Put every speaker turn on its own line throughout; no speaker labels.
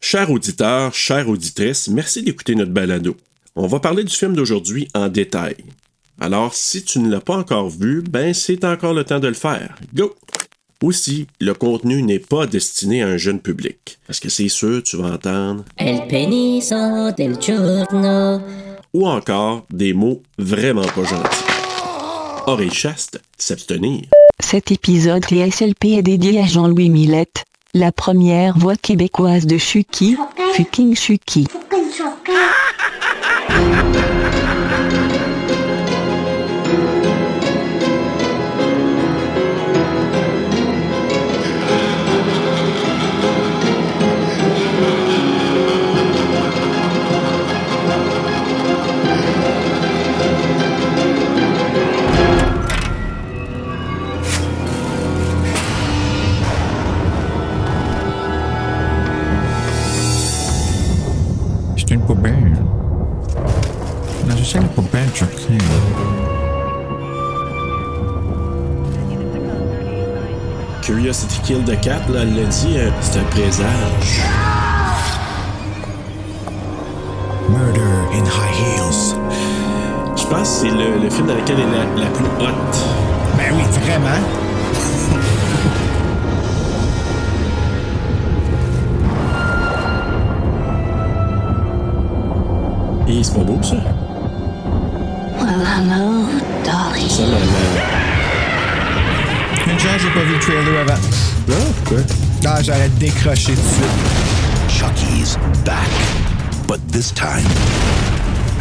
Chers auditeurs, chères auditrices, merci d'écouter notre balado. On va parler du film d'aujourd'hui en détail. Alors, si tu ne l'as pas encore vu, ben c'est encore le temps de le faire. Go! Aussi, le contenu n'est pas destiné à un jeune public. Parce que c'est sûr, tu vas entendre
El peniso del giorno.
ou encore des mots vraiment pas gentils. Oreille chaste, s'abstenir.
Cet épisode TSLP est dédié à Jean-Louis Millette, la première voix québécoise de Chucky, Fucking Chucky.
C'est une hein. poubelle. Non, je sais la poubelle, je sais.
Curiosity Kill de 4, là, elle l'a dit, euh, c'est un présage.
Murder in high heels.
Je pense que c'est le, le film dans lequel elle est la, la plus haute.
Ben oui, vraiment.
Et c'est pas beau, ça? Ça, la- la-
Une chance, j'ai pas vu le trailer avant.
Non, pourquoi?
Ah, j'aurais décroché tout de suite.
Chucky's E back. But this time,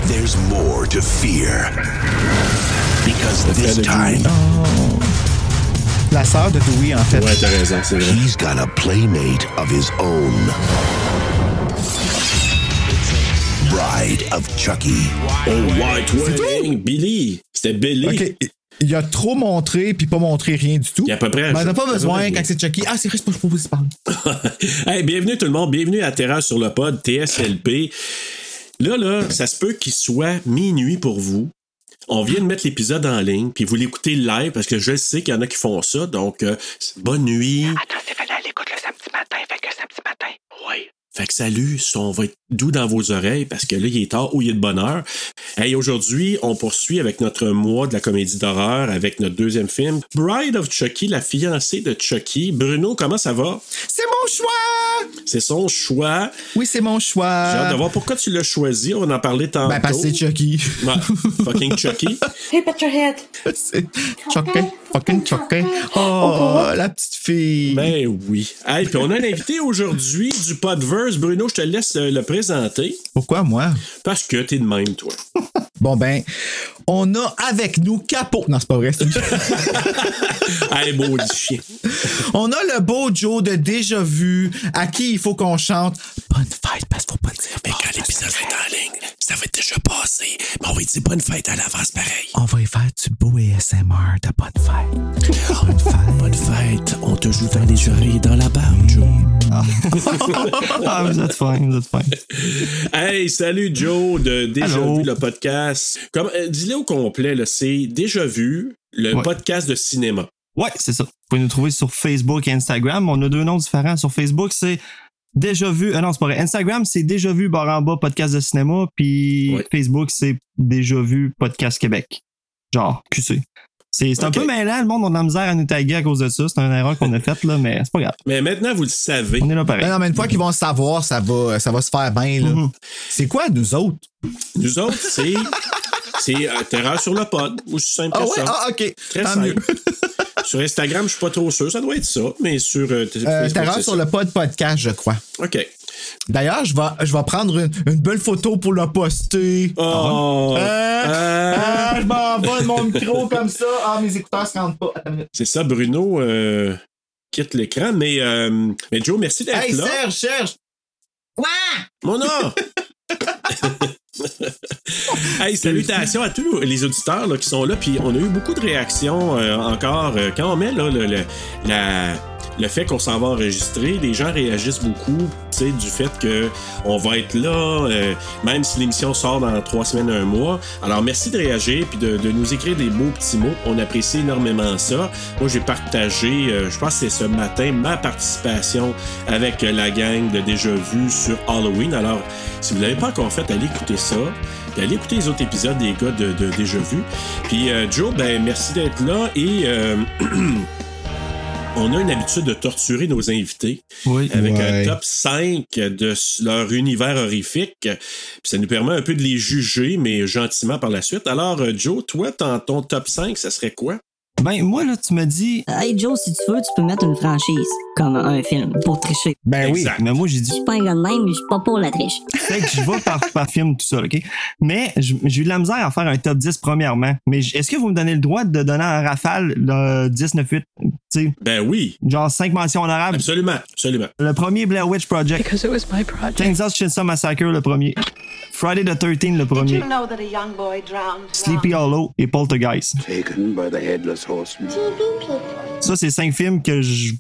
there's more to fear. Because this time,
La sœur de Dewey, en fait.
Ouais, t'as raison, c'est vrai.
he's got a playmate of his own. Bride of E. Chucky.
Oh, White Wedding, Billy! C'était Billy!
Ok. Il a trop montré, puis pas montré rien du tout.
Il y a à peu près un-
Ben, t'as pas
à peu
besoin
près,
quand
oui.
c'est Chucky. Ah, c'est vrai, c'est pas je propose, c'est pas.
Hey, bienvenue tout le monde, bienvenue à Terra sur le pod, TSLP. Là, là, ça se peut qu'il soit minuit pour vous. On vient de mettre l'épisode en ligne, puis vous l'écoutez live parce que je sais qu'il y en a qui font ça, donc euh, bonne nuit.
Attends, Stéphane, elle écoute le samedi matin, fait que samedi matin. Oui.
Fait que salut, ça, on va être doux dans vos oreilles parce que là, il est tard ou il est de bonne heure. Hey, aujourd'hui, on poursuit avec notre mois de la comédie d'horreur avec notre deuxième film, Bride of Chucky, la fiancée de Chucky. Bruno, comment ça va?
C'est mon choix!
C'est son choix.
Oui, c'est mon choix.
J'ai hâte de voir pourquoi tu l'as choisi. On va en parlait tantôt.
Euh. Ben, parce que c'est Chucky.
Ouais, fucking Chucky.
Hey, put your head.
c'est Chucky. Fucking Chucky. Oh, la petite fille.
Ben oui. Hey, puis on a un invité aujourd'hui du Podverse. Bruno, je te laisse le, le présenter
Pourquoi moi?
parce que t'es de même, toi.
Bon, ben, on a avec nous Capot. Non, c'est pas vrai. c'est-
Hey, maudit chien.
On a le beau Joe de déjà vu, à qui il faut qu'on chante Bonne fête, parce qu'il faut pas le dire. fort,
Quand
parce
l'épisode
que
va être en ligne, ça va être déjà passé. Mais on va dire bonne fête à l'avance pareil.
On va y faire du beau ASMR de bonne fête. Bonne fête.
Bonne fête, on te joue dans les oreilles et dans la barbe, Joe.
ah, vous êtes fin, vous êtes fin.
Hey, salut Joe de Déjà
Allô.
vu le podcast. Comme, euh, dis-le au complet, là, c'est Déjà vu le
Ouais.
podcast de cinéma.
Ouais, c'est ça. Vous pouvez nous trouver sur Facebook et Instagram. On a deux noms différents. Sur Facebook, c'est Déjà vu. Ah non, c'est pas vrai. Instagram, c'est Déjà vu barre en bas podcast de cinéma. Puis
Ouais.
Facebook, c'est Déjà vu podcast Québec. Genre, QC. C'est c'est un
Ok.
peu mêlant. Le monde a de la misère à nous taguer à cause de ça. C'est une erreur qu'on a faite, là, mais c'est pas grave.
Mais maintenant, vous le savez.
On est là pareil.
non, mais une fois qu'ils vont le savoir, ça va, ça va se faire bien. là.
Mhm.
C'est quoi, nous autres?
Nous autres, c'est. C'est euh, Terreur sur le pod, aussi simple
Ah
que
ouais?
ça.
Ah, OK.
Très
Tant
simple.
mieux.
sur Instagram, je suis pas trop sûr, ça doit être ça, mais sur euh, t-
Euh,
Facebook,
Terreur
c'est
sur
ça.
le pod podcast, je crois.
OK.
D'ailleurs, je vais, je vais prendre une, une belle photo pour la poster. Euh,
Oh.
Ah,
Ah.
je m'en vais de mon micro comme ça. Ah, mes écouteurs se rendent pas. Attends une minute.
C'est ça, Bruno euh, quitte l'écran, mais, euh, mais Joe, merci d'être
Hey,
là.
Serge, Serge!
Mon nom! hey, salutations à tous les auditeurs là, qui sont là. Puis on a eu beaucoup de réactions euh, encore euh, quand on met là, le- le- la, le fait qu'on s'en va enregistrer, les gens réagissent beaucoup, tu sais, du fait que on va être là, euh, même si l'émission sort dans trois semaines, un mois. Alors, merci de réagir puis de, de nous écrire des beaux petits mots. On apprécie énormément ça. Moi, j'ai partagé, euh, je pense que c'est ce matin, ma participation avec euh, la gang de Déjà Vu sur Halloween. Alors, si vous ne l'avez pas encore fait, allez écouter ça. Puis allez écouter les autres épisodes des gars de, de Déjà Vu. Puis, euh, Joe, ben, merci d'être là et. euh, On a une habitude de torturer nos invités
Oui.
avec un
Ouais.
top 5 de s- leur univers horrifique. Puis ça nous permet un peu de les juger, mais gentiment par la suite. Alors, euh, Joe, toi, dans ton top 5, ça serait quoi?
Ben, moi, là, tu me dis.
Hey Joe, si tu veux, tu peux mettre une franchise, comme un film, pour tricher.
Ben oui.
Exact.
Mais moi, j'ai dit.
Je suis pas un gars de même, je suis pas pour la triche.
fait que je vais par, par film tout ça, OK? Mais j- j'ai eu de la misère à faire un top 10 premièrement. Mais j- est-ce que vous me donnez le droit de donner en rafale le 10-9-8? Tu sais,
Ben oui,
genre 5 mentions honorables.
absolument, absolument.
Le premier, Blair Witch Project.
Because it was my project.
Kansas Chainsaw Massacre, le premier. Friday the 13th, le premier.
know that a young boy drowned?
Sleepy Hollow et Poltergeist. Ça, c'est 5 films que je...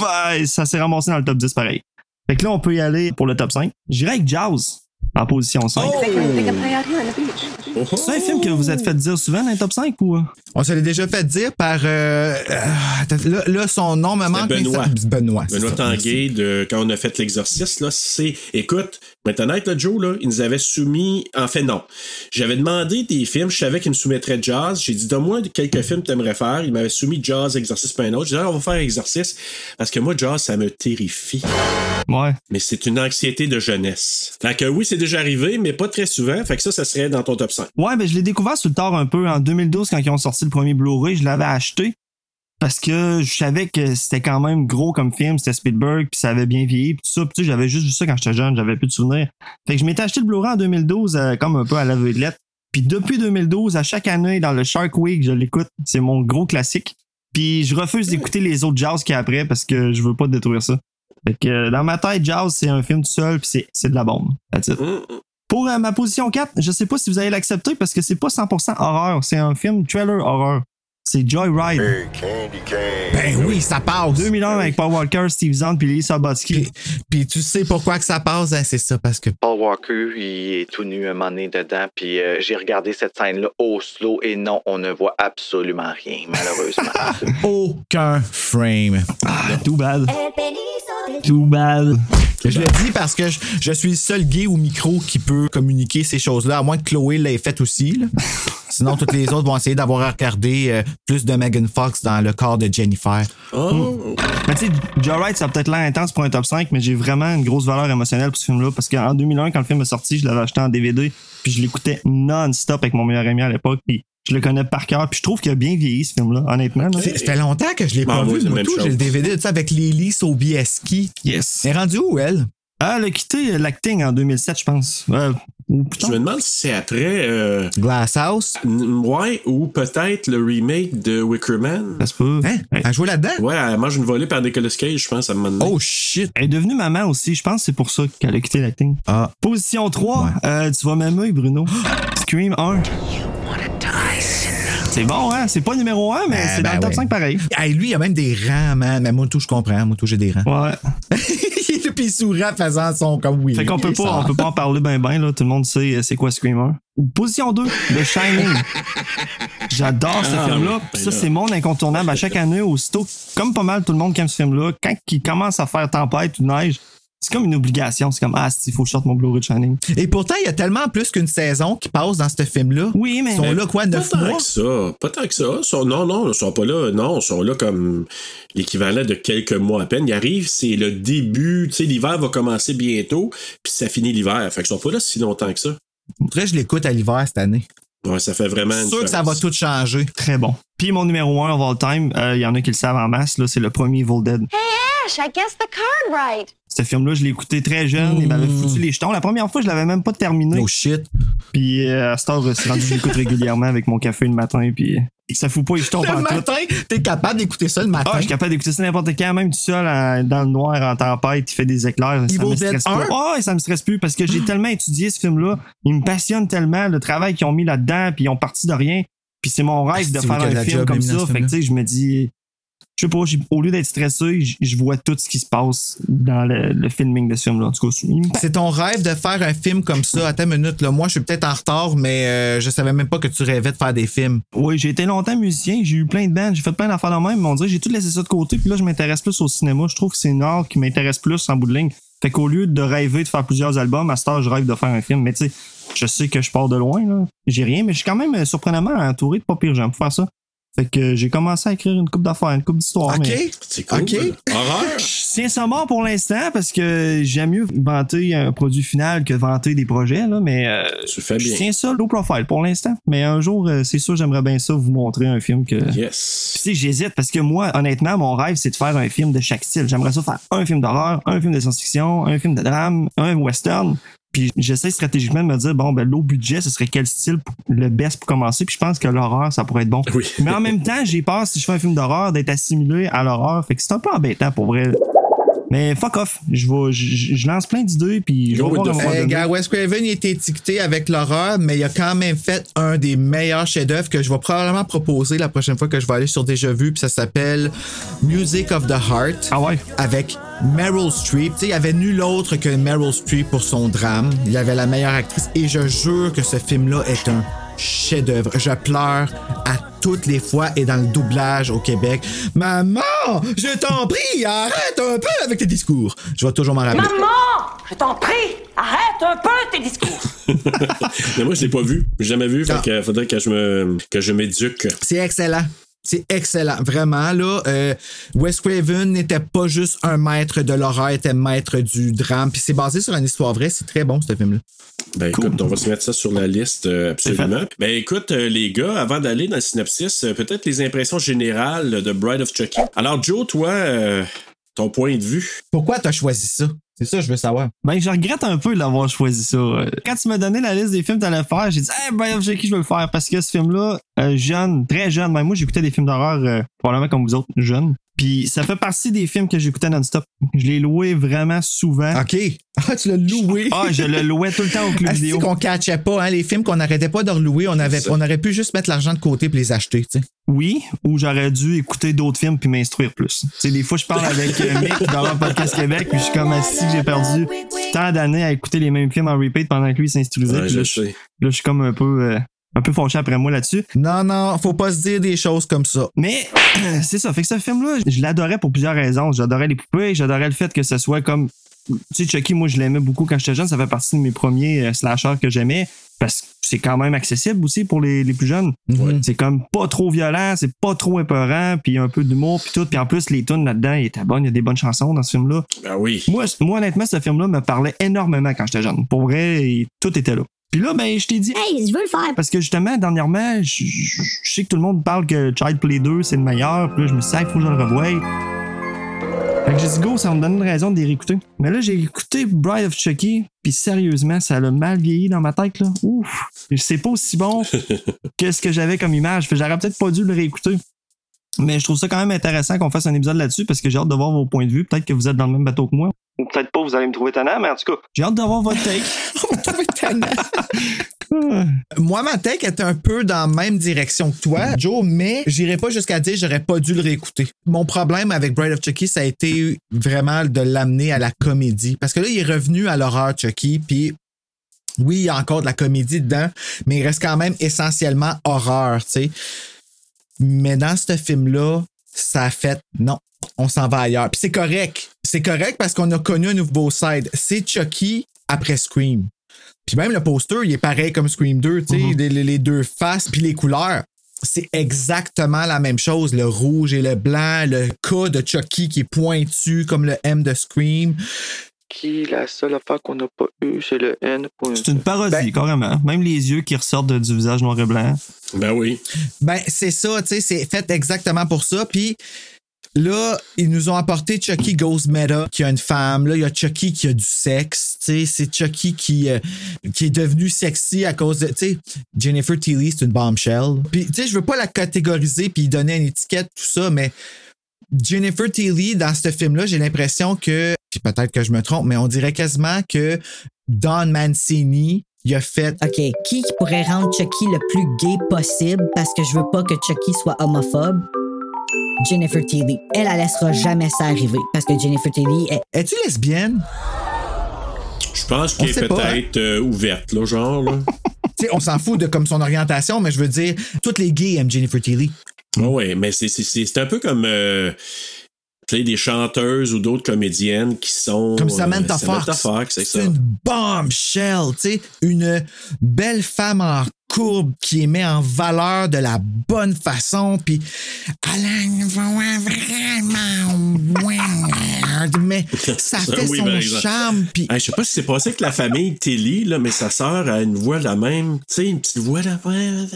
Bah, ça s'est ramassé dans le top 10 pareil. Fait que là, on peut y aller pour le top 5. J'irai avec Jaws en position 5.
Oh!
Oh, oh.
C'est un film que vous êtes fait dire souvent dans le top 5 ou...
On se l'est déjà fait dire par. euh, euh, attends, là, là, son nom me manque. mais
Benoît.
ça- Benoît. c'est
Benoît
ça, merci.
Tanguay, de, quand on a fait l'exorciste, là, c'est. Écoute, maintenant, là, Joe, là, il nous avait soumis. En fait, non. J'avais demandé des films, je savais qu'il me soumettrait Jazz. J'ai dit, donne-moi quelques films que t'aimerais faire. Il m'avait soumis Jazz, Exorciste, pas un autre. J'ai dit, Ah, on va faire Exorciste. Parce que moi, Jazz, ça me terrifie.
Ouais.
Mais c'est une anxiété de jeunesse. Fait que oui, c'est déjà arrivé, mais pas très souvent. Fait que ça, ça serait dans ton top 5.
Ouais, ben je l'ai découvert sur le tard un peu en 2012 quand ils ont sorti le premier Blu-ray, je l'avais acheté parce que je savais que c'était quand même gros comme film, c'était Spielberg, puis ça avait bien vieilli, puis tout ça, puis tu sais, j'avais juste vu ça quand j'étais jeune, j'avais plus de souvenirs. Fait que je m'étais acheté le Blu-ray en 2012 euh, comme un peu à l'aveuglette. Puis depuis 2012, à chaque année dans le Shark Week, je l'écoute, c'est mon gros classique. Puis je refuse d'écouter les autres Jaws qui après parce que je veux pas détruire ça. Fait que euh, dans ma tête, Jaws c'est un film tout seul, puis c'est- c'est de la bombe. That's it.
Hum,
Pour euh, ma position 4, je sais pas si vous allez l'accepter parce que c'est pas 100% horreur, c'est un film trailer horreur. C'est Joyride.
Ben oui, ça passe.
2001 avec Paul Walker, Steve Zahn puis Lee Sabatsky.
Euh, Puis, puis tu sais pourquoi que ça passe? Hein, c'est ça, parce que.
Paul Walker, il est tout nu un moment donné dedans, puis euh, j'ai regardé cette scène-là au slow, et non, on ne voit absolument rien, malheureusement.
Aucun frame.
Ah, too bad. Too bad.
Je le dis parce que je, je suis le seul gay au micro qui peut communiquer ces choses-là, à moins que Chloé l'ait fait aussi. là. Sinon, toutes les autres vont essayer d'avoir à regarder euh, plus de Megan Fox dans le corps de Jennifer.
Oh.
Mais tu sais, Joyride, ça a peut-être l'air intense pour un top 5, mais j'ai vraiment une grosse valeur émotionnelle pour ce film-là parce qu'en 2001, quand le film est sorti, je l'avais acheté en DVD puis je l'écoutais non-stop avec mon meilleur ami à l'époque puis je le connais par cœur puis je trouve qu'il a bien vieilli ce film-là, honnêtement. là.
C'est- Ça fait longtemps que je l'ai
Ah,
pas
oui,
vu,
c'est la
moi
même
tout.
chose.
J'ai le DVD de ça avec Lily Sobieski.
Yes.
Elle est rendue où, elle?
Ah, elle a quitté l'acting en 2007, je pense. Euh, ou plus
Je
tard.
me demande si c'est après. euh,
Glass House.
n- ouais, ou peut-être le remake de Wickerman.
Ça se peut.
Hein?
Ouais.
Elle joue là-dedans?
Ouais, elle mange une volée par Nicolas Cage, je pense, à un moment donné.
Oh shit!
Elle est devenue maman aussi. Je pense que c'est pour ça qu'elle a quitté l'acting.
Ah.
Position 3,
Ouais.
euh, tu vas m'aimer, Bruno. Scream 1. C'est bon, hein? C'est pas numéro 1, mais
Ben,
c'est dans
ben
le top
ouais.
5 pareil.
Hey, lui, il a même des rangs, man. Mais moi, tout, je comprends. Moi, tout, j'ai des rangs.
Ouais.
Puis il sourit en faisant son comme oui.
Fait qu'on peut pas, on peut pas en parler ben ben, là. Tout le monde sait euh, c'est quoi Screamer. Position 2, The Shining. J'adore ce
Ah,
film-là.
oui,
Puis
ben
Ça,
là.
c'est mon incontournable. À chaque année, aussitôt, comme pas mal tout le monde qui aime ce film-là, quand il commence à faire tempête ou neige, c'est comme une obligation. C'est comme, ah, il faut que je sorte mon Blu-ray de Shining.
Et pourtant, il y a tellement plus qu'une saison qui passe dans ce film-là.
Oui, mais.
Ils sont là, quoi,
Pas
9
tant
Oh, mois?
que ça. Pas tant que ça. Ils sont- non, non, ils sont pas là. Non, ils sont là comme l'équivalent de quelques mois à peine. Ils arrivent, c'est le début. Tu sais, l'hiver va commencer bientôt, puis ça finit l'hiver. Fait qu'ils sont pas là si longtemps que ça.
Faudrait que je l'écoute à l'hiver cette année.
Ouais, ça fait vraiment. une
sûr que ça va
différence.
tout changer.
Très bon. Puis mon numéro 1 of all time, euh, il y en a qui le savent en masse, là, c'est le premier Evil Dead.
Ash, I guessed the card right.
Ce film-là, je l'ai écouté très jeune, il m'avait foutu les jetons. La première fois, je l'avais même pas terminé.
Mmh. Oh shit.
Puis euh, à cette heure, c'est rendu que je l'écoute régulièrement avec mon café le matin, puis euh, ça fout pas les jetons
Le
partout.
matin, t'es capable d'écouter ça le matin.
Ah, je suis capable d'écouter ça n'importe quand, même tout seul en- dans le noir, en tempête, il fait des éclairs. ça
Evil
me
Dead
stresse
1?
pas. Ah, et ça me stresse plus parce que j'ai tellement étudié ce film-là. Il me passionne tellement le travail qu'ils ont mis là-dedans, puis ils ont parti de rien. Puis c'est mon
Ah,
rêve de
c'est
faire
vrai qu'il y a de la
un film
job
comme
éminent,
ça.
ce
Fait que tu sais, je me dis, je sais pas, j'ai- au lieu d'être stressé, j- je vois tout ce qui se passe dans le, le filming de ce film-là. En tout cas, il me
C'est ton rêve de faire un film comme ça. Attends une minute, là. moi je suis peut-être en retard, mais euh, je savais même pas que tu rêvais de faire des films.
Oui, j'ai été longtemps musicien, j'ai eu plein de bandes, j'ai fait plein d'affaires de même, mais on dirait que j'ai tout laissé ça de côté, puis là, je m'intéresse plus au cinéma. Je trouve que c'est une art qui m'intéresse plus en bout de ligne. Fait qu'au lieu de rêver de faire plusieurs albums, à ce temps, je rêve de faire un film. Mais tu sais, je sais que je pars de loin, là. J'ai rien, mais je suis quand même euh, surprenamment entouré de pas pire gens pour faire ça. Fait que euh, j'ai commencé à écrire une coupe d'affaires, une coupe d'histoires.
OK?
Ah, mais-
C'est cool.
OK.
Horreur.
c'est ça mort pour l'instant parce que j'aime mieux vanter un produit final que vanter des projets, là, mais euh,
Tu fais
je
bien.
tiens ça low profile pour l'instant. Mais un jour, euh, c'est sûr, j'aimerais bien ça vous montrer un film que. Puis,
Yes.
tu sais, j'hésite parce que moi, honnêtement, mon rêve, c'est de faire un film de chaque style. J'aimerais ça faire un film d'horreur, un film de science-fiction, un film de drame, un western. Puis j'essaie stratégiquement de me dire, bon, ben, low budget, ce serait quel style pour- le best pour commencer. Puis je pense que l'horreur, ça pourrait être bon.
Oui.
Mais en même temps, j'ai peur, si je fais un film d'horreur, d'être assimilé à l'horreur. Fait que c'est un peu embêtant pour vrai. Mais fuck off. Je vais, je, je lance plein d'idées, puis je
Go
vais
with
voir à
the
un moment
flow.
donné.
Euh, gars, Wes Craven il était étiqueté avec l'horreur, mais il a quand même fait un des meilleurs chefs-d'œuvre que je vais probablement proposer la prochaine fois que je vais aller sur Déjà Vu, puis ça s'appelle Music of the Heart.
Ah ouais.
Avec Meryl Streep. Tu sais, il y avait nul autre que Meryl Streep pour son drame. Il avait la meilleure actrice et je jure que ce film-là est un chef-d'œuvre. Je pleure à toutes les fois et dans le doublage au Québec. Maman, je t'en prie, arrête un peu avec tes discours. Je vais toujours m'en rappeler.
Maman, je t'en prie, arrête un peu tes discours.
Mais moi, je l'ai pas vu. J'ai jamais vu. Fait
Ah.
que faudrait que je me, que je m'éduque.
C'est excellent. C'est excellent. Vraiment, là, euh, Wes Craven n'était pas juste un maître de l'horreur, il était maître du drame. Puis c'est basé sur une histoire vraie. C'est très bon, ce film-là.
Ben
Cool.
écoute, on va se mettre ça sur la liste euh, absolument. Ben écoute, euh, les gars, avant d'aller dans le synopsis, euh, peut-être les impressions générales de Bride of Chucky. Alors Joe, toi, euh, ton point de vue.
Pourquoi t'as choisi ça? C'est ça, je veux savoir.
Ben, je regrette un peu d'avoir choisi ça. Euh, Quand tu m'as donné la liste des films que t'allais faire, j'ai dit, eh ben, j'ai qui je veux le faire parce que ce film-là, euh, jeune, très jeune, ben, moi, j'écoutais des films d'horreur, euh, probablement comme vous autres, jeunes. Puis ça fait partie des films que j'écoutais non-stop. Je l'ai loué vraiment souvent.
OK. Ah, tu l'as loué.
Hein? Ah, je le louais tout le temps au club
Ah, c'est
vidéo.
qu'on catchait pas, hein, les films qu'on n'arrêtait pas de relouer, on, avait,
C'est ça.
on aurait pu juste mettre l'argent de côté pour les acheter. tu sais.
Oui, ou j'aurais dû écouter d'autres films puis m'instruire plus. Tu sais, des fois, je parle avec euh, Mick dans Podcast Québec, puis je suis comme assis, j'ai perdu tant d'années à écouter les mêmes films en repeat pendant que lui s'instruisait.
Ouais,
Puis là,
je
je-
sais.
là, je suis comme un peu, euh, un peu fâché après moi là-dessus.
Non, non, faut pas se dire des choses comme ça.
Mais c'est ça. Fait que ce film-là, je l'adorais pour plusieurs raisons. J'adorais les poupées, j'adorais le fait que ce soit comme. Tu sais, Chucky, moi, je l'aimais beaucoup quand j'étais jeune. Ça fait partie de mes premiers euh, slashers que j'aimais. Parce que c'est quand même accessible aussi pour les, les plus jeunes.
Mhm.
C'est comme pas trop violent, c'est pas trop épeurant, puis un peu d'humour, puis tout. Puis en plus, les tunes là-dedans, il était bon, il y a des bonnes chansons dans ce film-là.
Ben oui.
Moi, c- moi, honnêtement, ce film-là me parlait énormément quand j'étais jeune. Pour vrai, il- tout était là. Puis là, ben, je t'ai dit,
Hey, je veux le faire.
parce que justement, dernièrement, je, je- je sais que tout le monde parle que Child Play 2, c'est le meilleur. Puis là, je me suis dit, il faut que je le revoie. Fait que j'ai dit, go, ça va me donne une raison de les réécouter. Mais là, j'ai écouté Bride of Chucky, puis sérieusement, ça l'a mal vieilli dans ma tête, là. Ouf! C'est pas aussi bon que ce que j'avais comme image. Fait que J'aurais peut-être pas dû le réécouter. Mais je trouve ça quand même intéressant qu'on fasse un épisode là-dessus parce que j'ai hâte de voir vos points de vue. Peut-être que vous êtes dans le même bateau que moi. Ou peut-être pas, vous allez me trouver tannant, mais en tout cas, j'ai hâte de voir votre take.
Moi, ma tech est un peu dans la même direction que toi, Joe, mais j'irai pas jusqu'à dire j'aurais pas dû le réécouter. Mon problème avec Bride of Chucky, ça a été vraiment de l'amener à la comédie. Parce que là, il est revenu à l'horreur Chucky, puis oui, il y a encore de la comédie dedans, mais il reste quand même essentiellement horreur, tu sais. Mais dans ce film-là, ça a fait non, on s'en va ailleurs. Puis c'est correct. C'est correct parce qu'on a connu un nouveau side. C'est Chucky après Scream. Puis même le poster, il est pareil comme Scream 2, tu sais, les, les- les deux faces, puis les couleurs. C'est exactement la même chose, le rouge et le blanc, le cas de Chucky qui est pointu comme le M de Scream.
Qui, la seule affaire qu'on n'a pas eue, c'est le N.
C'est une parodie,
Ben-
carrément. Même les yeux qui ressortent de- du visage noir et blanc.
Ben oui.
Ben, c'est ça, tu sais, c'est fait exactement pour ça. Puis là, ils nous ont apporté Chucky Goes Meta, qui a une femme. Là, il y a Chucky qui a du sexe. Tu sais, c'est Chucky qui, euh, qui est devenu sexy à cause de. Tu sais, Jennifer Tilly, c'est une bombshell. Puis, tu sais, je veux pas la catégoriser puis donner une étiquette, tout ça, mais Jennifer Tilly, dans ce film-là, j'ai l'impression que. Puis peut-être que je me trompe, mais on dirait quasiment que Don Mancini, il a fait
OK, qui qui pourrait rendre Chucky le plus gay possible parce que je veux pas que Chucky soit homophobe? Jennifer Tilly. Elle, elle laissera jamais ça arriver parce que Jennifer Tilly est.
Es-tu lesbienne?
Je pense qu'elle est
sait pas, hein?
peut-être euh, ouverte, là, genre. Là.
Tu sais, on s'en fout de comme son orientation, mais je veux dire, toutes les gays aiment Jennifer Tilly.
Ah ouais, mais c'est- c'est c'est- c'est un peu comme euh, tu sais, des chanteuses ou d'autres comédiennes qui sont.
Comme Samantha
euh,
Fox.
Fox, c'est ça.
C'est une bombshell, tu sais, une belle femme en courbe qui met en valeur de la bonne façon, puis Alain va vraiment weird, mais
Ça,
ça fait
oui, par
son
exemple.
charme, puis
Hey, je sais pas si c'est passé avec la famille Tilly, là, mais sa sœur a une voix la même. Tu sais, une petite voix la même.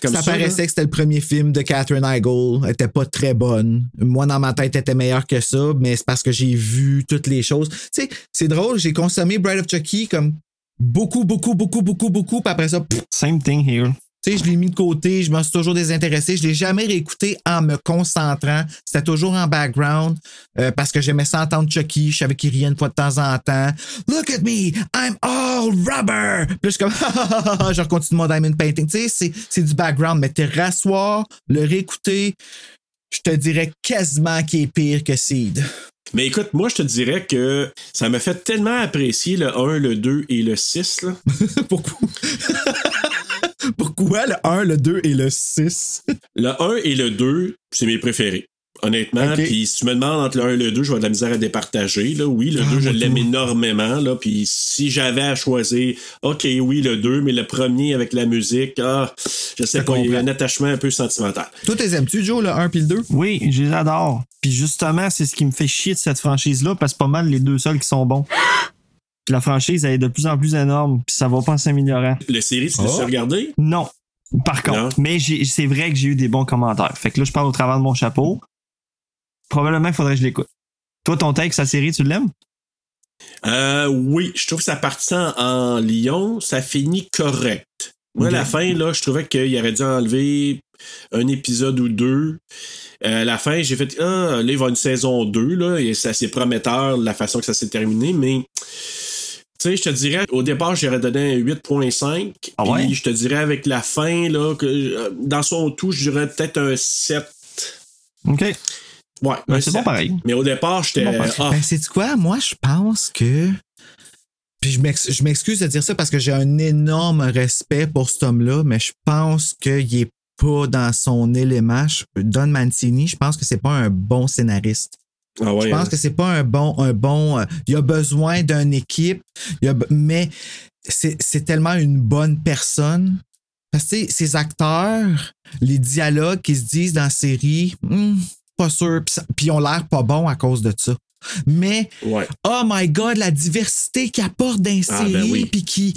Comme
ça,
là.
paraissait que c'était le premier film de Catherine Heigl. Elle était pas très bonne. Moi, dans ma tête, elle était meilleure que ça, mais c'est parce que j'ai vu toutes les choses. Tu sais, c'est drôle, j'ai consommé Bride of Chucky comme beaucoup, beaucoup, beaucoup, beaucoup, beaucoup, puis après ça, pff,
Same thing here.
tu sais, je l'ai mis de côté, je m'en suis toujours désintéressé. Je l'ai jamais réécouté en me concentrant. C'était toujours en background euh, parce que j'aimais ça entendre Chucky. Je savais qu'il riait une fois de temps en temps. Look at me, I'm all rubber. Puis là, je suis comme, Ah, ah, ah, ah, je continue mon diamond painting. Tu sais, c'est- c'est du background, mais te rasseoir, le réécouter, je te dirais quasiment qu'il est pire que Seed.
Mais écoute, moi, je te dirais que ça m'a fait tellement apprécier le 1, le 2 et le 6. Là.
Pourquoi? Pourquoi le 1, le 2 et le 6?
Le 1 et le 2, c'est mes préférés. Honnêtement,
Ok.
puis si tu me demandes entre le 1 et le 2, je vais de la misère à départager. Là. Oui,
Ah,
le 2, je l'aime énormément. Là. Puis si j'avais à choisir, OK, oui, le 2, mais le premier avec la musique, ah, je sais
Je
pas, il y a
comprends.
un attachement un peu sentimental.
Toi, t'es aimes-tu, Joe, le 1 puis le 2?
Oui, je les adore. Puis justement, c'est ce qui me fait chier de cette franchise-là, parce que c'est pas mal les deux seuls qui sont bons. Puis la franchise, elle est de plus en plus énorme, puis ça va pas en s'améliorant.
Le série, tu
Ah.
l'as regardé?
Non, par contre.
Non.
Mais j'ai- c'est vrai que j'ai eu des bons commentaires. Fait que là, je parle au travers de mon chapeau. Probablement, il faudrait que je l'écoute. Toi, ton take, sa série, tu l'aimes?
Euh, oui, je trouve que ça partant en Lyon, ça finit correct. Moi, à la fin, là, je trouvais qu'il aurait dû enlever un épisode ou deux. Euh, à la fin, j'ai fait Ah, là, il va y avoir une saison 2, là, et c'est assez prometteur la façon que ça s'est terminé, mais. Tu sais, je te dirais, au départ, j'aurais donné un 8.5.
Ah ouais?
Puis je te dirais avec la fin, là, que euh, dans son tout, je dirais peut-être un 7.
OK.
Ouais,
Ben,
un
c'est bon
7.
pareil.
Mais au départ, j'étais.
Bon, pareil.
ah,
Ben, c'est quoi? Moi, je pense que. Puis je m'ex- je m'excuse de dire ça parce que j'ai un énorme respect pour cet homme-là, mais je pense qu'il est pas dans son élément. Je- Don Mancini, je pense que c'est pas un bon scénariste.
Ben,
ah ouais,
Je pense que c'est pas un bon, un bon. euh, il a besoin d'une équipe, il a be- mais c'est c'est tellement une bonne personne. Parce que tu sais, ces acteurs, les dialogues qu'ils se disent dans la série, Hmm, pas sûr, Puis ça- puis ils ont l'air pas bons à cause de ça. Mais
ouais.
oh my god, la diversité qu'il apporte dans les
Ah, ben
séries,
oui.
puis qui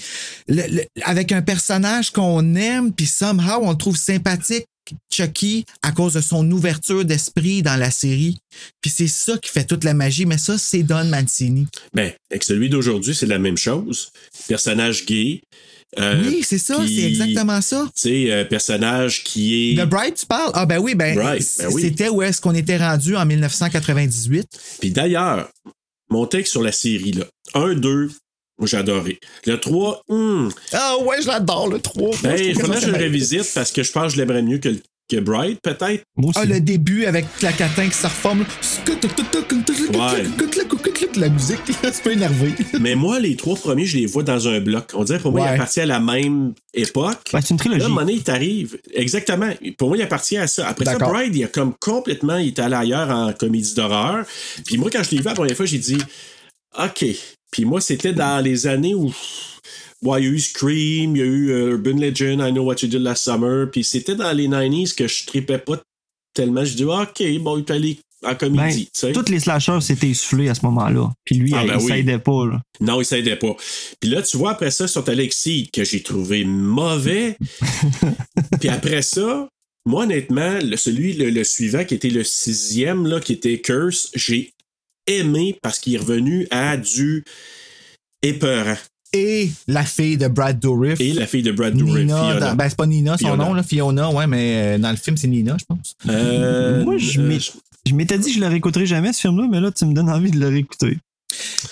le- le- avec un personnage qu'on aime, puis somehow on le trouve sympathique. Chucky à cause de son ouverture d'esprit dans la série. Puis c'est ça qui fait toute la magie, mais ça, c'est Don Mancini.
Ben, avec celui d'aujourd'hui, c'est la même chose. Personnage gay. Euh,
oui, c'est ça,
puis-
c'est exactement ça.
Tu sais, euh, personnage qui est.
The Bright, tu parles? Ah ben oui, ben,
Bright,
c-
ben oui.
c'était où est-ce qu'on était rendu en 1998.
Puis d'ailleurs, mon texte sur la série, là. 1, 2, j'ai adoré. Le 3, hum,
Ah ouais, je l'adore, le 3.
ben,
je trouve
il
que
faudrait
ça,
que je le
c'est-
révisite parce que je pense que je l'aimerais mieux que, le- que Bright, peut-être.
Moi aussi.
Ah, le début avec la catin qui se reforme. là. La musique, c'est pas énervé.
Mais moi, les trois premiers, je les vois dans un bloc. On dirait pour moi,
Ouais.
ils appartiennent à la même époque.
Ouais, Ben, c'est une trilogie.
Là, à un moment donné, il t'arrive. Exactement. Pour moi, il appartient à ça. Après ça,
D'accord.
Pride, il a comme complètement, il est allé ailleurs en comédie d'horreur. Puis moi, quand je l'ai vu la première fois, j'ai dit, OK. Puis moi, c'était dans les années où. Ouais, il y a eu Scream, il y a eu euh, Urban Legend, I Know What You Did Last Summer. Puis c'était dans les 90s que je tripais pas tellement. Je dis, OK, bon, il est allé en
Ben,
comédie. tu sais.
toutes les slashers s'étaient essoufflés à ce moment-là. Puis lui,
Ah, ben
il
oui.
s'aidait pas. là.
Non, il s'aidait pas. Puis là, tu vois, après ça, sur Alexis, que j'ai trouvé mauvais. Puis après ça, moi, honnêtement, le- celui, le, le suivant, qui était le sixième, là, qui était Curse, j'ai aimé parce qu'il est revenu à du épeurant.
Et la fille de Brad Dourif.
Et la fille de Brad Dourif,
Nina,
Fiona.
dans- ben c'est pas Nina son
Fiona.
nom, là, Fiona, ouais, mais euh, dans le film c'est Nina, je pense.
Euh,
Moi, je
euh,
m'ai- Je m'étais dit que je le réécouterais jamais, ce film-là, mais là, tu me donnes envie de le réécouter.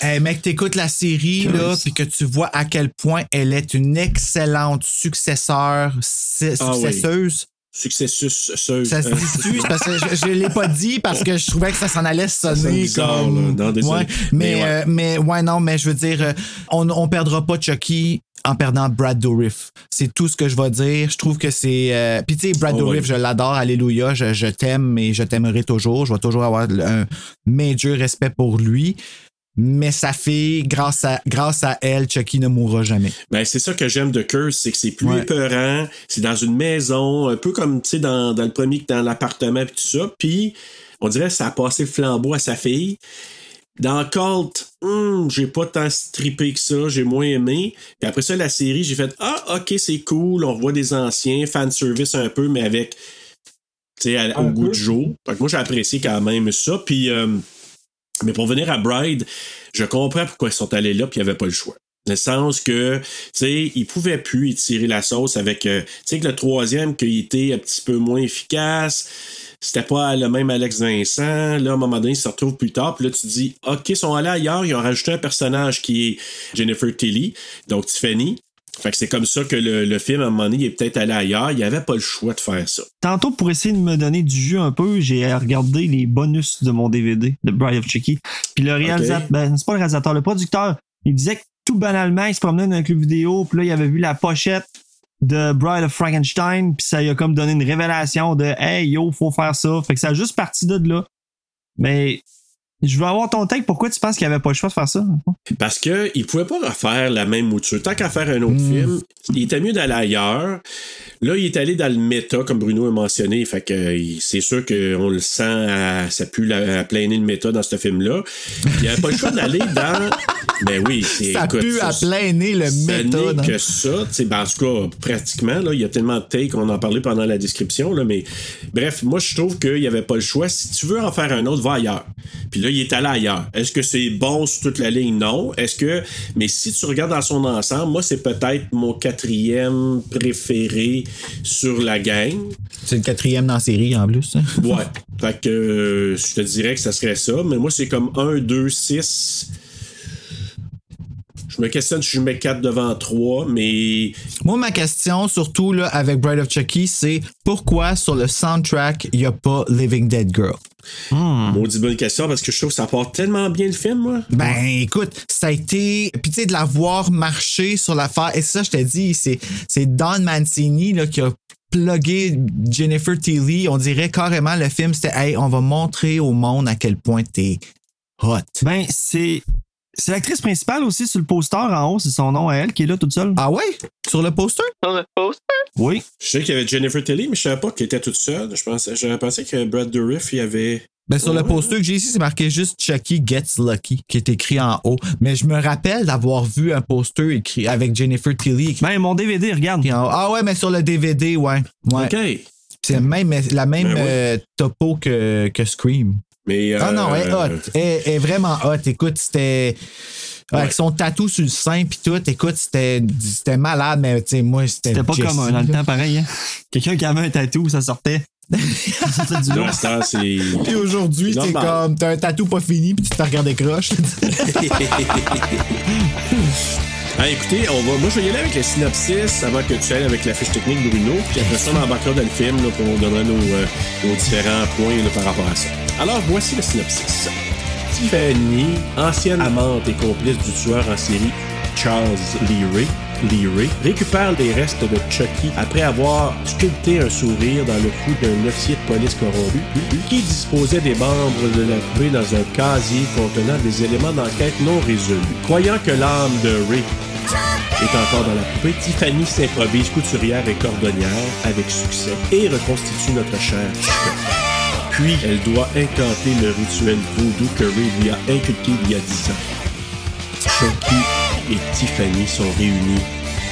Hey, Eh, mec, t'écoutes la série, là,
Curse.
puis que tu vois à quel point elle est une excellente successeur, su-
Ah oui.
successeuse
Successus, Euh, ce.
Ça se dit-tu? C'est parce que je, je l'ai pas dit parce que je trouvais que ça s'en allait
sonne
sonner
bizarre,
comme.
là. Non, désolé.
Ouais,
Mais
mais,
ouais.
euh, mais ouais, non, mais je veux dire, euh, on, on perdra pas Chucky en perdant Brad Dourif. C'est tout ce que je vais dire. Je trouve que c'est. euh, Puis tu sais, Brad
Oh,
Dourif,
ouais.
je l'adore, alléluia, je, je t'aime et je t'aimerai toujours. Je vais toujours avoir un major respect pour lui. Mais sa fille, grâce à, grâce à elle, Chucky ne mourra jamais.
Ben, c'est ça que j'aime de Curse, c'est que c'est plus
Ouais.
épeurant, c'est dans une maison, un peu comme, tu sais, dans, dans le premier, dans l'appartement, puis tout ça. Puis, on dirait que ça a passé le flambeau à sa fille. Dans Cult, hum, j'ai pas tant strippé que ça, j'ai moins aimé. Puis après ça, la série, j'ai fait Ah, ok, c'est cool, on revoit des anciens, fanservice un peu, mais avec, tu sais, à- au goût du jour. Fait que moi, j'ai apprécié quand même ça. Puis, euh, mais pour venir à Bride, je comprends pourquoi ils sont allés là, puis il n'y avait pas le choix. Dans le sens que, tu sais, ils pouvaient plus étirer la sauce avec, euh, tu sais, que le troisième qui était un petit peu moins efficace, c'était pas le même Alex Vincent. Là, à un moment donné, ils se retrouvent plus tard, puis là, tu dis, OK, ils sont allés ailleurs, ils ont rajouté un personnage qui est Jennifer Tilly, donc Tiffany. Fait que c'est comme ça que le, le film, à un moment donné, il est peut-être allé ailleurs. Il n'y avait pas le choix de faire ça.
Tantôt, pour essayer de me donner du jus un peu, j'ai regardé les bonus de mon DVD, de Bride of Chucky. Puis le réalisateur, ben, c'est pas le réalisateur, le producteur, il disait que tout banalement, il se promenait dans un club vidéo, puis là, il avait vu la pochette de Bride of Frankenstein, puis ça lui a comme donné une révélation de Hey, yo, faut faire ça. Fait que ça a juste parti de là. Mais je veux avoir ton take, pourquoi tu penses qu'il avait pas le choix de faire ça?
Parce qu'ils ne pouvaient pas refaire la même mouture. Tant qu'à faire un autre
Hmm.
film, il était mieux d'aller ailleurs. Là, il est allé dans le méta, comme Bruno a mentionné. Fait que euh, il- c'est sûr qu'on le sent, à- ça pue la, à plein nez le méta dans ce film-là. Il n'y avait pas le choix d'aller dans. Ben oui, c'est.
Ça
écoute,
pue
ça,
à plein nez le
ce
méthode. hein.
n'est que ça. Tu sais, ben, en tout cas, pratiquement, là, il y a tellement de takes, on en parlait pendant la description, là, mais bref, moi, je trouve qu'il n'y avait pas le choix. Si tu veux en faire un autre, va ailleurs. Puis là, il est allé ailleurs. Est-ce que c'est bon sur toute la ligne? Non. Est-ce que. Mais si tu regardes dans son ensemble, moi, c'est peut-être mon quatrième préféré sur la gang.
C'est le quatrième dans la série en plus. hein.
Ouais. Fait que euh, je te dirais que ça serait ça. Mais moi, c'est comme 1, 2, 6. Je me questionne si je mets 4 devant 3, mais
Moi, ma question, surtout là, avec Bride of Chucky, c'est pourquoi sur le soundtrack, il n'y a pas Living Dead Girl?
maudit bonne question parce que je trouve que ça part tellement bien le film, moi.
Ben, écoute, ça a été. Puis, tu sais, de la voir marcher sur l'affaire. Et ça, je t'ai dit, c'est c'est Don Mancini là, qui a plugué Jennifer Tilly. On dirait carrément le film, c'était Hey, on va montrer au monde à quel point t'es hot.
Ben, c'est. C'est l'actrice principale aussi sur le poster en haut, c'est son nom à elle qui est là toute seule.
Ah ouais? Sur le poster?
Oh,
Oui.
Je sais qu'il y avait Jennifer Tilly, mais je savais pas qu'elle était toute seule. Je pensais, j'aurais pensé que Brad Dourif, il y avait.
Ben, sur
Ouais.
le poster que j'ai ici, c'est marqué juste Chucky Gets Lucky, qui est écrit en haut. Mais je me rappelle d'avoir vu un poster écrit avec Jennifer Tilly écrit
Ben, mon DVD, regarde.
en haut. Ah ouais, mais sur le DVD, ouais. ouais.
OK.
C'est la même, la même
Ben oui.
euh, topo que, que Scream.
Mais.
Ah non, elle est
euh,
hot. Elle, elle est vraiment hot. Écoute, c'était. Avec son tatou sur le sein puis tout, écoute, c'était c'était malade, mais tu sais, moi, c'était.
C'était pas
Jessie,
comme euh, dans le
là.
temps pareil. Hein? Quelqu'un qui avait un tatou, ça sortait. C'était du
là,
lourd.
à cette heure, c'est.
Puis aujourd'hui,
C'est
c'est
normal.
comme, t'as un tatou pas fini puis tu te regardes des croches.
Ah, écoutez, on va, moi, je vais y aller avec le synopsis avant que tu ailles avec la fiche technique, Bruno. Puis après ça, on embarquera dans le film là, pour donner nos, euh, nos différents points là, par rapport à ça. Alors, voici le synopsis. Tiffany, ancienne amante et complice du tueur en série Charles Leary, Leary, récupère les restes de Chucky après avoir sculpté un sourire dans le cou d'un officier de police corrompu qui disposait des membres de la poupée dans un casier contenant des éléments d'enquête non résolus. Croyant que l'âme de Ray est encore dans la poupée, Tiffany s'improvise couturière et cordonnière avec succès et reconstitue notre chère Chucky. Puis, elle doit incanter le rituel voodoo que Ray lui a inculqué il y a 10 ans. Chucky et Tiffany sont réunis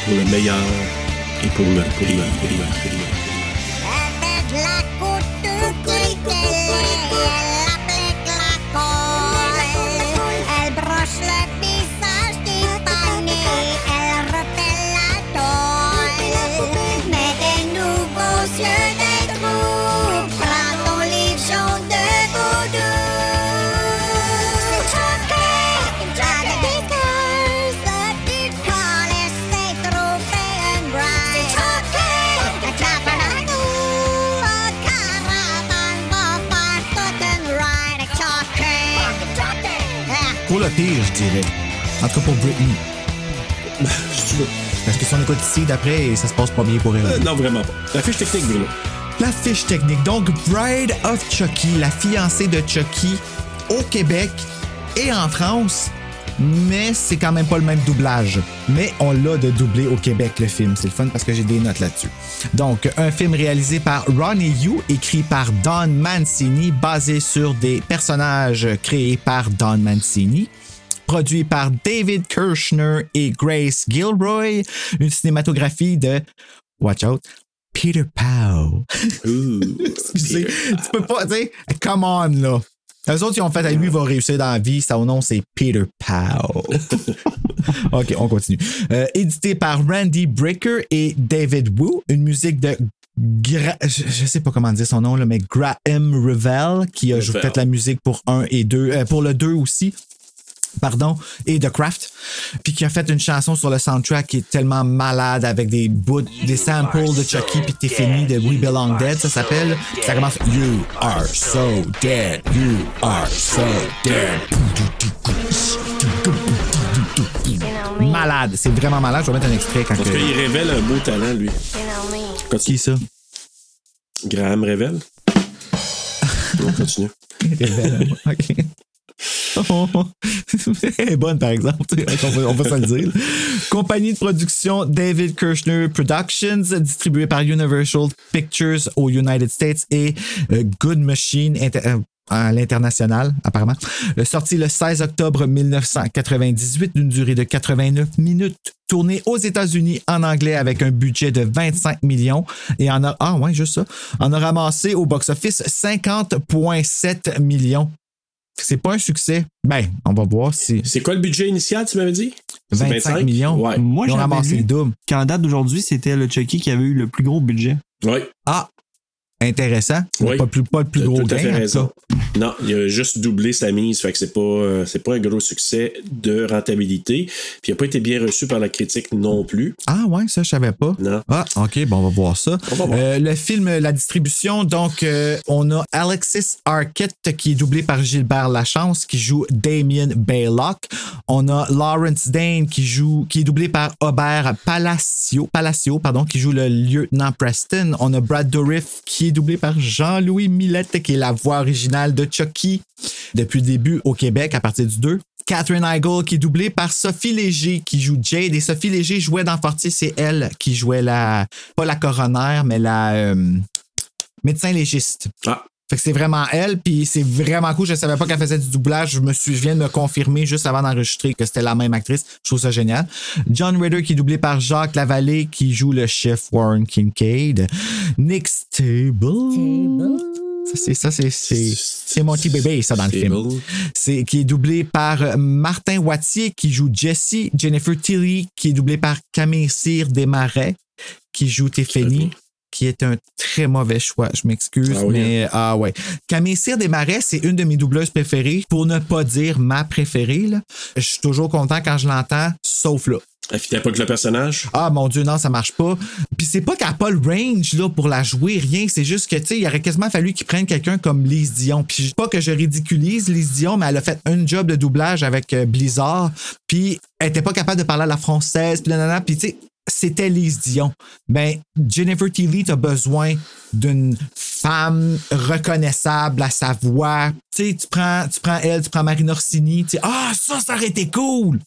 pour le meilleur et pour le pire.
Chocolate!
pour le pire, je dirais. En tout cas pour Britney.
Si tu veux.
Parce que si on écoute ici d'après, ça se passe pas bien pour elle.
Euh, non, vraiment pas. La fiche technique, Bruno.
La fiche technique. Donc, Bride of Chucky, la fiancée de Chucky au Québec et en France, mais c'est quand même pas le même doublage. Mais on l'a de doublé au Québec, le film. C'est le fun parce que j'ai des notes là-dessus. Donc, un film réalisé par Ronnie Yu, écrit par Don Mancini, basé sur des personnages créés par Don Mancini produit par David Kirshner et Grace Gilroy, une cinématographie de Watch out. Peter Powell.
Ouh,
Excusez, tu peux pas, tu sais, come on, là. Eux autres, ils ont fait, à lui, il va réussir dans la vie. Son nom, c'est Peter Powell. OK, on continue. Euh, édité par Randy Breaker et David Wu. Une musique de... Gra- je je sais pas comment dire son nom, là, mais Graham Revell, qui a joué
Revell.
peut-être la musique pour un et deux, euh, pour le 2 aussi pardon, et The Craft, puis qui a fait une chanson sur le soundtrack qui est tellement malade avec des bouts, des samples de Chucky, puis t'es fini de We Belong Dead, ça s'appelle. Puis Ça commence You are so dead, you are so dead. Malade, c'est vraiment malade. Je vais mettre un extrait quand
Parce
que.
qu'il révèle un beau talent, lui. Quand
Qui ça?
Graham révèle. On continue.
OK. Elle est bonne, par exemple. tu sais, On va, on va se le dire. Compagnie de production David Kirshner Productions, distribuée par Universal Pictures aux United States et euh, Good Machine inter- euh, à l'international, apparemment. Euh, Sorti le 16 octobre 1998 d'une durée de 89 minutes. Tourné aux États-Unis en anglais avec un budget de 25 millions et en a, ah ouais, juste ça, en a ramassé au box-office 50,7 millions. C'est pas un succès. Ben, on va voir si.
C'est quoi le budget initial, tu m'avais dit? C'est
25, millions.
Ouais.
Moi,
Ils ont
j'avais
ramassé le
lu
double.
qu'en date d'aujourd'hui, c'était le Chucky qui avait eu le plus gros budget.
Ouais.
Ah, intéressant.
Oui.
Pas, le plus- pas le plus
T'as
gros
tout à fait
gain. en
raison.
tout
Non, il a juste doublé sa mise, fait que c'est pas, euh, c'est pas un gros succès de rentabilité. Puis il a pas été bien reçu par la critique non plus.
cas. Ah, ouais, ça, je savais pas.
Non.
Ah, OK, bon, on va voir ça.
On va voir.
Euh, le film, la distribution, donc, euh, on a Alexis Arquette qui est doublé par Gilbert Lachance qui joue Damien Baylock. On a Lawrence Dane qui joue, qui est doublé par Aubert Palacio, Palacio pardon, qui joue le lieutenant Preston. On a Brad Dourif qui est doublé par Jean-Louis Millette qui est la voix originale de Chucky depuis le début au Québec à partir du 2. Catherine Heigl qui est doublée par Sophie Léger qui joue Jade et Sophie Léger jouait dans Fortis c'est elle qui jouait la pas la coroner mais la euh, médecin légiste.
Ah.
Fait que c'est vraiment elle puis c'est vraiment cool, je savais pas qu'elle faisait du doublage, je me suis je viens de me confirmer juste avant d'enregistrer que c'était la même actrice. Je trouve ça génial. John Ritter qui est doublé par Jacques Lavallée qui joue le chef Warren Kincaid. Nick Stable. Ça, C'est ça c'est c'est c'est mon petit bébé ça dans le
C'est
film
bon.
c'est, qui est doublé par euh, Martin Wattier, qui joue Jessie, Jennifer Tilly, qui est doublé par Camille Cyr Desmarais, qui joue Tiffany, qui est un très mauvais choix, je m'excuse,
Ah oui,
mais ah ouais. Camille Cyr Desmarais, c'est une de mes doubleuses préférées, pour ne pas dire ma préférée. là. Je suis toujours content quand je l'entends, sauf là.
Elle fitait Ah, pas que le personnage.
Ah mon dieu, non, ça marche pas. Puis c'est pas qu'elle a pas le range là pour la jouer, rien. C'est juste que tu sais, il aurait quasiment fallu qu'ils prennent quelqu'un comme Lise Dion. Puis je- pas que je ridiculise Lise Dion, mais elle a fait un job de doublage avec euh, Blizzard. Puis elle était pas capable de parler à la française. Puis nanana, puis tu sais. C'était Lise Dion. Ben, Jennifer Tilly, t'as besoin d'une femme reconnaissable à sa voix. Tu sais, tu prends, tu prends elle, tu prends Marine Orsini. tu sais, Ah, ça, ça aurait été cool!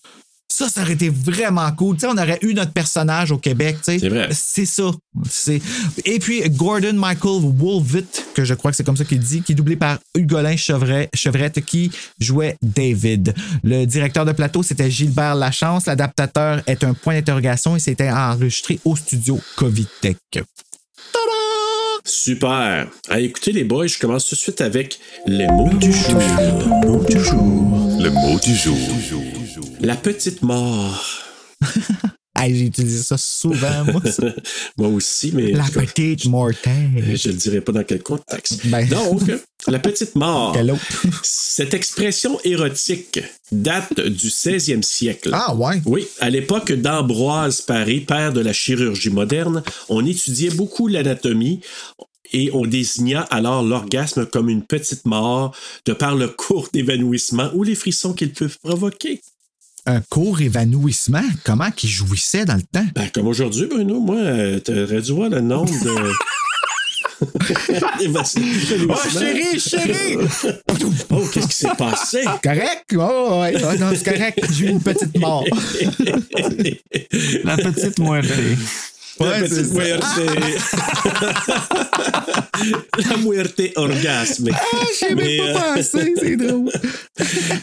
Ça, ça aurait été vraiment cool. Tu sais, on aurait eu notre personnage au Québec. tu sais.
C'est vrai.
C'est ça. C'est- Et puis, Gordon Michael Wolvitt, que je crois que c'est comme ça qu'il dit, qui est doublé par Hugolin Chevret, Chevrette, qui jouait David. Le directeur de plateau, c'était Gilbert Lachance. L'adaptateur est un point d'interrogation et c'était enregistré au studio Covitech.
Super. Allez, écoutez les boys, je commence tout de suite avec les mots du jour. Mots du jour.
Le mot du jour.
La petite mort.
Hey, J'ai utilisé ça souvent, moi. ça.
Moi aussi, mais
La petite mortelle.
je le dirai pas dans quel contexte.
Ben.
Donc, la petite mort.
Quelle autre?
Cette expression érotique date du 16e siècle.
Ah ouais.
Oui, à l'époque d'Ambroise Paré, père de la chirurgie moderne, on étudiait beaucoup l'anatomie et on désigna alors l'orgasme comme une petite mort de par le court évanouissement ou les frissons qu'il peut provoquer.
Un court évanouissement? Comment qu'il jouissait dans le temps?
Ben, comme aujourd'hui, Bruno, moi, euh, t'aurais dû voir le nombre de...
oh, chérie, chérie!
oh, qu'est-ce qui s'est passé?
Correct? Oh, ouais. Oh, non, c'est correct. J'ai eu une petite mort.
La petite moitié.
La
Ouais, c'est
petite
ça.
muerte. La muerte orgasme.
Ah, j'ai
Mais,
même pas pensé, c'est drôle.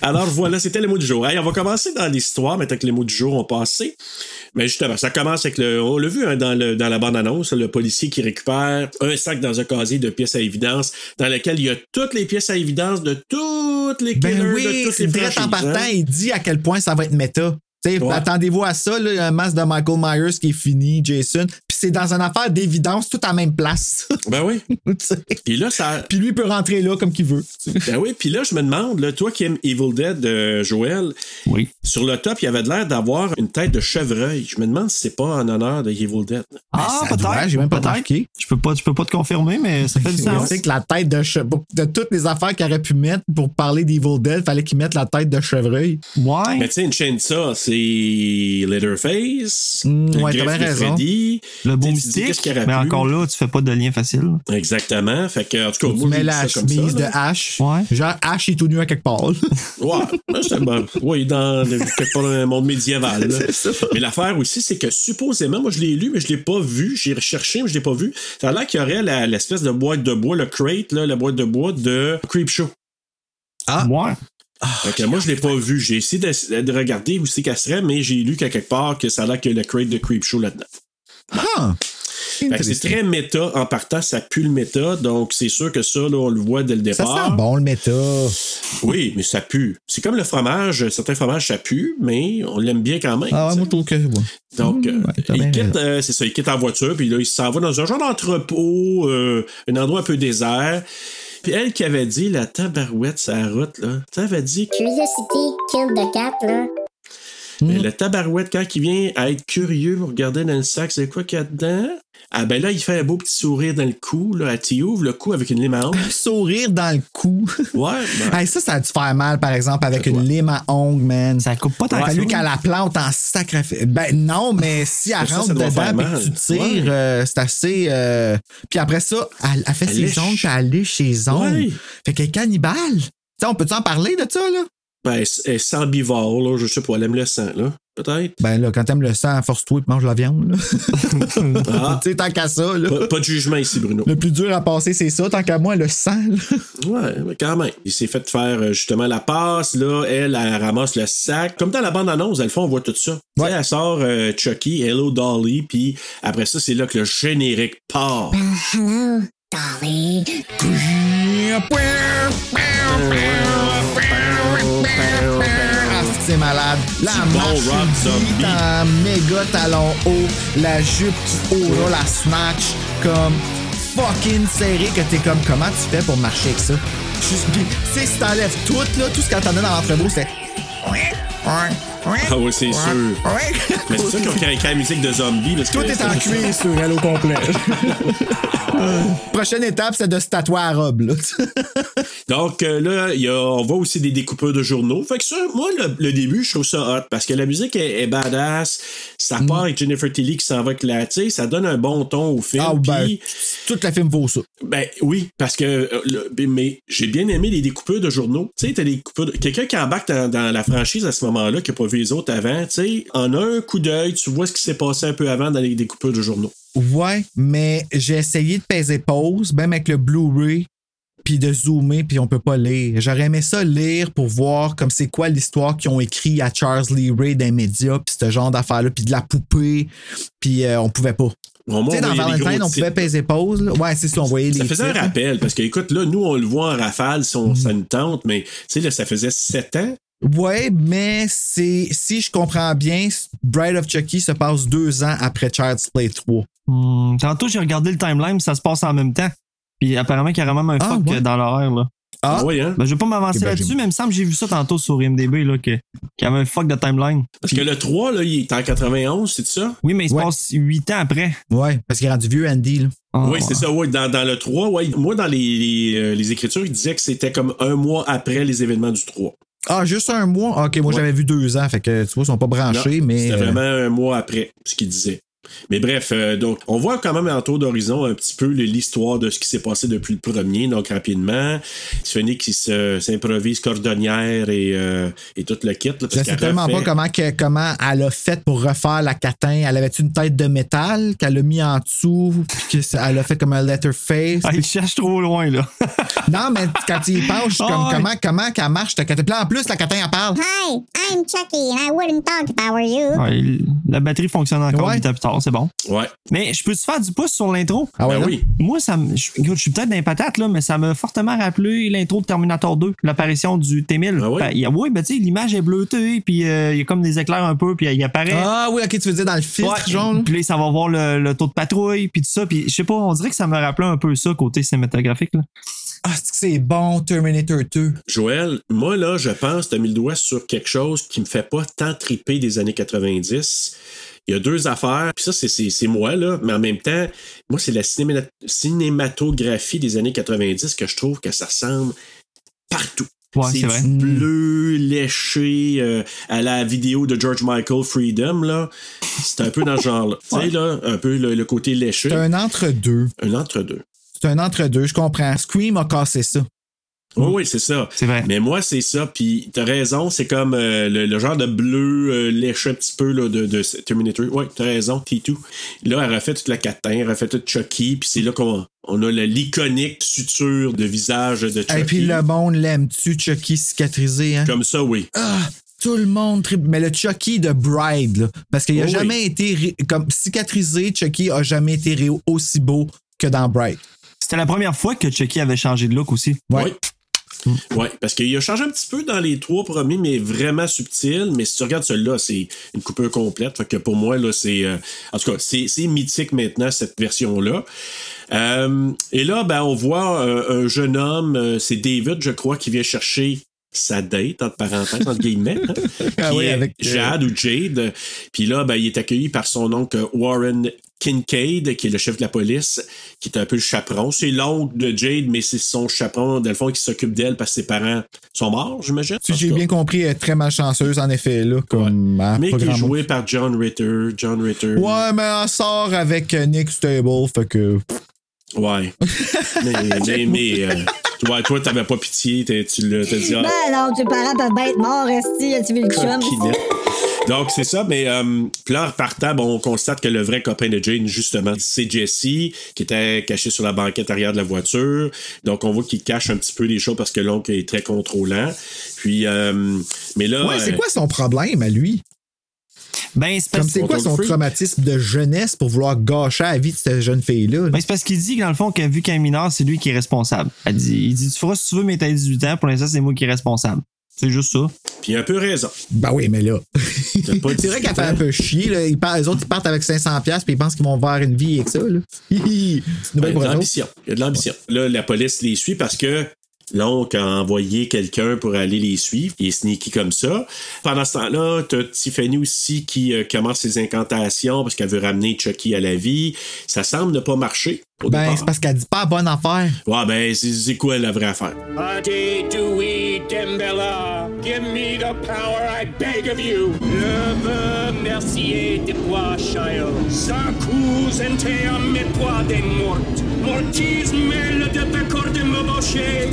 Alors voilà, c'était les mots du jour. Hey, on va commencer dans l'histoire maintenant que les mots du jour ont passé. Mais justement, ça commence avec le. On l'a vu hein, dans, le- dans la bande-annonce, le policier qui récupère un sac dans un casier de pièces à évidence dans lequel il y a toutes les pièces à évidence de toutes les killers
Ben
de
oui,
toutes
c'est
les
vrai, en
franchises,
partant,
hein.
il dit à quel point ça va être méta. Tu sais,
Ouais.
Attendez-vous à ça, là, un masque de Michael Myers qui est fini, Jason. Puis c'est dans une affaire d'évidence, tout à la même place.
Ben oui.
Tu sais.
Puis là, ça,
Puis lui peut rentrer là comme qu'il veut.
Ben oui, puis là, je me demande, là, toi qui aimes Evil Dead, euh, Joël,
Oui.
sur le top, il avait l'air d'avoir une tête de chevreuil. Je me demande si c'est pas en honneur de Evil Dead.
Ah,
ça doit, J'ai même pas
peut-être.
remarqué.
Je peux pas, je peux pas te confirmer, mais ça fait du
On
sens.
sait que la tête de chevreuil, de toutes les affaires qu'il aurait pu mettre pour parler d'Evil Dead, fallait qu'il mette la tête de chevreuil.
Mais
Ouais.
tu sais, une chaîne ça, c'est Leatherface,
Mm,
le
ouais, t'as
greffe
bien
de
raison.
Freddy.
Le beau
Tu sais, tu dis, qu'est-ce
mystique.
qu'il y aurait
Mais
pu?
encore là, tu fais pas de lien facile.
Exactement. Fait que, en tout cas,
Tu
moi,
mets
j'ai
la
dit ça comme
chemise
ça,
de
là.
Ash.
Ouais.
Genre, Ash est tout nu à quelque part.
Ouais, ouais, c'est bon. Ouais, dans le- quelque part dans le monde médiéval. là. Mais l'affaire aussi, c'est que supposément, moi je l'ai lu, mais je l'ai pas vu. J'ai recherché, mais je l'ai pas vu. Ça a l'air qu'il y aurait la- l'espèce de boîte de bois, le crate, là, la boîte de bois de Creepshow.
Ah.
Ouais.
Fait que moi, je l'ai pas vu. J'ai essayé de, de regarder où c'est qu'elle serait, mais j'ai lu qu'à quelque part que ça a l'air qu'il y a le crate de Creepshow là-dedans.
Ah!
Fait que C'est très méta en partant, ça pue le méta, donc c'est sûr que ça, là, on le voit dès le
Ça
départ.
sent bon le méta.
Oui, mais ça pue. C'est comme le fromage. Certains fromages, ça pue, mais on l'aime bien quand même.
Ah ouais,
tu
moi je trouve que. ouais.
sais. Donc,
Mmh,
euh,
ouais, t'as
il
bien
quitte,
raison.
euh, c'est ça, il quitte en voiture, puis là, il s'en va dans un genre d'entrepôt, euh, un endroit un peu désert. Puis elle qui avait dit, la tabarouette, sa route, là, tu sais, elle avait dit que
Curiosity kill the cat, là.
mais Euh, le tabarouette, quand il vient à être curieux pour regarder dans le sac, c'est quoi qu'il y a dedans? Ah ben là, il fait un beau petit sourire dans le cou, là, elle t'y ouvre le cou avec une lime à ongles.
Sourire dans le cou.
Ouais, ben,
Hey, ça, ça a dû faire mal, par exemple, avec
Ça doit.
une lime à ongles, man. Ça
Ça coupe pas
a
tant que ça.
fallu qu'elle la plante en sacrifice. Ben non, mais si elle
Ça, ça
rentre
doit faire
dedans et
mal.
que tu tires,
Ouais.
euh, c'est assez. euh, Puis après ça, elle, elle fait
Elle
ses
lèche.
ongles, puis elle lèche ses ongles.
Ouais.
Fait qu'elle est cannibale. T'sais, on peut-tu en parler de ça, là?
ben, elle elle est sans bivore, là, je sais pas, elle aime le sang, là, peut-être.
Ben là, quand t'aimes le sang, force-toi et mange la viande, là.
Ah,
T'sais, tant qu'à ça, là.
pas, pas de jugement ici, Bruno.
Le plus dur à passer, c'est ça. Tant qu'à moi, le sang, là.
Ouais, mais quand même. Il s'est fait faire euh, justement la passe, là. Elle, elle ramasse le sac. Comme dans la bande-annonce, dans le fond, on voit tout ça. Tu sais, Elle sort euh, Chucky, Hello Dolly, puis après ça, c'est là que le générique part.
Hello, Dolly.
Ah, c'est malade. La
bon
marche
rock
subite
zombie.
en méga talon haut, la jupe qui aura la snatch comme fucking serrée que t'es comme comment tu fais pour marcher avec ça. Juste, pis, tu sais, si t'enlèves tout, là, tout ce qu'elle t'en a dans l'entrevaux, c'est.
Ah oui, c'est sûr. Mais c'est ça qu'on
Tout
crée la musique de zombie. Parce que
est en cuir sur elle au complet. Prochaine étape, c'est de se tatouer à robe. Là.
Donc euh, là, il y a- on voit aussi des découpeurs de journaux. Fait que ça, moi, le, le début, je trouve ça hot parce que la musique est, est badass. Ça
Mm.
part avec Jennifer Tilly qui s'en va éclater. Ça donne un bon ton au film.
Ah, ben,
puis-
tout le film vaut ça.
Ben oui, parce que euh, le- mais j'ai bien aimé les découpeurs de journaux. Tu sais, t'as des coupures de- quelqu'un qui embarque dans, dans la franchise à ce moment-là, qui n'a pas vu les autres avant. Tu sais, en un coup d'œil, tu vois ce qui s'est passé un peu avant dans les découpeurs de journaux.
Ouais, mais j'ai essayé de peser pause, même avec le Blu-ray, puis de zoomer, puis on peut pas lire. J'aurais aimé ça lire pour voir comme c'est quoi l'histoire qu'ils ont écrit à Charles Lee Ray des médias, puis ce genre d'affaires-là, puis de la poupée, puis euh, on pouvait pas.
Bon,
Tu
moi,
sais,
on
dans
voyait des
Valentine,
gros
on
titres.
pouvait peser pause. là. Ouais, c'est ça, on voyait les
Ça faisait un
titres, Mm. hein.
rappel, parce que écoute, là, nous, on le voit en rafale si on, ça nous tente, mais tu sais, là, ça faisait sept ans.
Ouais, mais c'est si je comprends bien, Bride of Chucky se passe deux ans après Child's Play 3.
Hum, tantôt, j'ai regardé le timeline, ça se passe en même temps. Puis apparemment qu'il y a vraiment un
Ah,
fuck
ouais.
euh, dans l'horaire. Là.
Ah.
oui, hein?
Ben, je vais pas m'avancer
Ok, ben,
là-dessus,
j'ai-
mais il me semble que j'ai vu ça tantôt sur IMDB là, que, qu'il y avait un fuck de timeline.
Parce que le 3, là, il est en 91, c'est ça?
Oui, mais il se
Ouais.
passe 8 ans après. Ah,
Ah, Ouais, parce qu'il est rendu vieux, Andy. Là.
oui, c'est ça. Ouais. Dans, dans le 3, ouais. moi, dans les, les, euh, les écritures, il disait que c'était comme un mois après les événements du 3.
Ah, juste un mois? OK, moi,
Ouais.
j'avais vu deux ans. Fait que, tu vois, ils sont pas branchés,
Non,
mais...
C'était
euh,
vraiment un mois après ce qu'il disait. Mais bref, euh, donc, on voit quand même en tour d'horizon un petit peu l'histoire de ce qui s'est passé depuis le premier, donc rapidement. Sonic qui se- s'improvise cordonnière et, euh, et tout le kit. là, parce
Je sais
qu'elle
tellement
refait-
pas comment, que- comment elle a fait pour refaire la catin. Elle avait une tête de métal qu'elle a mis en dessous, puis qu'elle a fait comme un letterface.
Ah, il cherche trop loin, là.
Non, mais quand tu y penses, je suis
Ah
comme
ouais.
comment, comment qu'elle marche, ta catin. Puis là, en plus, la catin, elle parle.
Hi, I'm Chucky and I wouldn't talk if I were you.
Ouais, il- la batterie fonctionne encore
Ouais.
huit ans plus tard, c'est bon.
Ouais.
Mais je peux-tu faire du pouce sur l'intro?
Ah ouais,
Ben
là?
oui.
Moi, ça me. Je, écoute, je suis peut-être dans les patates, là, mais ça m'a fortement rappelé l'intro de Terminator 2, l'apparition du T-1000.
Ah oui?
Ben, il y a- oui, ben, tu sais, l'image est bleutée, puis euh, il y a comme des éclairs un peu, puis il apparaît.
Ah oui, ok, tu veux dire dans le filtre
Ouais,
jaune?
Puis là, ça va voir le, le taux de patrouille, puis tout ça. Puis je sais pas, on dirait que ça me rappelait un peu ça côté cinématographique. Là.
Ah, c'est que c'est bon, Terminator 2.
Joël, moi là, je pense, t'as mis le doigt sur quelque chose qui me fait pas tant triper des années 90. Il y a deux affaires, puis ça, c'est- c'est c'est moi, là, mais en même temps, moi, c'est la cinéma- cinématographie des années 90 que je trouve que ça ressemble partout.
Ouais, c'est
du
vrai. Mm.
bleu léché euh, à la vidéo de George Michael Freedom, là. C'est un peu dans ce genre-là. Tu sais, là, un peu le, le côté léché.
C'est
Un,
un entre-deux.
entre-deux.
C'est un entre-deux, je comprends. Scream a cassé ça.
Oui, oui, c'est ça.
C'est vrai.
Mais moi, c'est ça. Puis, t'as raison, c'est comme euh, le, le genre de bleu euh, léché un petit peu là, de, de Terminator. Ouais, t'as raison, T2. Là, elle refait toute la catin, elle refait toute Chucky. Puis, c'est là qu'on on a le- l'iconique suture de visage de Chucky.
Et puis le monde l'aime-tu, Chucky cicatrisé, hein?
Comme ça, oui.
Ah, tout le monde tripe. Mais le Chucky de Bride, là, parce qu'il n'a
Oh Oui.
jamais été ré- comme cicatrisé, Chucky a jamais été ré- aussi beau que dans Bride.
C'était la première fois que Chucky avait changé de look aussi.
Ouais. Mm.
Oui. Ouais, parce qu'il a changé un petit peu dans les trois premiers, mais vraiment subtil. Mais si tu regardes celui-là, c'est une coupure complète. Fait que pour moi, là, c'est. euh, en tout cas, c'est c'est mythique maintenant, cette version-là. Euh, et là, ben, on voit euh, un jeune homme, euh, c'est David, je crois, qui vient chercher sa date, entre parenthèses, entre guillemets, hein,
Ah
qui
oui,
est
avec, euh,
Jade ou Jade. Puis là, ben, il est accueilli par son oncle Warren Kincaid, qui est le chef de la police, qui est un peu le chaperon. C'est l'oncle de Jade, mais c'est son chaperon, dans le fond, qui s'occupe d'elle parce que ses parents sont morts, j'imagine.
Si
En
j'ai
tout cas.
bien compris, elle est très malchanceuse, en effet, là, comme ah,
Mais
pas
qui est
grand
joué par John Ritter. John Ritter.
monde. Ouais, mais elle sort avec euh, Nick Stable, fait que.
Ouais. mais, mais, mais, euh, toi, toi, t'avais pas pitié. t'es- Tu l'as t'as dit, ah,
Ben non, tes parents peuvent bien être morts, Esti, as-tu vu le chum?
Coquinette. Donc, c'est ça, mais euh, puis là, en repartant, bon, on constate que le vrai copain de Jane, justement, c'est Jesse, qui était caché sur la banquette arrière de la voiture. Donc, on voit qu'il cache un petit peu les choses parce que l'oncle est très contrôlant. Puis, euh, mais là.
Ouais, c'est
euh,
quoi son problème à lui?
Ben, c'est
Comme
parce,
c'est quoi
Control
son
freak.
traumatisme de jeesse pour vouloir gâcher la vie de cette jeune fille-là? là?
ben, c'est parce qu'il dit, que, dans le fond, que vu qu'elle est mineure, c'est lui qui est responsable. Elle dit, il dit, tu feras si tu veux, mais t'as 18 ans. Pour l'instant, c'est moi qui est responsable. C'est juste ça.
euh, Puis, il a un peu raison.
Ben oui, mais là.
T'as pas
C'est vrai
18
qu'elle fait un
ans.
peu chier. Là. Ils partent, les autres, ils partent avec 500$ piastres, puis ils pensent qu'ils vont voir une vie avec ça. Là. Hihi. C'est une
Ben, Il y
nouvelle
a
pour
de
eux autres.
l'ambition. Il y a de l'ambition. Là, la police les suit parce que l'oncle a envoyé quelqu'un pour aller les suivre. Il est sneaky comme ça. Pendant ce temps-là, t'as Tiffany aussi qui euh, commence ses incantations parce qu'elle veut ramener Chucky à la vie. Ça semble ne pas marcher. Au
Ben,
départ.
c'est parce qu'elle dit pas la bonne affaire.
Ouais, ben, c'est- c'est quoi la vraie affaire?
Adi Dewey Dembella, give me the power, I beg of you. Le veux mercier de Boischaillot, Zacous en team et toi des mortes. Mortis mêle de pécor de Moboché.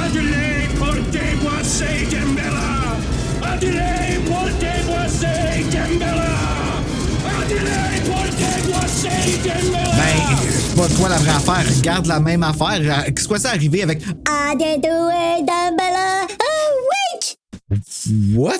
Adelaide pour des boissés Dembella. Adelaide pour des boissés Dembella. Adelaide pour des boissés Dembella.
Ben, c'est pas toi la vraie affaire. Regarde la même affaire. Euh, C'est quoi ça arrivé avec.
I did do it, Dumbella. Oh, wait!
What?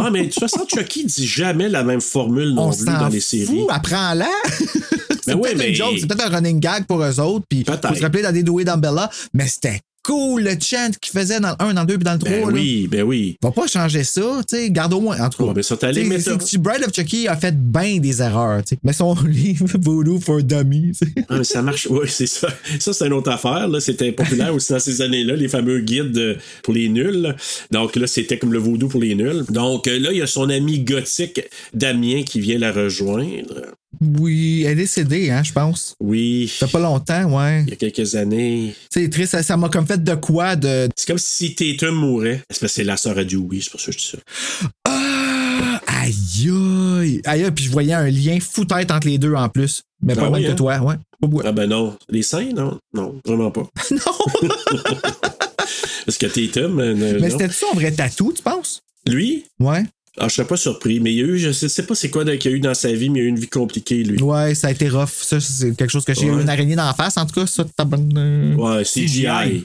Ouais, mais de toute façon, Chucky dit jamais la même formule non
On
plus
s'en
dans les séries.
fout. Apprends-la. c'est
Ben oui,
peut-être
mais-
une joke. C'est peut-être un running gag pour eux autres. Puis
Peut-être.
faut se rappeler dans des doués d'Ambella. Mais c'était cool le chant qu'ils faisaient dans le 1, dans le 2 puis dans le 3.
Ben oui, ben oui.
Va pas changer ça, tu sais, garde au moins. En tout cas,
Ouais, mais ça, t'as les
tu sais,
méthodes.
c'est- c'est- Bride of Chucky a fait bien des erreurs, tu sais. Mais son livre Voodoo for Dummies, tu sais.
Ah, mais ça marche. Oui, c'est ça. Ça, c'est une autre affaire. Là. C'était populaire aussi dans ces années-là, les fameux guides euh, pour les nuls. là. Donc là, c'était comme le vaudou pour les nuls. Donc euh, là, il y a son ami gothique Damien qui vient la rejoindre.
Oui, elle est décédée, hein, je pense.
Oui.
Ça fait pas longtemps, ouais.
Il y a quelques années.
C'est triste, ça- ça m'a comme fait de quoi de.
C'est comme si Tatum mourait. C'est parce que c'est la sœur à Dewey, c'est pour ça que je dis ça.
Ah! Aïe aïe! Aïe aïe, puis je voyais un lien fou tête entre les deux en plus. Mais
Ah
pas
oui,
mal que
hein?
toi, ouais. Pas beaucoup.
Ah ben non. Les seins, non. Non, vraiment pas.
non!
Parce que Tatum. euh, ne-
Mais
non.
c'était ça un vrai tatou, tu penses?
Lui,
Ouais.
ah, je serais pas surpris, mais il y a eu, je sais, sais pas c'est quoi qu'il y a eu dans sa vie, mais il y a eu une vie compliquée, lui.
Ouais, ça a été rough. Ça, c'est quelque chose que j'ai eu
Ouais.
une araignée dans la face, en tout cas, ça, t'as bonne.
Ouais, CGI.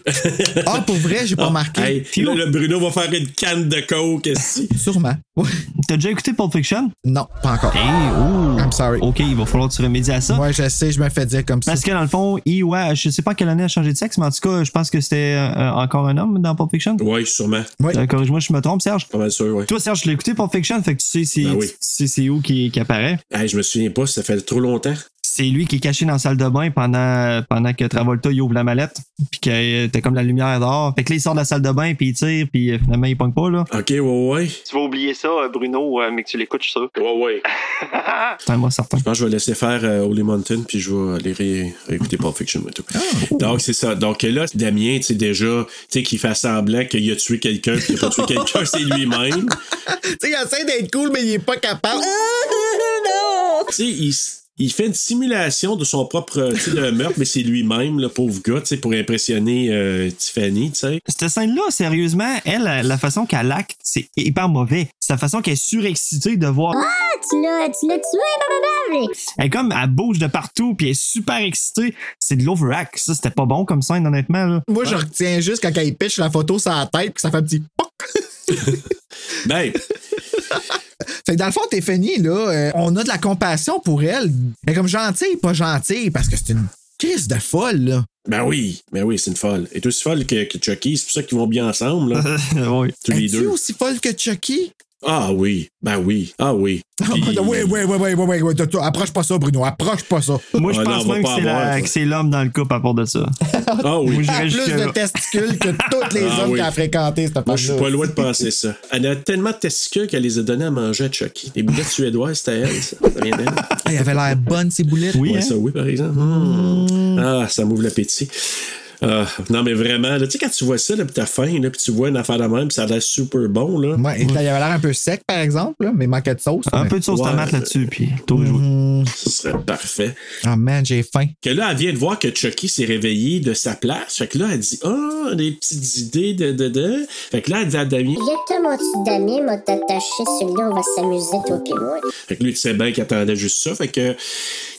Ah, pour vrai, j'ai pas remarqué. oh,
Hey, là, le Bruno va faire une canne de coke ici.
Sûrement. Ouais.
T'as déjà écouté Pulp Fiction?
Non, pas encore.
Eh,
oh.
ouh.
I'm sorry.
OK, il va falloir que tu remédies à ça.
Ouais, je sais, je me fais dire comme ça.
Parce que dans le fond, il, ouais, je sais pas quelle année elle a changé de sexe, mais en tout cas, je pense que c'était euh, encore un homme dans Pulp Fiction.
Ouais, sûrement.
Ouais.
Euh, Corrige-moi si je me trompe, Serge.
Pas mal sûr, ouais.
Toi, Serge, je l'ai écouté Pulp Fiction, fait que tu sais c'est
Ben oui.
tu sais c'est où qui, qui apparaît.
Hey, je me souviens pas, ça fait trop longtemps.
C'est lui qui est caché dans la salle de bain pendant, pendant que Travolta il ouvre la mallette, puis que euh, t'as comme la lumière dehors. Fait que là, il sort de la salle de bain, puis il tire, puis euh, finalement, il pogne pas, là.
Ok, ouais, ouais.
Tu vas oublier ça, euh, Bruno, mais que tu l'écoutes, je suis sûr.
Ouais, ouais.
Putain, moi, certain.
Je pense que je vais laisser faire euh, Holy Mountain, puis je vais aller ré- réécouter Pulp Fiction et tout. Donc, c'est ça. Donc là, Damien, tu sais, déjà, tu sais, qui fait semblant qu'il a tué quelqu'un, puis qu'il a pas tué quelqu'un, c'est lui-même.
Tu sais, il essaie d'être cool, mais il est pas capable.
Tu sais, il, s- il fait une simulation de son propre, tu sais, de meurtre, mais c'est lui-même, le pauvre gars, tu sais, pour impressionner euh, Tiffany, tu sais.
Cette scène-là, sérieusement, elle, la- la façon qu'elle acte, c'est hyper mauvais. C'est la façon qu'elle est surexcitée de voir.
Ah, tu l'as, tu l'as tué, blablabla.
Elle est comme, elle bouge de partout, puis elle est super excitée. C'est de l'overact. Ça, c'était pas bon comme scène, honnêtement, là.
Moi, je retiens juste quand il pitch la photo sur la tête, puis ça fait un petit poc.
Ben,
Fait que dans le fond, Tiffany, là, euh, on a de la compassion pour elle, mais comme gentille, pas gentille, parce que c'est une crise de folle, là.
ben oui, ben oui, c'est une folle. Elle est aussi folle que, que Chucky, c'est pour ça qu'ils vont bien ensemble, là,
oui.
tous les
Es-tu
deux.
aussi folle que Chucky?
Ah oui, ben oui, ah oui.
Oui,
Puis-
oui, oui, oui, oui, oui, approche pas ça, Bruno, approche pas ça.
Moi, je
Ah, non,
pense
on va
même que
pas
c'est
avoir,
la-
ça.
que c'est l'homme dans le couple à part de ça.
Ah oui.
Moi,
Elle a
j'irais
plus
jusque-là.
de testicules que toutes les
Ah
hommes
oui.
qu'elle a fréquentés, cette
Moi, je suis
femme-là.
pas loin de penser ça. Elle a tellement de testicules qu'elle les a donnés à manger à Chucky. Les boulettes suédoises, c'était elle, ça. Ça vient d'elle.
Ah, Elle avait l'air bonne, ces boulettes.
Oui,
Ouais,
hein?
ça, oui, par exemple. Hmm. Ah, ça m'ouvre l'appétit. Ah, non, mais vraiment, là, tu sais, quand tu vois ça, là, puis t'as faim, là, puis tu vois une affaire de même, puis ça a l'air super bon, là.
Ouais, et là, il avait l'air un peu sec, par exemple, là, mais il manquait de sauce.
Un
mais-
peu de sauce
Ouais.
tomate là-dessus, puis tout est joué.
Hmm.
Ce serait parfait.
Ah, man, j'ai faim.
Que là, elle vient de voir que Chucky s'est réveillé de sa place. Fait que là, elle dit, ah, des petites idées de, de, de. Fait que là, elle dit à Damien,
Viens-toi, mon petit Damien, m'a t'attaché, celui-là, on va s'amuser, toi pis moi.
fait que lui, tu sais bien qu'il attendait juste ça. Fait que,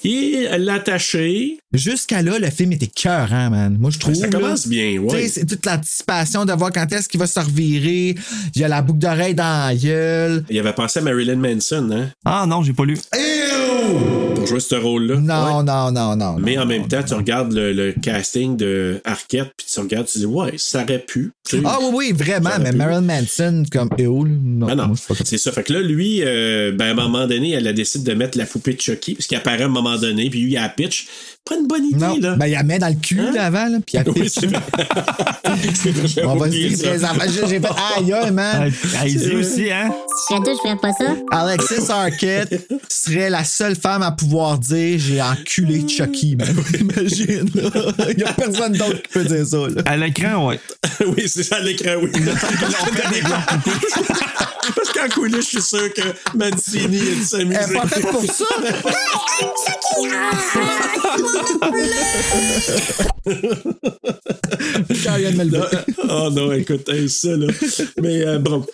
il elle l'a attaché.
Jusqu'à là, le film était cœur, hein, man. Moi, je trouve.
Ça
là,
commence bien,
tu
ouais.
sais, C'est toute l'anticipation de voir quand est-ce qu'il va se revirer. Il y a la boucle d'oreille dans la gueule.
Il avait pensé à Marilyn Manson, hein,
Ah non, j'ai pas lu.
pour jouer ce rôle-là.
Non,
Ouais.
non, non, non.
Mais
non,
en même
non.
temps, tu regardes le, le casting de Arquette, puis tu regardes, tu dis, ouais, ça aurait pu. tu sais.
Ah oui, oui, vraiment,
J'aurais
mais
pu.
Marilyn Manson comme Eul, non,
Ben non,
moi, je suis pas comme ça.
c'est ça. Fait que là, lui, euh, ben, à un moment donné, elle a décidé de mettre la poupée de Chucky, puisqu'il apparaît à un moment donné, puis lui, il a la pitch. Pas une bonne idée,
Non,
là.
ben il la met dans le cul
Hein?
là, avant, là, puis elle
Oui,
piche.
c'est vrai. C'est vrai, j'avais
On va se
oublié
dire
ça.
très avant. J'ai j'ai fait aïe, aïe, man.
Ah,
Elle elle dit Ah, aussi, hein?
Si je serais toi, je ferais pas ça.
Alexis Arquette serait la seule femme à pouvoir dire j'ai
Mmh.
enculé Chucky, man. Imagine, là. Il n'y a personne d'autre qui peut dire ça, là.
À l'écran, ouais.
oui, c'est ça, à l'écran, oui. Parce qu'en coulisses, je suis sûr que Mancini a dû s'amuser.
Elle est pas faite pour ça. Quand il vient de me le
Non,
battre.
oh non, écoute, hey, ça, là. Mais euh, bon,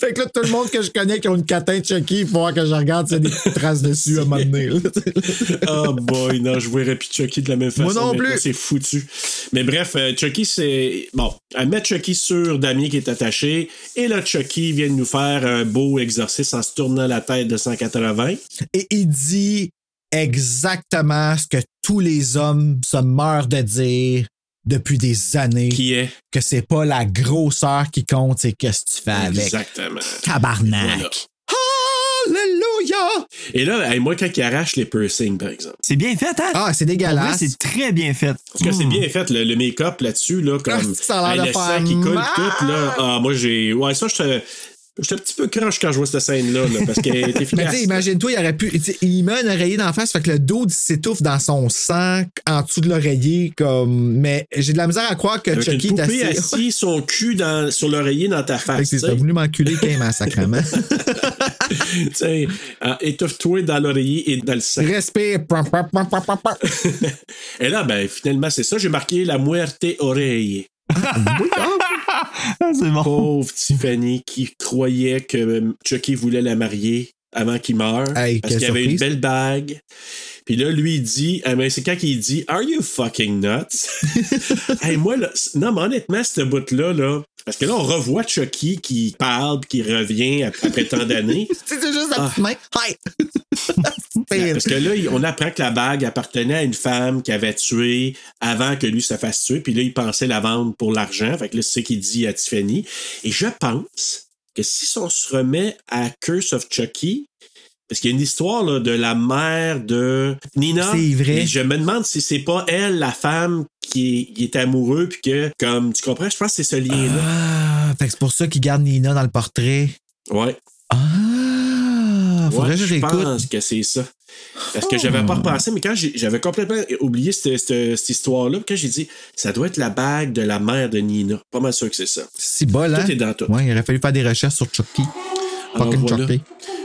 Fait que là, tout le monde que je connais qui a une catin de Chucky, il faut voir que je regarde s'il y a des petites traces dessus à un moment donné. là.
Oh boy, non, je verrais plus Chucky de la même façon.
Moi non
maintenant,
plus.
C'est foutu. Mais bref, euh, Chucky, c'est. Bon, elle met Chucky sur Damien qui est attaché. Et là, Chucky vient de nous faire un beau exorcisme en se tournant la tête de 180.
Et il dit exactement ce que tous les hommes se meurent de dire depuis des années,
Qui est.
que c'est pas la grosseur qui compte, c'est qu'est-ce que tu fais avec.
Exactement.
Tabarnak.
Voilà.
Alléluia!
Et là, hey, moi, quand il arrache les piercings, par exemple.
C'est bien fait, hein?
Ah, c'est
Pour vrai,
dégueulasse.
c'est très bien fait.
Parce que c'est bien fait, le, le make-up là-dessus, là,
Hmm. Ah,
comme.
ça a l'air
hey,
de
le
faire
sang qui coule
mal.
tout, là. Ah, moi, j'ai. Ouais, ça, je te. J'étais un petit peu crache quand je vois cette scène-là, là, parce qu'elle est
Mais
efficace.
tu sais, imagine-toi, il aurait pu. tu sais, Il met un oreiller dans la face, fait que le dos il s'étouffe dans son sang, en dessous de l'oreiller, comme. Mais j'ai de la misère à croire que
Avec
Chucky
une
est
poupée
assez.
assis son cul dans, sur l'oreiller dans ta
Fait que
face.
c'est-
tu
t'as
sais.
voulu m'enculer quand même, hein, sacrément.
Tu sais, euh, étouffe-toi dans l'oreiller et dans le sang.
Respire. pam, pam, pam, pam, pam, pam.
Et là, ben, finalement, c'est ça. J'ai marqué la muerte oreille.
Ah, c'est bon.
Pauvre Tiffany qui croyait que euh, Chucky voulait la marier avant qu'il meure.
Hey,
parce
quelle
qu'il avait une
surprise.
belle bague. Puis là, lui, il dit, ah, mais c'est quand qu'il dit, Are you fucking nuts? Hey, moi, là, c- non, mais honnêtement, ce bout-là, là, parce que là, on revoit Chucky qui parle, puis qui revient après, après tant d'années.
Tu sais, c'est juste la petite main. Hi! C'est-
Ah. Parce que là, il- on apprend que la bague appartenait à une femme qui avait tué avant que lui se fasse tuer. Puis là, il pensait la vendre pour l'argent. Fait que là, c'est ce qu'il dit à Tiffany. Et je pense que si on se remet à Curse of Chucky, parce qu'il y a une histoire là, de la mère de Nina.
C'est vrai.
Et je me demande si c'est pas elle, la femme, qui est, qui est amoureux. Puis que, comme tu comprends, je pense que c'est ce lien-là.
Ah, fait que c'est pour ça qu'il garde Nina dans le portrait.
Ouais.
Ah! Faudrait
Ouais,
que je Oh.
je
l'écoute.
pense que c'est ça. Parce que j'avais pas repensé, mais quand j'ai- j'avais complètement oublié cette, cette- cette histoire-là, quand j'ai dit, ça doit être la bague de la mère de Nina. Pas mal sûr que c'est ça.
Si bol, hein?
Tout est dans tout.
Ouais, il aurait fallu faire des recherches sur Chucky.
Alors,
Fucking
voilà.
Chucky.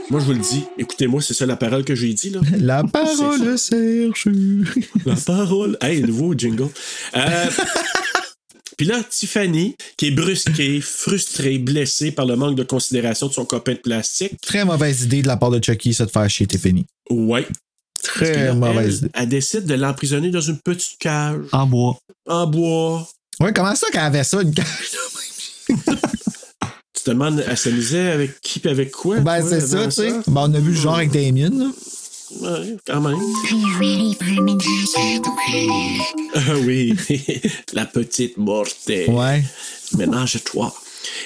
Moi, je vous le dis. Écoutez-moi, c'est ça la parole que j'ai dit, là.
La parole Serge.
La parole. Hey, nouveau jingle. Euh, Puis là, Tiffany, qui est brusquée, frustrée, blessée par le manque de considération de son copain de plastique.
Très mauvaise idée de la part de Chucky, ça de faire chier, t'es fini.
Ouais. Parce que là,
Très mauvaise
elle,
idée.
elle décide de l'emprisonner dans une petite cage,
En bois.
en bois,
Ouais, comment ça qu'elle avait ça, une cage?
Tu te demandes, elle s'amusait avec qui et avec quoi?
Ben,
toi,
c'est
avant
ça, tu sais. Ben, on a vu le genre avec Damien, là.
Ouais, quand même.
Are you ready for a ménage à trois?
Ah oui, la petite mortelle.
Ouais.
Ménage à toi.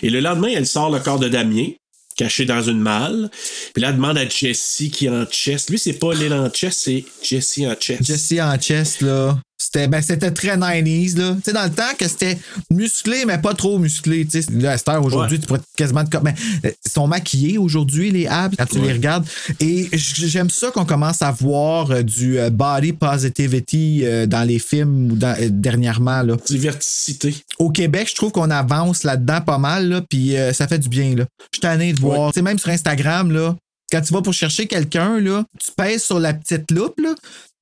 Et le lendemain, elle sort le corps de Damien, caché dans une malle. Puis là, elle demande à Jessie qui est en chest. Lui, c'est pas l'île en chest, c'est Jessie en chest.
Jesse en chest, là. C'était, ben, c'était très 90s, là. Tu sais, dans le temps que c'était musclé, mais pas trop musclé. Tu sais, là, à cette heure, aujourd'hui,
Ouais.
tu pourrais quasiment te. co- Ben, euh, ils sont maquillés aujourd'hui, les abs, quand tu
Ouais.
les regardes. Et j- j'aime ça qu'on commence à voir euh, du euh, body positivity euh, dans les films ou dans- euh, dernièrement, là.
Diverticité.
Au Québec, je trouve qu'on avance là-dedans pas mal, là, puis euh, ça fait du bien, là. Je suis tanné de voir. Tu sais, même sur Instagram, là, quand tu vas pour chercher quelqu'un, là, tu pèses sur la petite loupe, là,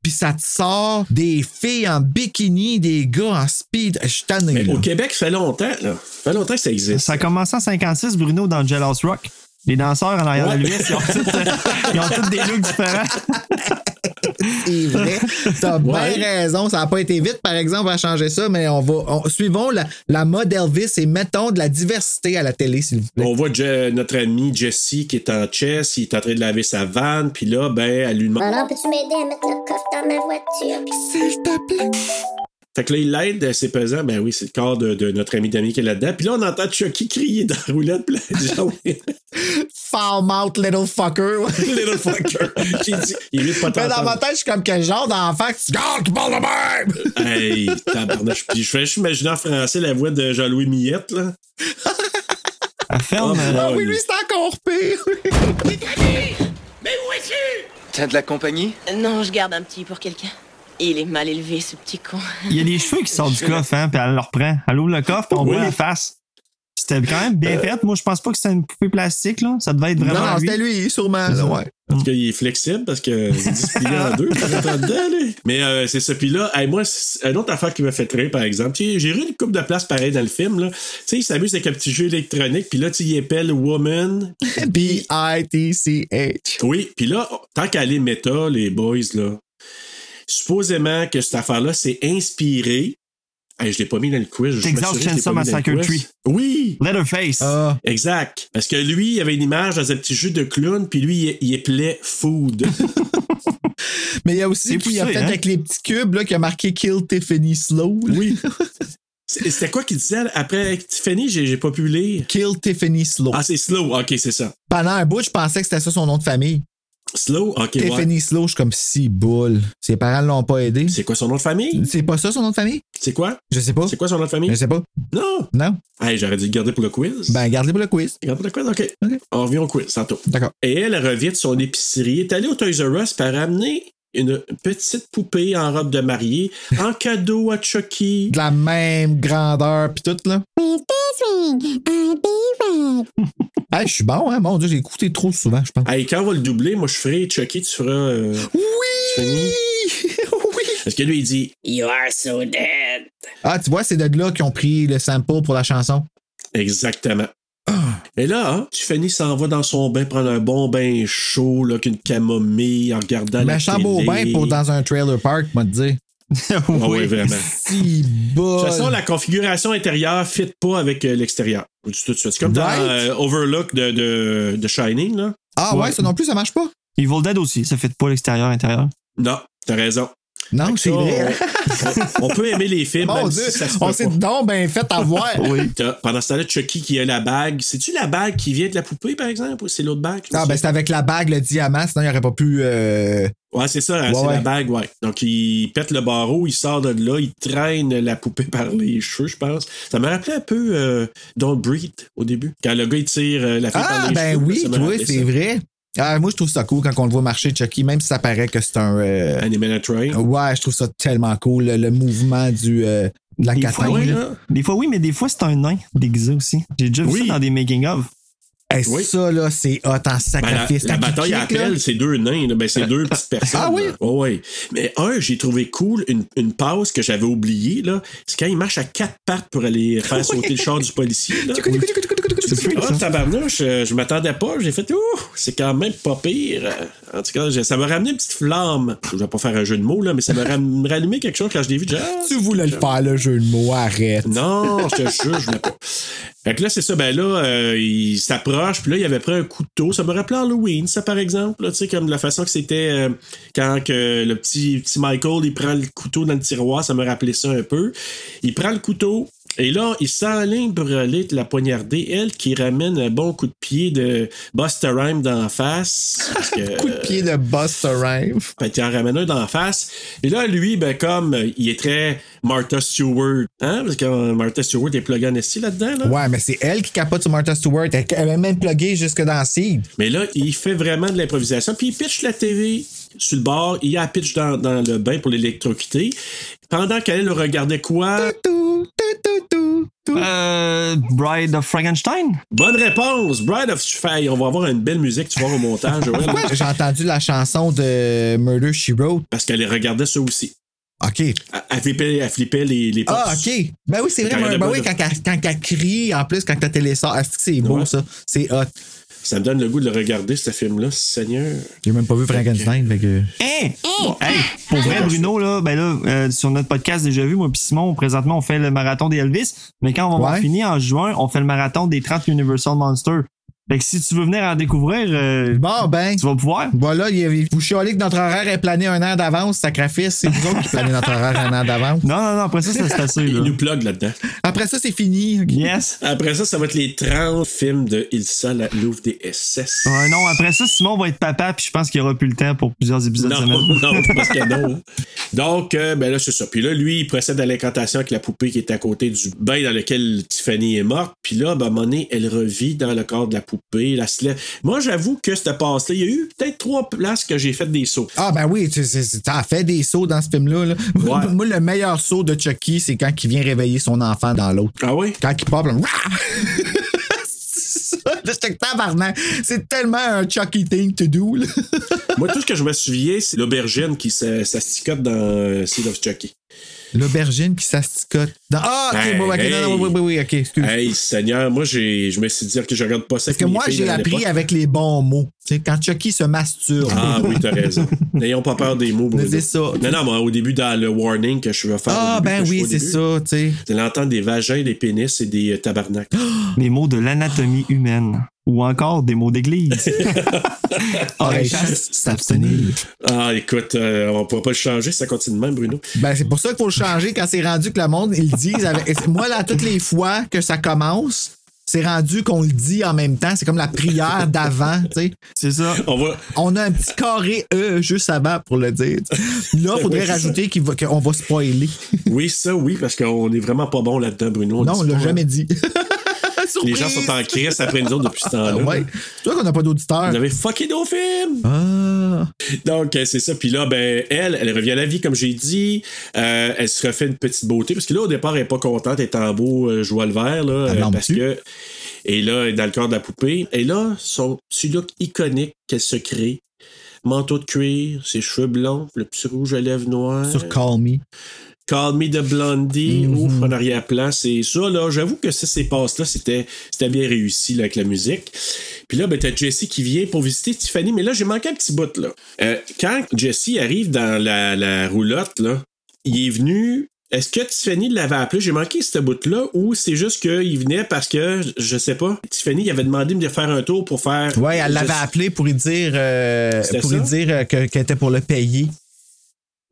puis ça te sort des filles en bikini, des gars en speed. Je suis tanné,
Mais
là.
au Québec, ça fait longtemps, là. Ça fait longtemps que ça existe.
Ça a commencé en 56, Bruno, dans Jealous Rock. Les danseurs en arrière
Ouais.
de l'US, ils ont tous, euh, ils ont tous des looks différents.
C'est vrai. T'as
Ouais.
bien raison. Ça n'a pas été vite, par exemple, à changer ça, mais on va. on- suivons la, la mode Elvis et mettons de la diversité à la télé, s'il vous plaît.
On voit Je- notre ami Jessie qui est en chest, il est en train de laver sa vanne, puis là, ben, elle lui demande.
Alors, Bah, peux-tu m'aider à mettre le coffre dans ma voiture?
Fait que là, il l'aide, c'est pesant. Ben oui, c'est le corps de, de notre ami Damien qui est là-dedans. Puis là, on entend Chucky crier dans la roulette. Puis là, genre, oui,
Farm out, little fucker.
little fucker. J'ai dit, il est pas
Mais Ben, dans
t'entendre.
ma tête, je suis comme quel genre d'enfant que tu gardes qui parle de même!
Hey, tabarnouche. Puis je fais, je m'imagine en français la voix de Jean-Louis Millette, là.
Elle ferme. euh,
Ah oui, lui, c'est encore pire!
T'as de la compagnie
Non, je garde un petit pour quelqu'un. Il est mal élevé, ce petit con.
euh, Il y a des cheveux qui sortent du coffre, hein, puis elle le reprend. Elle ouvre le coffre, puis on
Oui. Euh,
voit la face. C'était quand même bien fait. Moi, je pense pas que c'était une poupée plastique, là. Ça devait être vraiment.
non,
à lui.
c'était lui, Ah, sûrement. là, ouais.
Parce qu'il est flexible, parce que il dit se plier en deux, puis il est en dedans, là. Mais euh, c'est ça. Puis là, hey, moi, c'est une autre affaire qui m'a fait rire, par exemple. Tu sais, J'ai eu une coupe de place pareil dans le film, là. Tu sais, il s'amuse avec un petit jeu électronique, puis là, tu y épelles Woman,
B-I-T-C-H.
Oui, puis là, tant qu'elle est méta, les boys, là, supposément que cette affaire-là s'est inspirée. Hey, je l'ai pas mis dans le quiz. je
Texas
m'assurais que je l'ai
Chainsaw
pas mis dans le
Massacre
quiz.
3.
Oui,
Leatherface.
Ah,
exact. Parce que lui, il avait une image dans un petit jeu de clown, puis lui, il, il épelait Food.
mais il y a
C'est
aussi qui a
poussé,
fait
hein?
avec les petits cubes là, qui a marqué Kill Tiffany Slow. là.
oui. C'est- C'était quoi qu'il disait après Tiffany? J'ai j'ai pas pu lire.
Kill Tiffany Slow.
Ah, c'est Slow. OK, c'est ça.
Pendant un bout, je pensais que c'était ça son nom de famille.
Slow, ok, ouais.
Tiffany Slow, je suis comme si boule. Ses parents l'ont pas aidé.
C'est quoi son nom de famille?
C'est pas ça son nom de famille?
C'est quoi?
Je sais pas.
C'est quoi son nom de famille?
Je sais pas.
Non!
Non?
Hey, j'aurais dû le garder pour le quiz.
Ben, garde-les pour le quiz.
Garde pour le quiz, ok.
Ok.
On revient au quiz, tantôt.
D'accord.
Et elle elle revient de son épicerie, est allée au Toys R Us par amener une petite poupée en robe de mariée en cadeau à Chucky.
De la même grandeur pis tout, là.
With this ring, I'll be right.
Hey, je suis bon, hein? Mon Dieu, j'ai écouté trop souvent, je pense.
Hey, quand on va le doubler, moi je ferai Chucky, tu feras. euh,
Oui! oui!
Parce que lui, il dit
You are so dead.
Ah, tu vois, c'est de là qu'ils ont pris le sample pour la chanson.
exactement.
Ah.
Et là, hein, Tiffany s'en va dans son bain prendre un bon bain chaud, là, qu'une camomille, en regardant la
Méchant beau
télé.
bain pour dans un trailer park, moi te dire.
Ah ouais, vraiment.
Si
De
bol.
toute façon, la configuration intérieure ne fit pas avec euh, l'extérieur. Je vous dis tout de suite. C'est comme dans
Right.
euh, Overlook de, de, de Shining, là.
Ah ouais,
Ouais.
ça non plus, ça marche pas.
Evil Dead aussi, ça fait pas l'extérieur, intérieur.
Non, t'as raison.
Non, Ah, c'est
Ça, on-
vrai.
On, on peut aimer les films,
Mon
même
Dieu,
si ça se peut
on
pas.
s'est donc bien fait avoir.
Oui.
T'as- Pendant ce temps-là, Chucky qui a la bague. C'est-tu la bague qui vient de la poupée, par exemple, ou c'est l'autre bague?
Ah, ben c'est avec la bague, le diamant, sinon il aurait pas pu. euh,
Ouais, c'est ça, hein,
Ouais,
c'est
ouais.
la bague, ouais. Donc, il pète le barreau, il sort de là, il traîne la poupée par les cheveux, je pense. Ça me rappelait un peu euh, Don't Breathe au début. Quand le gars, il tire euh, la fille par
Ah,
les
ben
cheveux,
oui,
ça me
toi,
rappelait
c'est
ça.
vrai. Ah, moi, je trouve ça cool quand on le voit marcher, Chucky, même si ça paraît que c'est un. euh,
Animal at Train.
Ouais, je trouve ça tellement cool, le, le mouvement du, euh, de la
Des
catin.
fois,
Ouais,
là.
là.
Des fois, oui, mais des fois, c'est un nain déguisé aussi. J'ai déjà vu
Oui.
ça dans des making-of.
Hey,
Oui.
Ça, là, c'est hot en
Ben, la,
sacrifice.
la
Quand il
bataille à
kick, là,
appel, c'est deux nains, là. ben, c'est deux petites personnes.
Ah oui?
là. Ouais, ouais. Mais un, j'ai trouvé cool une, une pause que j'avais oubliée, là. C'est quand il marche à quatre pattes pour aller faire sauter le char du policier. là.
C'est freak,
Ah,
ça.
tabarnouche, euh, je m'attendais pas. J'ai fait, ouh, c'est quand même pas pire. Euh, En tout cas, j'ai- ça m'a ramené une petite flamme. Je vais pas faire un jeu de mots, là, mais ça m'a ram- rallumé quelque chose quand je l'ai vu. J'ai dit, ah,
Tu voulais le faire, le jeu de mots, arrête.
non, je te jure, je voulais pas. Fait que là, c'est ça, ben là, euh, il s'approche, puis là, il avait pris un couteau. Ça me rappelait Halloween, ça, par exemple, là, tu sais, comme la façon que c'était euh, quand que le petit, petit Michael, il prend le couteau dans le tiroir, ça me rappelait ça un peu. Il prend le couteau, et là, il s'enligne pour aller te la poignarder, elle, qui ramène un bon coup de pied de Buster Rhyme d'en face. Parce que,
Coup de pied de Buster Rhymes.
fait qu'il en ramène un d'en face. Et là, lui, ben, comme euh, il est très Martha Stewart, hein? Parce que euh, Martha Stewart est plug en esti là-dedans, là.
Ouais, mais c'est elle qui capote sur Martha Stewart. Elle, elle est même pluguée jusque dans Seed.
Mais là, il fait vraiment de l'improvisation. Puis il pitch la TV sur le bord. Il la pitch dans, dans le bain pour l'électrocuter. Pendant qu'elle elle regardait quoi?
Tout, tout, tout, tout, tout.
Euh, Bride of Frankenstein?
Bonne réponse! Bride of Fire. On va avoir une belle musique, tu vois, au montage. Joël.
Pourquoi j'ai entendu la chanson de Murder She Wrote?
Parce qu'elle regardait ça aussi.
OK.
Elle- Elle flippait, elle flippait les, les portes.
Ah, OK. Ben oui, c'est
Quand elle
vrai.
a
Ben
pas
oui,
de-
quand, elle- quand elle crie, en plus, quand la télé sort, est-ce que c'est beau,
Ouais.
ça? C'est hot.
Ça me donne le goût de le regarder, ce film-là, Seigneur.
J'ai même pas vu Frankenstein, fait que...
Hey! Hein? Bon, hey! Pour
Hein?
vrai, Bruno, là, ben là, euh, sur notre podcast déjà vu, moi puis Simon, présentement, on fait le marathon des Elvis, mais quand on va avoir
Ouais.
fini en juin, on fait le marathon des 30 Universal Monsters. Fait que si tu veux venir en découvrir, euh,
Bon, ben...
tu vas pouvoir.
Voilà, il y a- vous chialez que notre horaire est plané un an d'avance, sacrifice. C'est vous autres qui planez notre horaire un an d'avance.
Non, non, non, après ça, ça, c'est assez,
Il
là.
nous plug là-dedans.
Après ça, c'est fini.
Yes!
Après ça, ça va être les 30 films de Ilsa, la Louvre des SS.
Ouais, non, après ça, Simon va être papa, puis je pense qu'il aura plus le temps pour plusieurs épisodes de
Non,
semaine.
non, parce que non. Donc, euh, ben là, c'est ça. Puis là, lui, il procède à l'incantation avec la poupée qui est à côté du bain dans lequel Tiffany est morte. Puis là, ben, à un moment donné, elle revit dans le corps de la poupée. La se lève. Moi, j'avoue que cette passe-là, il y a eu peut-être trois places que j'ai fait des sauts.
Ah ben oui, tu c'est- c'est- t'as fait des sauts dans ce film-là. là.
Ouais.
Moi, le meilleur saut de Chucky, c'est quand il vient réveiller son enfant dans l'autre.
Ah ouais?
Quand il pop, là, C'est ça, là, j'étais tabarnak. C'est tellement un Chucky thing to do. là.
Moi, tout ce que je me souviens, c'est l'aubergine qui se- s'asticote dans euh, Seed of Chucky.
L'aubergine qui s'asticote. dans- Ah, ok,
Hey,
bon, ok, non, non,
hey.
oui, oui, oui, ok, excuse.
Hey, Seigneur, moi, j'ai, je me suis dit que je regarde pas ça.
Parce que moi, j'ai appris avec les bons mots. Tu sais, quand Chucky se masturbe.
Ah oui, t'as raison. N'ayons pas peur des mots, Bruno.
Mais c'est ça.
Non, non, mais au début, dans le warning que je vais faire. au
Ah,
début,
ben
que je fais
oui,
au
c'est
début,
ça, tu sais.
Vous allez entendre des vagins, des pénis et des euh, tabarnaks.
Des mots de l'anatomie humaine. Ou encore des mots d'église.
Oreille chaste, Ah, s'abstenir.
Ah, écoute, euh, on pourra pas le changer, ça continue de même, Bruno.
Ben, c'est pour ça qu'il faut le changer quand c'est rendu que le monde, ils le disent. avec- Moi, là, toutes les fois que ça commence, C'est rendu qu'on le dit en même temps. C'est comme la prière d'avant, tu sais.
C'est ça.
On, va...
on a un petit carré E juste avant pour le dire. t'sais. Là, il faudrait
Oui, c'est
rajouter qu'il va- qu'on va spoiler.
Oui, ça, oui, parce qu'on est vraiment pas bon là-dedans, Bruno.
non,
dit
on l'a
pas,
jamais dit.
hein. Les gens sont en crise après nous autres depuis ce
Ah
temps-là.
ouais. Tu vois qu'on n'a pas d'auditeurs.
Vous avez fucké nos films!
Ah.
Donc, euh, c'est ça. Puis là, ben, elle, elle revient à la vie, comme j'ai dit. Euh, elle se refait une petite beauté. Parce que là, au départ, elle n'est pas contente, elle est en beau euh, joie le vert. Là,
Elle
euh,
lambe
parce
dessus.
que. Et là, elle est dans le corps de la poupée. Et là, son petit look iconique qu'elle se crée. Manteau de cuir, ses cheveux blonds, le petit rouge à lèvres noires.
Sur Call Me.
Call Me the Blondie,
Mhm.
ouf, en arrière-plan, c'est ça, là. J'avoue que ça, ces passes-là, c'était, c'était bien réussi, là, avec la musique. Puis là, ben, t'as Jessie qui vient pour visiter Tiffany, mais là, j'ai manqué un petit bout, là. Euh, quand Jessie arrive dans la, la roulotte, là, il est venu. Est-ce que Tiffany l'avait appelé? J'ai manqué ce bout-là, ou c'est juste qu'il venait parce que, je sais pas, Tiffany, il avait demandé de faire un tour pour faire.
Ouais, elle l'avait
Je-
appelé pour lui dire, euh,
C'était
pour lui
ça?
dire euh, que- qu'elle était pour le payer.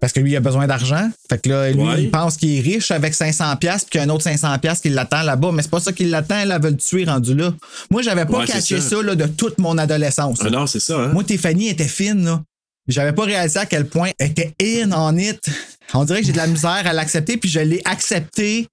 Parce que lui, il a besoin d'argent. Fait que là, lui,
Ouais.
il pense qu'il est riche avec 500$, puis qu'il y a un autre 500$ qui l'attend là-bas. Mais c'est pas ça qui l'attend, elle elle veut le tuer rendu là. Moi, j'avais pas
Ouais, c'est
caché
ça.
ça, là, de toute mon adolescence.
Ah non, c'est ça, hein?
Moi, Tiffany était fine, là. J'avais pas réalisé à quel point elle était in on it. On dirait que j'ai de la misère à l'accepter, puis je l'ai accepté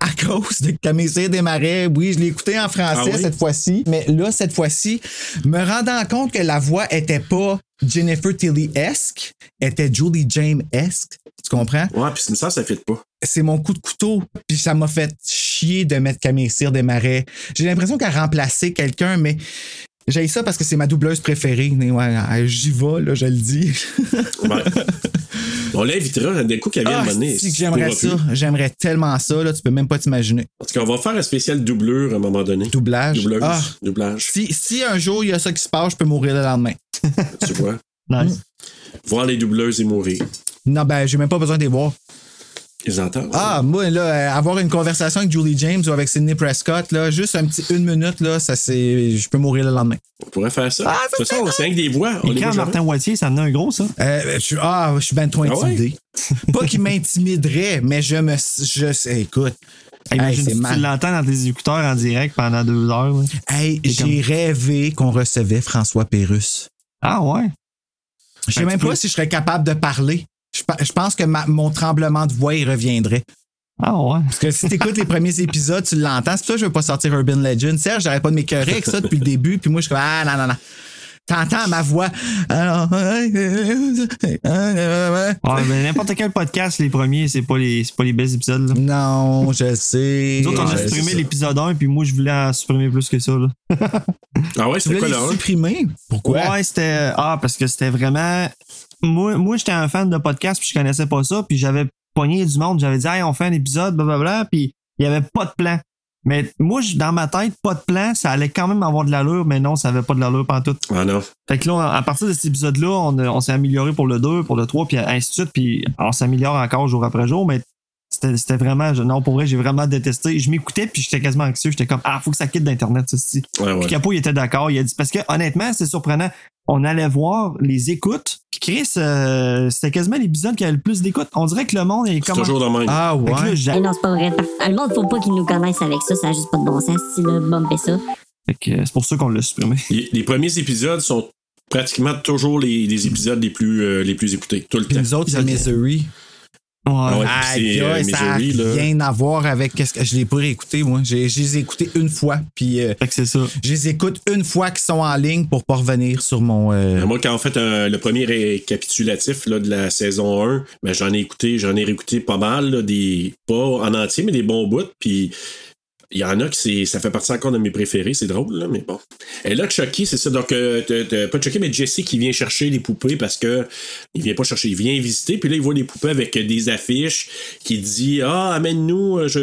à cause de Camille Desmarais. Oui, je l'ai écouté en français
Ah oui?
cette fois-ci, mais là, cette fois-ci, me rendant compte que la voix était pas Jennifer Tilly-esque, était Julie James-esque. Tu comprends?
Ouais, puis ça, ça fit pas.
c'est mon coup de couteau. Puis ça m'a fait chier de mettre Camille Cyr des marais. J'ai l'impression qu'elle a remplacé quelqu'un, mais j'ai ça parce que c'est ma doubleuse préférée. Mais ouais, euh, J'y vais, là, je le dis.
Ouais. On l'invitera d'un coup qu'elle vient
Ah,
à mener.
c'est que j'aimerais ça. J'aimerais tellement ça, là, tu peux même pas t'imaginer.
En tout cas, on va faire un spécial doublure à un moment donné.
Doublage.
Doubleuse.
Ah,
Doublage,
si, si un jour il y a ça qui se passe, je peux mourir le lendemain.
tu vois.
Nice.
Voir les doubleuses et mourir.
Non, ben, j'ai même pas besoin de les voir.
Ils entendent.
Ah, moi, là, euh, avoir une conversation avec Julie James ou avec Sidney Prescott, là, juste un petit une minute, là, ça c'est. Je peux mourir le lendemain.
On pourrait faire ça.
Ah,
de toute façon, on sait rien que des voix. On
Et
les
quand
voit jamais.
Martin Wattier, ça venait un gros, ça.
Euh, je suis, ah, je suis ben trop
Ah ouais?
intimidé. Pas qu'il m'intimiderait, mais je me. Je, sais, écoute, hey,
Ah, Imagine
c'est
si tu
mal.
l'entends dans tes écouteurs en direct pendant deux heures. là.
Hey,
C'est
j'ai rêvé qu'on recevait François Pérusse.
Ah ouais.
Je sais
Un
même
petit
pas
peu.
si je serais capable de parler. Je, pa- je pense que ma- mon tremblement de voix, il reviendrait.
Ah ouais.
Parce que si t'écoutes les premiers épisodes, tu l'entends. C'est pour ça que je veux pas sortir Urban Legend. Serge, j'arrête pas de m'écœurer avec ça depuis le début. Puis moi, je suis comme, ah, non, non, non. T'entends ma voix. Alors,
Ouais, mais n'importe quel podcast, les premiers, c'est pas les, c'est pas les belles épisodes. Là.
Non, je sais.
Nous autres, on a
Ouais, c'est
supprimé
ça.
l'épisode 1, puis moi, je voulais en supprimer plus que ça. Là.
Ah ouais, c'est
Tu voulais
quoi
les
là? hein?
supprimer? Pourquoi?
Ouais, c'était. Ah, parce que c'était vraiment. Moi, moi j'étais un fan de podcast, puis je connaissais pas ça, puis j'avais pogné du monde, j'avais dit, hey, on fait un épisode, blablabla, puis il y avait pas de plan. Mais moi, je- dans ma tête, pas de plan, ça allait quand même avoir de l'allure, mais non, ça avait pas de l'allure pantoute.
Ah non.
Fait que là, à partir de cet épisode-là, on, a- on s'est amélioré pour le 2, pour le 3, puis ainsi de suite, puis on s'améliore encore jour après jour, mais c'était c'était vraiment. je- Non, pour vrai, j'ai vraiment détesté. Je m'écoutais, puis j'étais quasiment anxieux. J'étais comme, ah, faut que ça quitte d'Internet, ça, c'est-
Ouais, Ah, ouais.
puis Capo, il était d'accord. Il a dit parce que honnêtement, c'est surprenant. On allait voir les écoutes. Puis Chris, euh, c'était quasiment l'épisode qui avait le plus d'écoutes. On dirait que le monde est
C'est
comme.
toujours dans le même.
Ah
Fait que là,
ouais.
j'a-
Hey, non, c'est pas vrai. Le monde, faut pas qu'ils nous connaissent avec ça. Ça a juste pas de bon sens si le bomb fait ça.
Fait que, euh, c'est pour ça qu'on l'a supprimé.
Les, les premiers épisodes sont pratiquement toujours les, les épisodes les plus, euh, les plus écoutés. Tout le
Puis
temps.
nous autres, c'est Misery. Ah,
Ouais.
ouais. puis
Aïe,
c'est, euh,
aïe, ça n'a
Misery, là.
rien à voir avec qu'est-ce que je l'ai pas réécouté, moi. J'ai- Je les ai écoutés une fois, puis euh,
Fait que c'est ça.
je les écoute une fois qu'ils sont en ligne pour pas revenir sur mon. euh,
Euh, Moi, quand on fait un- le premier récapitulatif là, de la saison 1, ben, j'en ai écouté, j'en ai réécouté pas mal, là, des pas en entier, mais des bons bouts. Puis il y en a qui c'est, ça fait partie encore de mes préférés, c'est drôle, là, mais bon. Et là, Chucky, c'est ça. Donc, euh, t'as- t'as pas Chucky, mais Jesse qui vient chercher les poupées parce que il vient pas chercher, il vient visiter. Puis là, il voit les poupées avec euh, des affiches qui dit Ah, amène-nous, euh, je,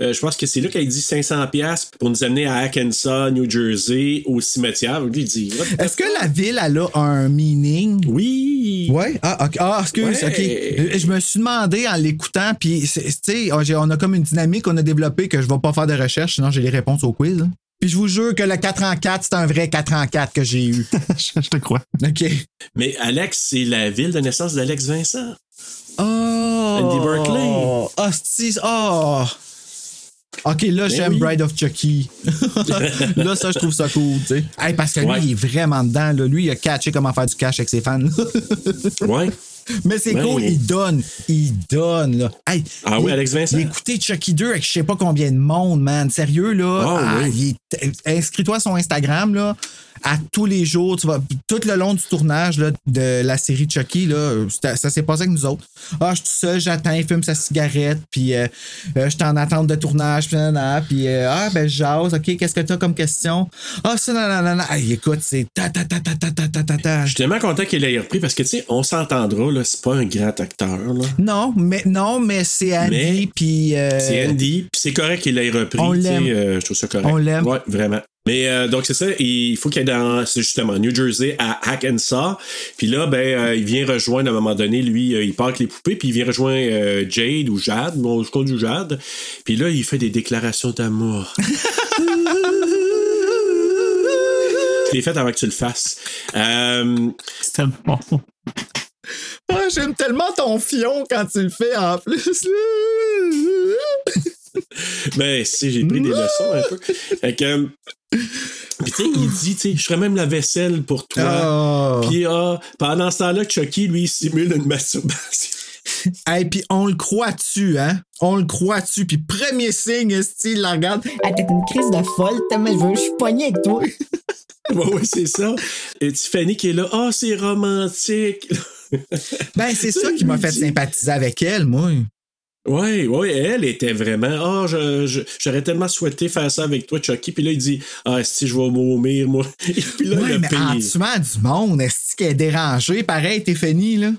euh, je pense que c'est là qu'elle dit 500$ pour nous amener à Arkansas, New Jersey, au cimetière. Lui, il dit What the
Est-ce que la ville, elle a un meaning?
oui.
Ouais. Ah, ok. Ah, excuse.
Ouais.
OK. Je me suis demandé en l'écoutant, puis, c'est- tu sais, on- j'ai- on a comme une dynamique qu'on a développée que je vais pas faire de recherche, sinon j'ai les réponses au quiz. là. Puis je vous jure que le 4 en 4, c'est un vrai 4 en 4 que j'ai eu.
je, je te crois.
OK.
Mais Alex, c'est la ville de naissance d'Alex Vincent.
Oh!
Andy Berkeley.
Oh, hostie. Oh! OK, là, j'aime Bride of Chucky. là, ça, je trouve ça cool, tu sais. Hey, parce que lui,
Ouais.
il est vraiment dedans. là. Lui, il a catché comment faire du cash avec ses fans.
ouais.
Mais c'est
Ouais.
cool, il donne. Il donne, là. Hey,
Ah
il-
oui, Alex Vincent?
il a écouté Chucky 2 avec je sais pas combien de monde, man. Sérieux, là.
Ah oui.
il est- Inscris-toi à son Instagram, là. À tous les jours, tu vas. Tout le long du tournage là, de la série Chucky, là, euh, ça, ça s'est passé avec nous autres. Ah, je suis tout seul, j'attends, il fume sa cigarette, puis euh, euh, je suis en attente de tournage, puis nanana, puis euh, ah, ben, je jase, OK, qu'est-ce que t'as comme question? Ah, ça, nanana. Hey, écoute, c'est ta ta ta ta ta ta ta ta ta.
Je suis tellement content qu'il ait repris parce que, tu sais, on s'entendra, là, c'est pas un grand acteur, là.
Non, mais non, mais c'est Andy,
Mais
puis. euh,
C'est Andy, puis c'est correct qu'il l'ait repris.
on
tu sais,
l'aime.
euh, je trouve ça correct.
On l'aime.
Ouais, vraiment. Mais euh, donc, c'est ça, il faut qu'il aille dans, c'est justement, New Jersey à Hackensaw. Puis là, ben, euh, il vient rejoindre à un moment donné, lui, euh, il part avec les poupées, puis il vient rejoindre euh, Jade ou Jade, bon, je compte du Jade. Puis là, il fait des déclarations d'amour. je l'ai fait avant que tu le fasses. Euh,
C'était bon.
Ah, j'aime tellement ton fion quand tu le fais en plus.
Ben, si, j'ai pris des leçons un peu. Fait que, euh, Puis, tu sais, il dit, tu sais, je ferais même la vaisselle pour toi.
Ah.
Puis, ah, pendant ce temps-là, Chucky, lui, il simule une masturbation.
Hey, puis on le croit-tu, hein? On le croit-tu? Puis premier signe, esti, il la regarde.
Ah, t'es une crise de folle, tellement je veux, je suis poignée avec toi.
ouais, ouais, c'est ça. Et Tiffany qui est là, ah, c'est romantique.
Ben, c'est ça qui m'a fait sympathiser avec elle, moi.
Ouais, ouais, elle était vraiment. Ah, je- je- j'aurais tellement souhaité faire ça avec toi, Chucky. Puis là, il dit, ah, si je vais mourir, moi. Et puis là, il
ouais,
a
mais en
payé.
tuant du monde, est-ce qu'elle est dérangée? Pareil, t'es fini, là.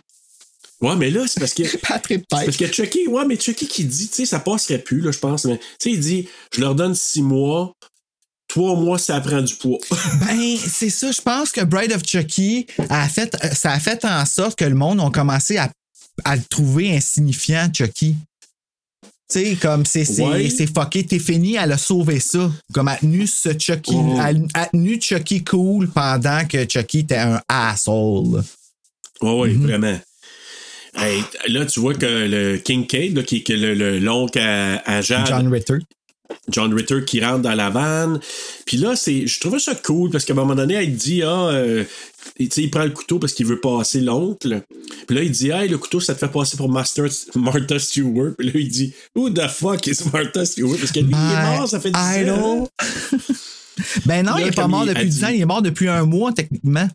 Ouais, mais là, c'est parce que.
Pas très
C'est Parce que Chucky, ouais, mais Chucky qui dit, tu sais, ça passerait plus, là, je pense. Mais, tu sais, il dit, je leur donne six mois, trois mois, ça prend du poids.
Ben, c'est ça. Je pense que Bride of Chucky a fait, euh, ça a fait en sorte que le monde a commencé à, à le trouver insignifiant, Chucky. Tu sais, comme c'est c'est
Ouais.
c'est fucké, t'es fini, elle a sauvé ça. Comme elle a tenu ce Chucky,
Mhm.
elle a tenu Chucky cool pendant que Chucky était un asshole.
ouais, ouais, vraiment. Hey, là, tu vois que le King Cade, là, qui est l'oncle le, l'oncle à, à Jade,
John Ritter.
John Ritter qui rentre dans la vanne. Puis là, c'est, je trouvais ça cool parce qu'à un moment donné, elle dit Ah, euh, tu sais, il prend le couteau parce qu'il veut passer l'oncle. Puis là, il dit Hey, le couteau, ça te fait passer pour Master, Martha Stewart. Puis là, il dit Who the fuck is Martha Stewart Parce que lui, il est mort, ça fait 10
My
ans.
idol. Ben non,
Là,
il est pas
comme
mort
il a
depuis 10
dit.
ans, il est mort depuis un mois, techniquement.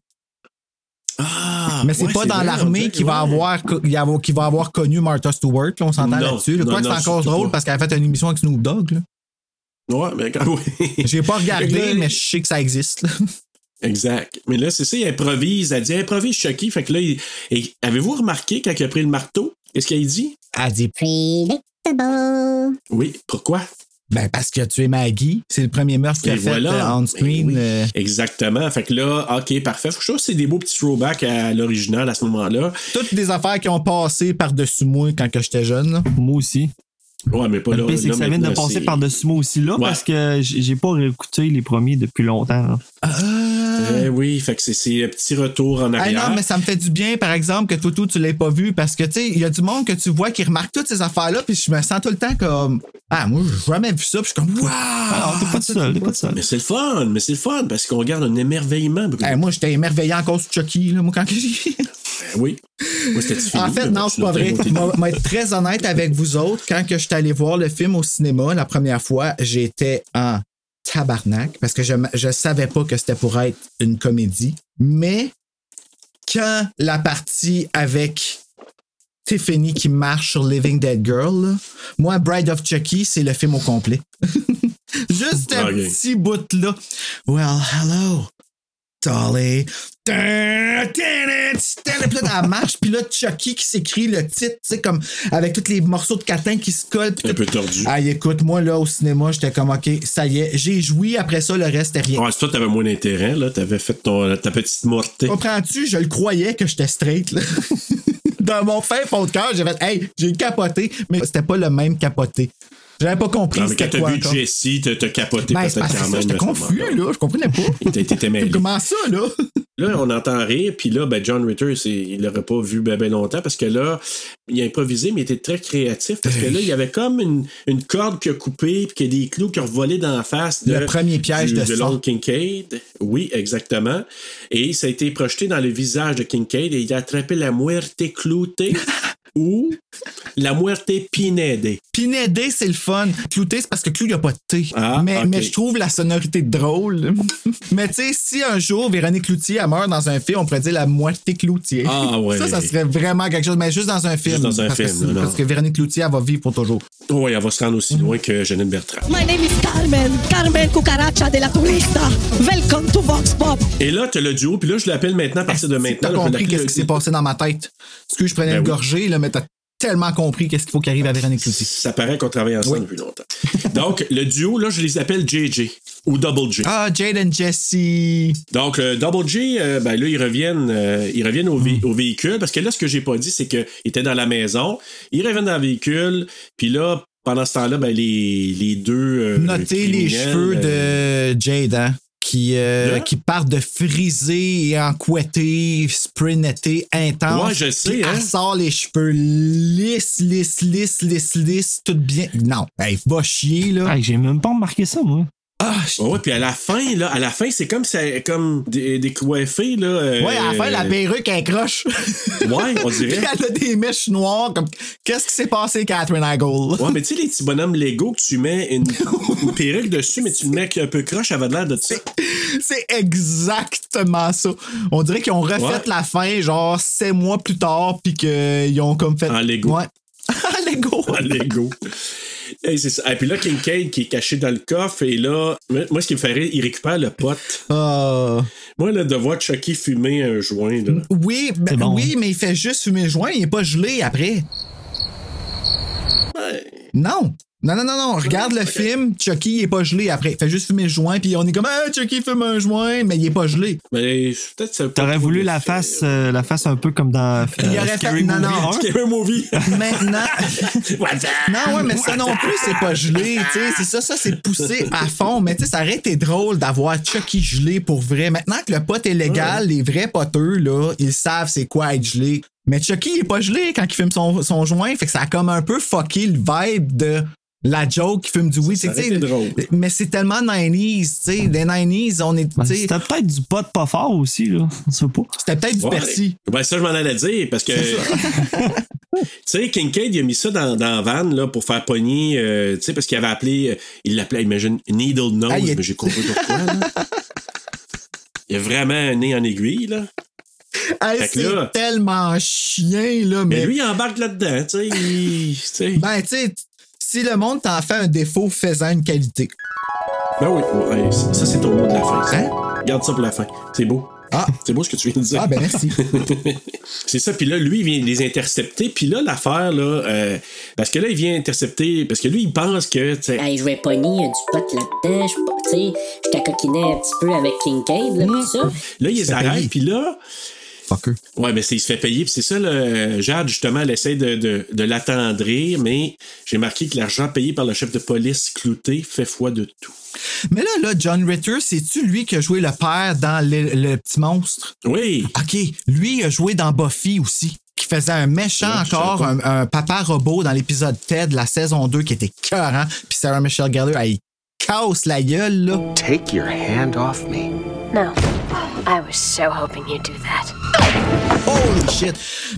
Ah,
Mais c'est
ouais,
pas dans
vrai, on
l'armée
dirait,
qu'il va
ouais.
avoir co- il y avoir- qu'il va avoir connu Martha Stewart, là, on s'entend
Non,
là-dessus. Le
non,
quoi que c'est
non,
encore
surtout
drôle
pas.
parce qu'elle a fait une émission avec Snoop Dogg. là.
Ouais, mais quand oui.
J'ai pas
Fait
regardé,
que là,
mais je sais que ça existe. là.
Exact. Mais là, c'est ça, il improvise. Elle dit improvise Chucky. Fait que là, il- et avez-vous remarqué quand il a pris le marteau Qu'est-ce qu'il dit
Elle dit
Predictable.
Oui, pourquoi
Ben parce que tu es Maggie, c'est le premier meurtre qu'il a
Et
fait
voilà.
euh, on screen.
Ben oui.
euh,
Exactement. Fait que là, OK, parfait. Faut que je trouve que c'est des beaux petits throwbacks à l'original à ce moment-là.
toutes des affaires qui ont passé par-dessus moi quand que j'étais jeune. là.
Moi aussi.
Ouais, mais pas là.
le pire, c'est
là,
que ça vient de
maintenant,
passer
c'est-
par-dessus moi aussi là
Ouais.
parce que j- j'ai pas réécouté les premiers depuis longtemps. là.
Eh oui, fait que c'est- c'est un petit retour en
euh, Hey,
arrière.
non, mais ça me fait du bien, par exemple, que Toutou, tu l'aies pas vu parce que, tu sais, il y a du monde que tu vois qui remarque toutes ces affaires-là, puis je me sens tout le temps comme, ah, moi, j'ai jamais vu ça, puis je suis comme, waouh!
Ah, t'es pas tout seul, t'es pas tout seul.
Mais c'est le fun, mais c'est le fun parce qu'on regarde un émerveillement. Bruno.
Hey, moi, j'étais émerveillé encore sur Chucky, là, moi, quand que j'ai.
Eh oui. Moi, c'était fini,
En fait,
mais
non,
bon,
c'est pas vrai.
notre
Moi, moi, être très honnête avec vous autres, quand que je suis allé voir le film au cinéma la première fois, j'étais en tabarnak parce que je, m- je savais pas que c'était pour être une comédie. Mais quand la partie avec Tiffany qui marche sur Living Dead Girl, là, moi, Bride of Chucky, c'est le film au complet. Juste un
Ok.
petit bout là. Well, hello. Dolly. Dun, dun, dun, dun. Puis là, elle marche, puis là, Chucky qui s'écrit le titre, tu sais, comme avec tous les morceaux de catin qui se collent. puis
Un
tout.
peu tordu.
Aïe, écoute, moi, là, au cinéma, j'étais comme, OK, ça y est, j'ai joui. Après ça, le reste, c'était rien.
Ouais, Ah, c'est toi, t'avais moins d'intérêt, là. T'avais fait ton, ta petite mortée.
Oh, Comprends-tu? Je le croyais que j'étais straight, là. Dans mon fin fond de cœur, j'ai fait, hey, j'ai capoté, mais c'était pas le même capoté. J'avais pas compris
Non, mais quand
c'était
t'as
quoi
vu
encore.
Jesse, t'as t'as capoté
Ben, c'est
peut-être
parce que
quand
ça,
même.
j'étais
à ce
confus,
moment-là.
là. Je comprenais pas.
T'étais mêlé.
Comment ça, là?
Là, on entend rire, puis là, ben, John Ritter, c'est- il l'aurait pas vu ben, ben longtemps parce que là, il a improvisé, mais il était très créatif parce que là, il y avait comme une, une corde qui a coupé, puis qu'il y a des clous qui ont volé dans la face de,
Le premier piège
du-
de sang.
l'oncle Kincaid. Oui, exactement. Et ça a été projeté dans le visage de Kincaid et il a attrapé la muerte cloutée ou la muerte pinedée.
Pinédé, c'est le fun. Clouté, c'est parce que Clou, il n'y a pas de thé.
Ah,
mais,
ok.
mais je trouve la sonorité drôle. mais tu sais, si un jour Véronique Cloutier elle meurt dans un film, on pourrait dire la moitié Cloutier.
Ah, ouais.
Ça, ça serait vraiment quelque chose, mais juste dans un film.
dans un
parce
film,
que,
là, non.
parce que Véronique Cloutier, elle va vivre pour toujours.
Oui, Oh, elle va se rendre aussi loin que Jeannette Bertrand.
My name is Carmen, Carmen Cucaracha de la Turista. Welcome to Vox Pop.
Et là, t'as le duo, puis là, je l'appelle maintenant à partir de maintenant.
T'as
là, je
Ah, compris
l'appelle
qu'est-ce
le-
qui s'est passé dans ma tête. Parce que je prenais
Ben
une
oui.
gorgée, là, mais t'as tellement compris qu'est-ce qu'il faut qu'il arrive à Véronique Cloutier.
Ça paraît qu'on travaille ensemble depuis longtemps. Donc, le duo, là, je les appelle JJ ou Double J.
Ah, Jade and Jesse.
Donc, le Double J, euh, ben là, ils reviennent, euh, ils reviennent au, vé- au véhicule parce que là, ce que j'ai pas dit, c'est qu'ils étaient dans la maison, ils reviennent dans le véhicule, puis là, pendant ce temps-là, ben, les, les deux. euh,
Notez les
criminels,
cheveux
euh, Hein?
de Jade, hein, qui, euh, qui partent de friser et encouettés, sprinettés, intense.
Ouais, je sais,
Puis
hein.
Elle sort les cheveux lisses, lisses, lisses, lisses, lisses, tout bien. Non, elle va chier, là.
Hey, J'ai même pas remarqué ça, moi.
Ah,
Ouais, ouais, puis à la fin, là, à la fin, c'est comme ça, comme des, des coiffés, là. euh,
Ouais, à la fin, la perruque, elle croche.
Ouais, on
Puis
dirait.
elle a des mèches noires. Comme... Qu'est-ce qui s'est passé, Catherine Hagel?
Ouais, mais tu sais, les petits bonhommes Lego que tu mets une, une perruque dessus, mais tu le mets un peu croche, avait l'air de ça.
C'est exactement ça. On dirait qu'ils ont refait
Ouais.
la fin, genre, sept mois plus tard, puis qu'ils ont comme fait.
En Lego.
Ouais. En Lego.
En Lego. Et c'est ça. Et puis là, Kincaid qui est caché dans le coffre, et là, moi, ce qui me fait rire, il récupère le pote.
Ah.
Moi, là, de voir Chucky fumer un joint, là.
Oui, ben,
C'est bon,
oui, mais il fait juste fumer le joint, il est pas gelé après. Non. Non, non, non, non. Regarde le film, Chucky, il est pas gelé après. Il fait juste fumer le joint, puis on est comme, ah, Chucky fume un joint, mais il est pas gelé.
Mais Ben, peut-être ça.
T'aurais voulu la face, euh, la face un peu comme dans.
Il
euh,
aurait fait-
Scary
non,
Movie
non.
un.
Scary movie.
Maintenant.
What's up?
Non, ouais, mais ça non plus, c'est pas gelé, tu sais. C'est ça, ça, c'est poussé à fond. Mais tu sais, ça aurait été drôle d'avoir Chucky gelé pour vrai. Maintenant que le pot est légal, les vrais poteux, là, ils savent c'est quoi être gelé. Mais Chucky, il est pas gelé quand il fume son, son joint. Fait que ça a comme un peu fucké le vibe de la joke qui fume du weed.
Ça
C'est
aurait été drôle.
Mais c'est tellement 90s, tu sais. Des 90s, on est, tu
Ben,
sais,
C'était peut-être du pot pas fort aussi, là. Je sais pas.
c'était peut-être du
Ouais.
persil.
Ben, ça, je m'en allais dire, parce que. tu sais, Kincaid, il a mis ça dans, dans la van, là, pour faire pogner, euh, tu sais, parce qu'il avait appelé, euh, il l'appelait, imagine, Needle Nose,
Ah, il est-
mais j'ai compris pourquoi, là. Il a vraiment un nez en aiguille, là.
Hey,
Fait que là-
c'est tellement chien, là,
Mais
mais
lui, il embarque là-dedans, tu sais. il- tu sais.
Ben, tu sais, si le monde t'en fait un défaut, fais-en une qualité.
Ben oui, ouais, ça, ça, c'est au mot de la fin. ça.
Hein?
Garde ça pour la fin. C'est beau.
Ah.
C'est beau ce que tu viens de dire.
Ah, ben merci.
C'est ça, puis là, lui, il vient les intercepter, puis là, l'affaire, là, euh, parce que là, il vient intercepter, parce que lui, il pense que, tu sais,
Hey, je vais pogner euh, du pot là-dedans. Je, tu sais, je tacoquinais un petit peu avec Kincaid, là, tout ça.
Là, il les
fait payer.
arrête, puis là,
Fuck eux.
ouais, mais c'est- il se fait payer, puis c'est ça, le, Jade, justement, elle essaie de, de, de l'attendrir, mais j'ai marqué que l'argent payé par le chef de police clouté fait foi de tout.
Mais là, là, John Ritter, c'est-tu lui qui a joué le père dans Le, le Petit Monstre?
Oui!
OK, lui il a joué dans Buffy aussi, qui faisait un méchant
Ouais, je
encore,
savais
un, un papa robot dans l'épisode Ted, la saison 2, qui était cœur, hein? Puis Sarah Michelle Gellar, elle y casse la gueule, là.
Take your hand off me.
No. I was so hoping you'd do that.
Holy shit!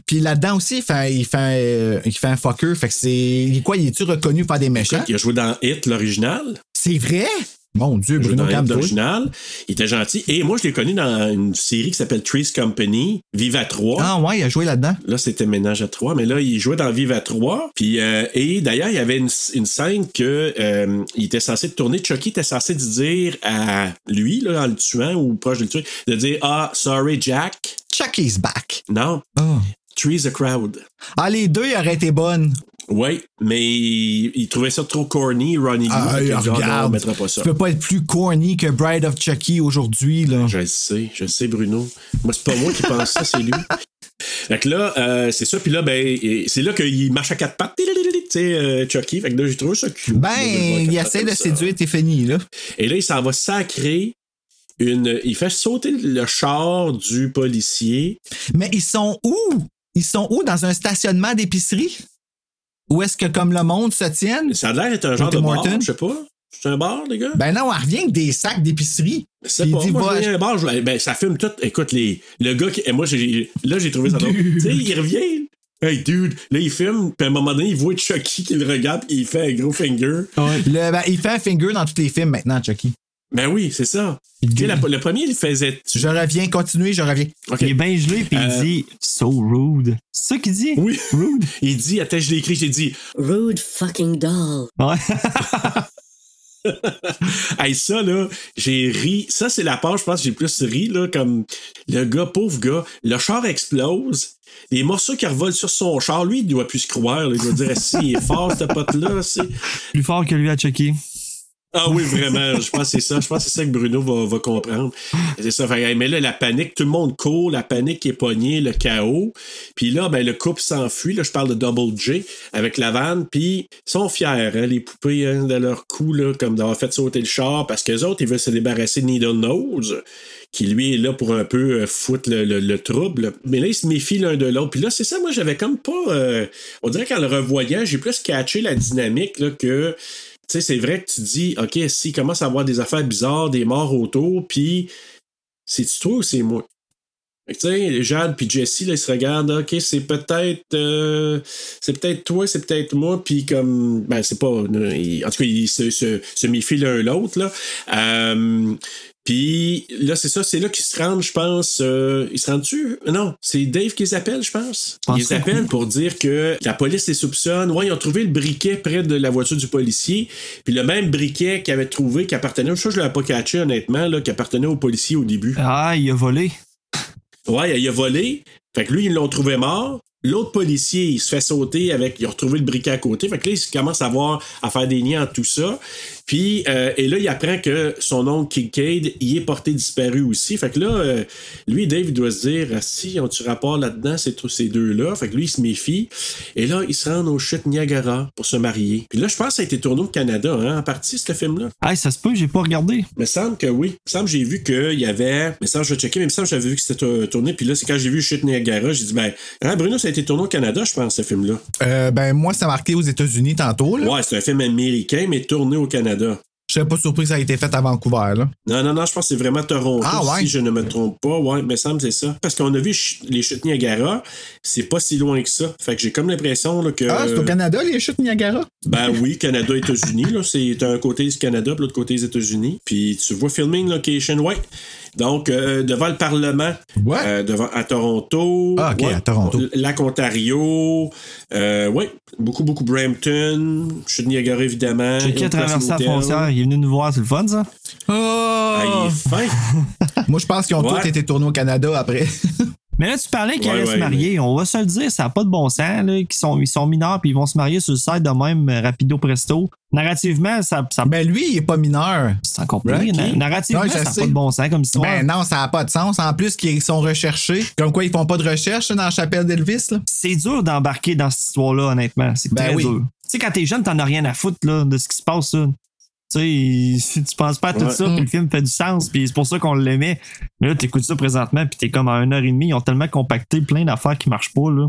Puis là-dedans aussi, il fait, un- il, fait un, euh, il fait un fucker. Fait que c'est. il est Quoi, il est-tu reconnu par des méchants?
Il a joué dans Hit, l'original.
C'est vrai? Mon Dieu,
Il a joué
Bruno
dans Hit,
Campbell.
l'original. Il était gentil. Et moi, je l'ai connu dans une série qui s'appelle Trees Company, Viva 3.
Ah ouais, il a joué là-dedans.
Là, c'était Ménage à trois, mais là, il jouait dans Vive à trois. Puis, euh, et d'ailleurs, il y avait une, une scène que euh, il était censé tourner. Chucky était censé dire à lui, là, en le tuant ou proche de le tuer, de dire Ah, sorry, Jack.
Chucky's back.
Non,
Ah.
Tree's a crowd.
Ah, les deux, ils auraient été bonnes.
Oui, mais il, il trouvait ça trop corny, Ronnie Lou.
Ah,
Fait qu'il a dit, Ah, non, on
regarde.
mettra pas
Tu
ça.
peux pas être plus corny que Bride of Chucky aujourd'hui, là.
Je le sais, je le sais, Bruno. Moi, c'est pas moi qui pense ça, c'est lui. Fait que là, euh, c'est ça, puis là, ben, et- c'est là qu'il marche à quatre pattes, tu sais, euh, Chucky. Fait que là, j'ai trouvé ça cute.
Ben,
Moi, je le vois à
il
quatre
essaie
pattes
de
comme ça.
séduire Tiffany, là.
Et là, il s'en va sacrer une, il fait sauter le char du policier.
Mais ils sont où? Ils sont où? Dans un stationnement d'épicerie? Où est-ce que comme le monde se tienne?
Ça a l'air d'être un genre de bar, je sais pas. C'est un bar, les gars?
Ben non, on revient avec des sacs d'épicerie.
C'est pas, dit, moi, je viens à un bar, je- ben, ça filme tout. Écoute, les, le gars qui, moi, j'ai, là, j'ai trouvé ça drôle. Tu sais, il revient. Hey, dude, là, il filme, puis à un moment donné, il voit Chucky qui le regarde, puis il fait un gros finger.
Le- ben, il fait un finger dans tous les films maintenant, Chucky.
Ben oui, c'est ça. Tu sais, la- le premier, il faisait.
Je reviens, continuez, je reviens.
Ok.
Il est bien gelé, puis
Euh,
il dit So rude. C'est ça qu'il dit?
Oui.
Rude.
Il dit, attends, je l'ai écrit, j'ai dit,
Rude fucking doll.
Ouais.
hey, ça, là, j'ai ri. Ça, c'est la part, je pense, que j'ai plus ri, là, comme le gars, pauvre gars, le char explose. Les morceaux qui revolent sur son char, lui, il doit plus se croire. là. il doit dire, si, il est fort, ce pote-là. c'est-
Plus fort que lui à checker.
Ah oui, vraiment, je pense que c'est ça. Je pense que c'est ça que Bruno va, va comprendre. C'est ça. Fait que, hey, mais là, la panique, tout le monde court, la panique est pognée, le chaos. Puis là, ben, le couple s'enfuit. Là, je parle de Double J avec la vanne. Puis ils sont fiers, hein, les poupées, hein, de leur coup, là, comme d'avoir fait sauter le char, parce qu'eux autres, ils veulent se débarrasser de Needle Nose, qui lui est là pour un peu euh, foutre le, le- le trouble. Mais là, ils se méfient l'un de l'autre. Puis là, c'est ça, moi, j'avais comme pas. euh, on dirait qu'en le revoyant, j'ai plus catché la dynamique là, que tu sais, c'est vrai que tu dis, OK, s'il commence à avoir des affaires bizarres, des morts autour, puis c'est-tu toi ou c'est moi? Fait que, Tu sais, Jade puis Jesse, là, ils se regardent, OK, c'est peut-être euh, c'est peut-être toi, c'est peut-être moi, puis comme, ben, c'est pas, euh, ils- en tout cas, ils se, se, se méfient l'un l'autre, là. Euh, puis là, c'est ça, c'est là qu'ils se rendent, je pense. euh, ils se rendent-tu? Non, c'est Dave qui les appelle, je pense.
pense
Ils les
que oui.
appellent pour dire que la police les soupçonne. Ouais, ils ont trouvé le briquet près de la voiture du policier. Puis le même briquet qu'ils avaient trouvé qui appartenait, je ne l'avais pas catché honnêtement, là, qui appartenait au policier au début.
Ah, il a volé.
Ouais, il a volé. Fait que lui, ils l'ont trouvé mort. L'autre policier, il se fait sauter avec. Il a retrouvé le briquet à côté. Fait que là, il commence à voir, à faire des liens entre tout ça. Puis, euh, et là, il apprend que son oncle Kincaid y est porté disparu aussi. Fait que là, euh, lui, Dave, il doit se dire Ah, si, ont-tu rapport là-dedans, ces, tous ces deux-là Fait que lui, il se méfie. Et là, ils se rendent au chute Niagara pour se marier. Puis là, je pense que ça a été tourné au Canada, hein, en partie, ce film-là.
Hey, ça se peut, j'ai pas regardé.
Il me semble que oui. Il me semble que j'ai vu qu'il y avait. Mais ça, je vais checker, mais il me semble que j'avais vu que c'était euh, tourné. Puis là, c'est quand j'ai vu Chute Niagara, j'ai dit, ben, hein, Bruno, ça a été tourné au Canada, je pense, ce film-là.
Euh, ben, moi, ça marqué aux États-Unis tantôt. Là.
Ouais, c'est un film américain, mais tourné au Canada.
Je serais pas surpris que ça a été fait à Vancouver. Là.
Non, non, non, je pense que c'est vraiment Toronto,
Ah, ouais.
si je ne me trompe pas. Ouais, il me semble que c'est ça. Parce qu'on a vu Ch- les Chutes Niagara, c'est pas si loin que ça. Fait que j'ai comme l'impression là, que.
Ah, c'est au Canada, les chutes Niagara?
Ben oui, Canada, États-Unis, là. C'est t'as un côté du Canada, puis l'autre côté des États-Unis. Puis tu vois Filming Location, ouais. Donc, euh, devant le Parlement.
Ouais.
euh, devant, à Toronto.
Ah, ok,
ouais.
à Toronto.
Lac Ontario. Euh, ouais. Beaucoup, beaucoup Brampton. Chute Niagara, évidemment.
Checker a
Hilton
traversé la
Hotel.
frontière. Il est venu nous voir, c'est le fun, ça?
Ah, il est fin.
Oh! Moi, je pense qu'ils ont
Ouais.
tous été tournés au Canada après.
Mais là, tu parlais qu'ils
Ouais,
allaient
ouais,
se marier. On va se le dire, ça n'a pas de bon sens. Là, qu'ils sont, ils sont mineurs puis ils vont se marier sur le site de même euh, rapido presto. Narrativement, ça, ça
ben, lui, il est pas mineur.
c'est encore pire.
Right.
Na- Narrativement,
Ouais, je
ça n'a
sais.
pas de bon sens comme histoire.
Ben non, ça n'a pas de sens. En plus, qu'ils sont recherchés. Comme quoi, ils font pas de recherche là, dans la chapelle d'Elvis. là.
c'est dur d'embarquer dans cette histoire-là, honnêtement. C'est
Ben
très
oui.
dur. Tu sais, quand t'es jeune, t'en as rien à foutre là, de ce qui se passe. là. Tu sais, si tu penses pas à tout
Ouais.
ça, puis le film fait du sens, puis c'est pour ça qu'on l'aimait. Mais là, t'écoutes ça présentement, puis t'es comme à une heure et demie, ils ont tellement compacté plein d'affaires qui marchent pas. là.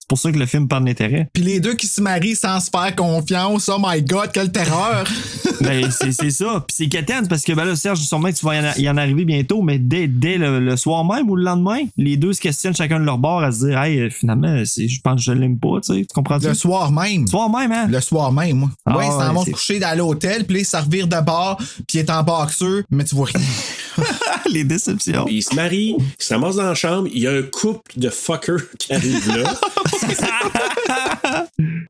C'est pour ça que le film perd d'intérêt.
Puis les deux qui se marient sans se faire confiance. Oh my God, quelle terreur!
ben, c'est c'est ça. Puis c'est quétaine, parce que ben là, Serge, sûrement que tu vas y en, y en arriver bientôt, mais dès, dès le, le soir même ou le lendemain, les deux se questionnent chacun de leur bord à se dire, hey, euh, finalement, c'est- je pense que je l'aime pas, tu sais. Tu comprends-tu?
Le soir même.
soir même, hein?
Le soir même, moi.
Ah
ouais, ils s'en
ouais,
vont se
c'est-
coucher dans l'hôtel, puis là, ils se revirent de bord, puis il est en boxeur, mais tu vois rien.
les
Ah.
déceptions.
Puis il se marie, il se ramasse dans la chambre, il y a un couple de fuckers qui arrive là.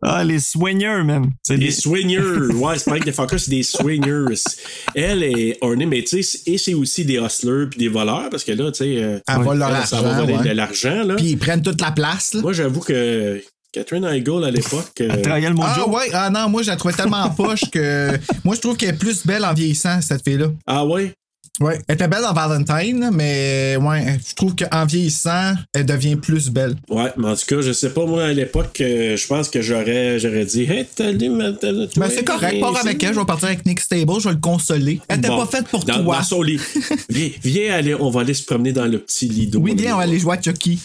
Ah, les soigneurs, même. C'est
Des
des...
swingers. Ouais, c'est pas que des fuckers, c'est des swingers. Elle est ornée, mais tu sais, et c'est aussi des hustlers puis des voleurs, parce que là, tu sais, euh,
Ah, Elle vole leur
elle, ça va
argent,
voler
ouais.
de l'argent, là.
Puis ils prennent toute la place. Là.
Moi, j'avoue que Catherine Heigl, à l'époque, euh,
Elle travaillait le mojo.
Ah ouais, ah non, moi je la trouvais tellement poche que moi je trouve qu'elle est plus belle en vieillissant, cette fille-là.
ah ouais,
Ouais, elle était belle en Valentine, mais ouais, je trouve qu'en vieillissant, elle devient plus belle.
Ouais, mais en tout cas, je sais pas, moi, à l'époque, euh, je pense que j'aurais, j'aurais dit, hey, t'as dit, ma- t'as-
Mais
toi,
Ben, c'est correct,
mais
pars
c'est-
avec elle, je vais partir avec Nick Stable, je vais le consoler. Elle n'était
Bon,
pas faite pour
dans-
toi.
Dans son lit. viens, viens aller, on va aller se promener dans le petit lit d'eau.
Oui, bien, on va aller jouer à Chucky.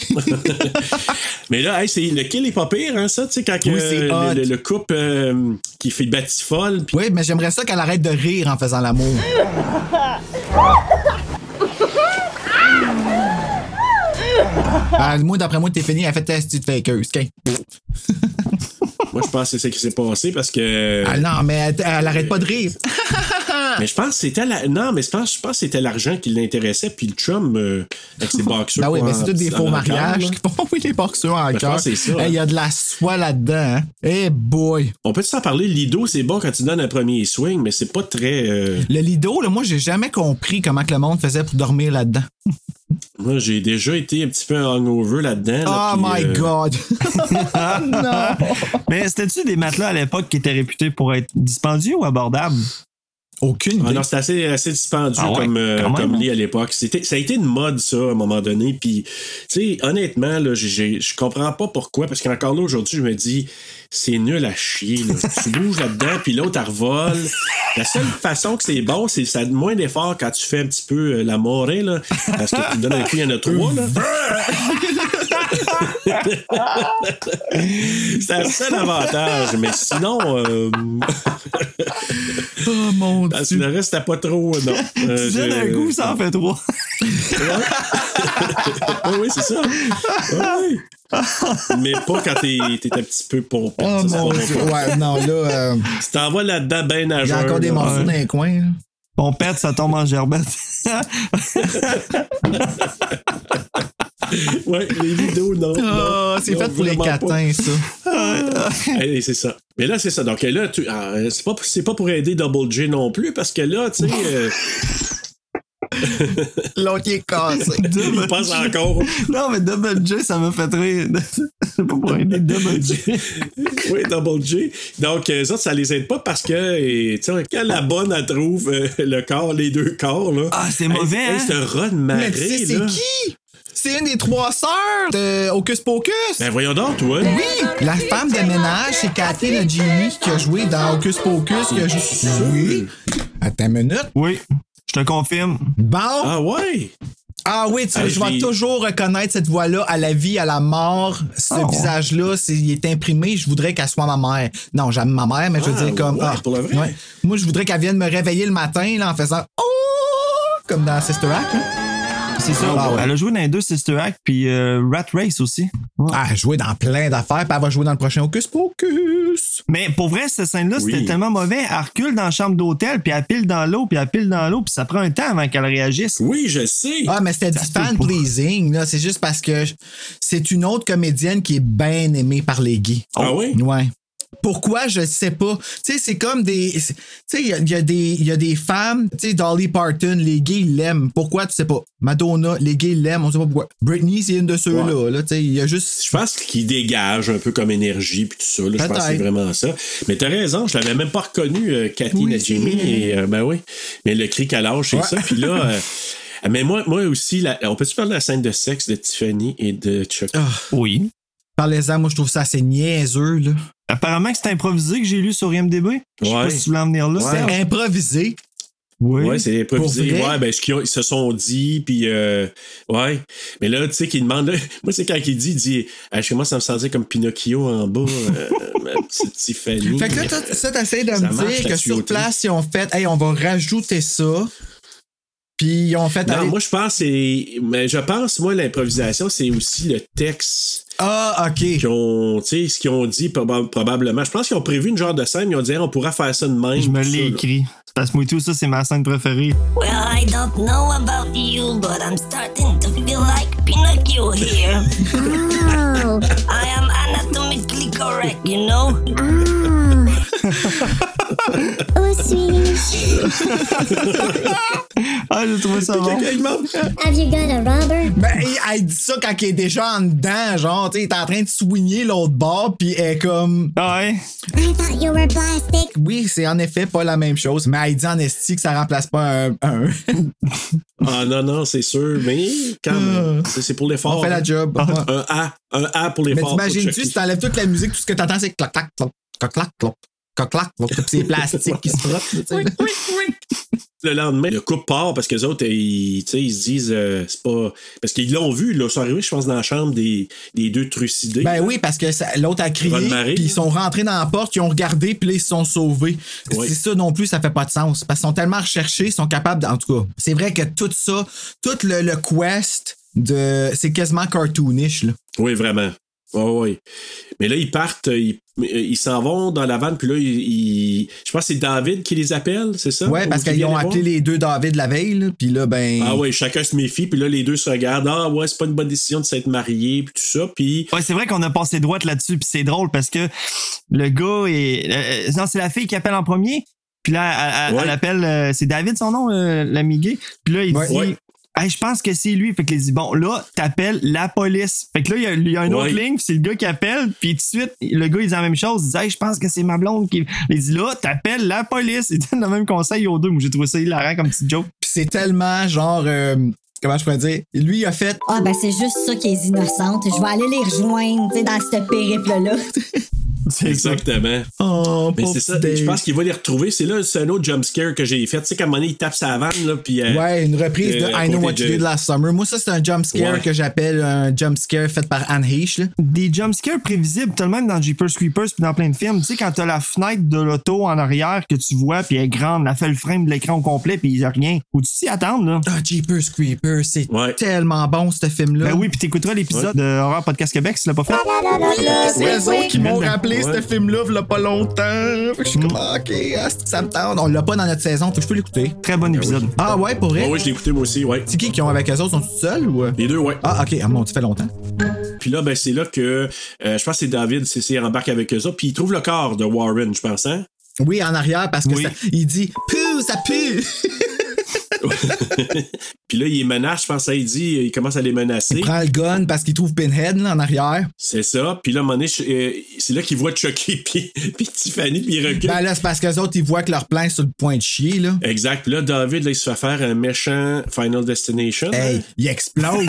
Mais là, hey, c'est, le kill est pas pire, hein, ça, tu sais, quand que,
Oui, c'est
euh,
hot.
le, le- le couple euh, qui fait batifolle. puis-
oui, mais j'aimerais ça qu'elle arrête de rire en faisant l'amour. Ah, moi, d'après moi, t'es fini, elle fait ta petite fakeuse. ok?
Moi, je pense que c'est ça qui s'est passé parce que.
Ah non, mais elle, elle arrête pas de rire.
Mais je pense que c'était la... Non, mais je pense, je pense que c'était l'argent qui l'intéressait, puis le chum euh, avec ses boxeurs.
Ben oui, mais c'est tous des faux mariages
là.
qui font oui, les boxeurs en
Ben, je pense
cœur.
que c'est ça, hein.
Il y a de la soie là-dedans. hein. Eh boy!
On peut s'en parler, Lido, c'est bon quand tu donnes un premier swing, mais c'est pas très. euh,
Le lido, là, moi, j'ai jamais compris comment que le monde faisait pour dormir là-dedans.
Moi, j'ai déjà été un petit peu hangover là-dedans. là,
oh
puis,
my
euh,
God! non!
Mais c'était-tu des matelas à l'époque qui étaient réputés pour être dispendieux ou abordables?
Aucune
Ah
idée.
non, c'était assez, assez dispendieux
Ah ouais,
comme, euh,
quand même,
comme
hein.
lit à l'époque. C'était, ça a été une mode, ça, à un moment donné. Puis, tu sais, honnêtement, là, j'ai- j'ai- je comprends pas pourquoi. Parce qu'encore là, aujourd'hui, je me dis, c'est nul à chier. là. tu bouges là-dedans, puis l'autre, elle revole. La seule façon que c'est bon, c'est que ça a moins d'effort quand tu fais un petit peu euh, la morée, là. Parce que tu donnes un coup, il y en a trois, là. c'est le seul avantage. Mais sinon. euh,
oh mon
parce que le
Dieu!
reste, t'as pas trop. euh, Non. Euh,
Tu donnes
j'ai-
un goût, ça en fait trois.
Ah oui, c'est ça. Ah oui. Mais pas quand t'es t'es un petit peu pour.
Oh mon Dieu! Ouais, non, là, euh,
Tu t'envoies là-dedans ben à
il y a
jeun,
encore des
là.
morceaux dans les coins. là.
On pète, ça tombe en gerbette.
Ouais, les vidéos, Oh, non.
Ah,
non,
c'est
non,
fait pour les
vraiment pas.
catins, ça.
Eh, c'est ça. Mais là, c'est ça. Donc là, tu- ah, c'est pas, c'est pas pour aider Double J non plus, parce que là, tu sais, euh,
L'autre, il est cassé.
il passe encore.
non, mais Double J, ça m'a fait rire. C'est pas pour aider Double J.
oui, Double J. Donc, euh, eux autres, ça les aide pas parce que, et, tu sais, quand la bonne, elle trouve euh, le corps, les deux corps, là.
Ah, c'est mauvais,
Hey,
hein?
C'est un Eh, rat de marée,
Mais tu sais,
là.
c'est qui? C'est une des trois sœurs de Hocus Pocus!
Ben voyons donc, toi.
Oui! La femme de ménage, c'est Cathy le Genie qui a joué dans Hocus Pocus. Qui a joué... Oui! Attends une minute.
Oui, je te confirme.
Bon!
Ah ouais!
Ah oui, tu-
Ah,
je
je
vais
l'ai-
toujours reconnaître cette voix-là à la vie, à la mort. Ce
Ah, ouais.
visage-là, c'est- il est imprimé. Je voudrais qu'elle soit ma mère. Non, j'aime ma mère, mais je
Ah,
veux dire comme.
ouais, pour le vrai?
Moi, je voudrais qu'elle vienne me réveiller le matin là, en faisant Oh! Comme dans Sister Act. hein. là.
C'est ça.
Ah ouais.
Elle a joué dans les deux Sister Act puis euh, Rat Race aussi. Ouais.
Ah, elle jouait dans plein d'affaires, puis elle va jouer dans le prochain Hocus Pocus.
Mais pour vrai, cette scène-là,
Oui.
c'était tellement mauvais. Elle recule dans la chambre d'hôtel, puis elle pile dans l'eau, puis elle pile dans l'eau, puis ça prend un temps avant qu'elle réagisse.
Oui, je sais.
Ah, mais c'était du
se peut pas.
fan-pleasing, là. C'est juste parce que je- c'est une autre comédienne qui est bien aimée par les gays. Oh.
Ah oui?
Ouais. Pourquoi, je sais pas. Tu sais, c'est comme des. Tu sais, il y a, il y a des- il y a des femmes. Tu sais, Dolly Parton, les gays ils l'aiment. Pourquoi, tu sais pas. Madonna, les gays ils l'aiment. On sait pas pourquoi. Britney, c'est une de ceux-là. là. Tu sais, il y a juste.
Je pense qu'il dégage un peu comme énergie puis tout ça. là. Je pense que c'est
Peut-être.
vraiment ça. Mais t'as raison, je l'avais même pas reconnu, euh, Cathy
Oui,
Najimy.
c'est vrai.
Et, euh, ben oui. Mais le cri qu'elle lâche, c'est
Ouais.
ça. Puis là, euh, mais moi, moi aussi, la- on peut-tu parler de la scène de sexe de Tiffany et de
Ah,
Chuck?
Oui.
Parlez-en, moi, je trouve ça assez niaiseux, là.
Apparemment que c'est improvisé que j'ai lu sur IMDB. Je sais
Ouais.
pas si tu voulais en venir là. Serge.
C'est improvisé.
Oui.
Ouais, c'est improvisé.
Pour vrai?
Ouais, ben, ce qu'ils ont- ils se sont dit, puis euh, ouais. Mais là, tu sais, qu'il demande, moi, c'est quand il dit, il dit, Ah, chez moi, ça me sentait comme Pinocchio en bas, euh, ma petite Tiffany.
Fait que là, toi, t- ça, t'essayes de
Ça
me
marche,
dire
la
que sur
tuyauterie.
place, ils ont fait, hey, on va rajouter ça. Puis, ils ont fait.
Non,
allez-
moi je pense c'est mais je pense moi l'improvisation c'est aussi le texte
Ah, OK.
qu'ils ont tu sais ce qu'ils ont dit proba- probablement. Je pense qu'ils ont prévu une genre de scène, ils ont dit Hey, on pourra faire ça de même.
Je me
tout ça,
l'ai
là.
écrit. C'est Parce que moi, tout ça, c'est ma scène préférée.
Well, I don't know about you, but I'm starting to feel like Pinocchio here.
Oh,
I am anatomically correct, you know?
oh,
ah, j'ai trouvé ça bon.
Have you got a rubber?
Ben, elle dit ça quand il est déjà en dedans, genre, tu sais, il est en train de soigner l'autre bord, puis elle est comme.
Ah Ouais.
I thought you were plastic.
Oui, c'est en effet pas la même chose, mais elle dit en esti que ça remplace pas un. un.
Ah non, non, c'est sûr, mais quand même. C'est c'est pour l'effort.
Ah.
hein.
On fait la job.
Un A. Un A pour
mais
l'effort.
t'imagines-tu, si t'enlèves toute la musique, tout ce que t'entends, c'est clac, clac, clac, clac, clac, clac, clac, clac, clac, puis c'est plastique qui se frotte, tu sais.
Le lendemain, le couple part parce que les autres, ils, tu sais, ils se disent, euh, c'est pas. Parce qu'ils l'ont vu, là, ils sont arrivés, je pense, dans la chambre des, des deux trucidés.
Ben oui, parce que ça- l'autre a crié,
Ronne-Marie.
puis ils sont rentrés dans la porte, ils ont regardé, puis là, ils se sont sauvés.
Oui.
C'est ça non plus, ça fait pas de sens. Parce qu'ils sont tellement recherchés, ils sont capables, d- en tout cas. C'est vrai que tout ça, tout le, le quest de. C'est quasiment cartoonish, là.
Oui, vraiment. Oui, oui. Mais là, ils partent, euh, ils ils s'en vont dans la vanne, puis là, ils, ils- je pense que c'est David qui les appelle, c'est ça?
Ouais,
Ou
parce
qui
qu'ils
vient
ont
les
appelé
voir?
les deux David la veille, là, puis là, ben.
Ah oui, chacun se méfie, puis là, les deux se regardent. Ah ouais, c'est pas une bonne décision de s'être marié, puis tout ça, puis.
Ouais, c'est vrai qu'on a passé droite là-dessus, puis c'est drôle parce que le gars est. euh, non, c'est la fille qui appelle en premier. Puis là, elle, elle- elle appelle. euh, c'est David son nom, euh, l'ami gay. Puis là, il
Ouais.
dit.
Ouais.
Hey, je pense que c'est lui. Fait que il dit Bon, là, t'appelles la police. Fait que là, il y a, il y a une
Ouais.
autre ligne, puis c'est le gars qui appelle. Puis tout de suite, le gars, il dit la même chose. Il dit Hey, je pense que c'est ma blonde qui. Il dit Là, t'appelles la police. Il donne le même conseil aux deux. Moi, j'ai trouvé ça hilarant comme petite joke.
Puis c'est tellement genre. euh, comment je pourrais dire? Lui, il a fait.
Ah, ben c'est juste ça qui est innocente. Je vais aller les rejoindre, tu sais, dans ce périple-là.
Exactement.
Oh,
Mais
pauvre
c'est ça,
petit Dave.
je pense qu'il va les retrouver. C'est là, c'est un autre jumpscare que j'ai fait. Tu sais, qu'à un moment donné, il tape sa vanne, là, puis. euh,
Ouais, une reprise de
euh,
I Know What
côté
You Did Last Summer. Moi, ça, c'est un jump scare
Ouais.
que j'appelle un jump scare fait par Anne Heche. là.
des jumpscares prévisibles, tellement que dans Jeepers Creepers puis dans plein de films. Tu sais, quand t'as la fenêtre de l'auto en arrière que tu vois, puis elle est grande, elle fait le frame de l'écran au complet, puis il y a rien. Ou tu t'y attends, là.
Ah, Jeepers Creepers, c'est tellement bon, ce film-là.
Ben oui, puis t'écouteras l'épisode
Ouais.
de Horror Podcast Québec si tu l'as pas fait.
Oui, c'est eux autres qui m'ont
Ouais. Mm.
rappelé ce film-là, il pas longtemps. Fait que Je suis comme, ah, ok, ah, c'est que ça me tente. On l'a pas dans notre saison, faut que je peux l'écouter.
Très bon épisode.
Ah ouais, pour
Ouais,
vrai?
ouais, je l'ai écouté moi aussi, ouais.
C'est qui qui ont avec eux autres? Sont tout seuls ou?
Les deux, ouais.
Ah, ok, ah, mon, tu fais longtemps. Ah.
Puis là, ben, c'est là que euh, je pense que c'est David, c'est c'est embarque avec eux autres, puis il trouve le corps de Warren, je pense, hein?
Oui, en arrière, parce que ça- il dit, pue, ça pue!
Puis là, il les menace, je pense, ça, il dit, il commence à les menacer.
Il prend le gun parce qu'il trouve Pinhead là, en arrière.
C'est ça. Puis là, à un moment donné, je- euh, c'est là qu'il voit Chucky, puis, puis Tiffany, puis il recule.
Ben là, c'est parce qu'eux autres, ils voient que leur plan est sur le point de chier, là.
Exact. Puis là, David, là, il se fait faire un méchant Final Destination.
Hey, il explose.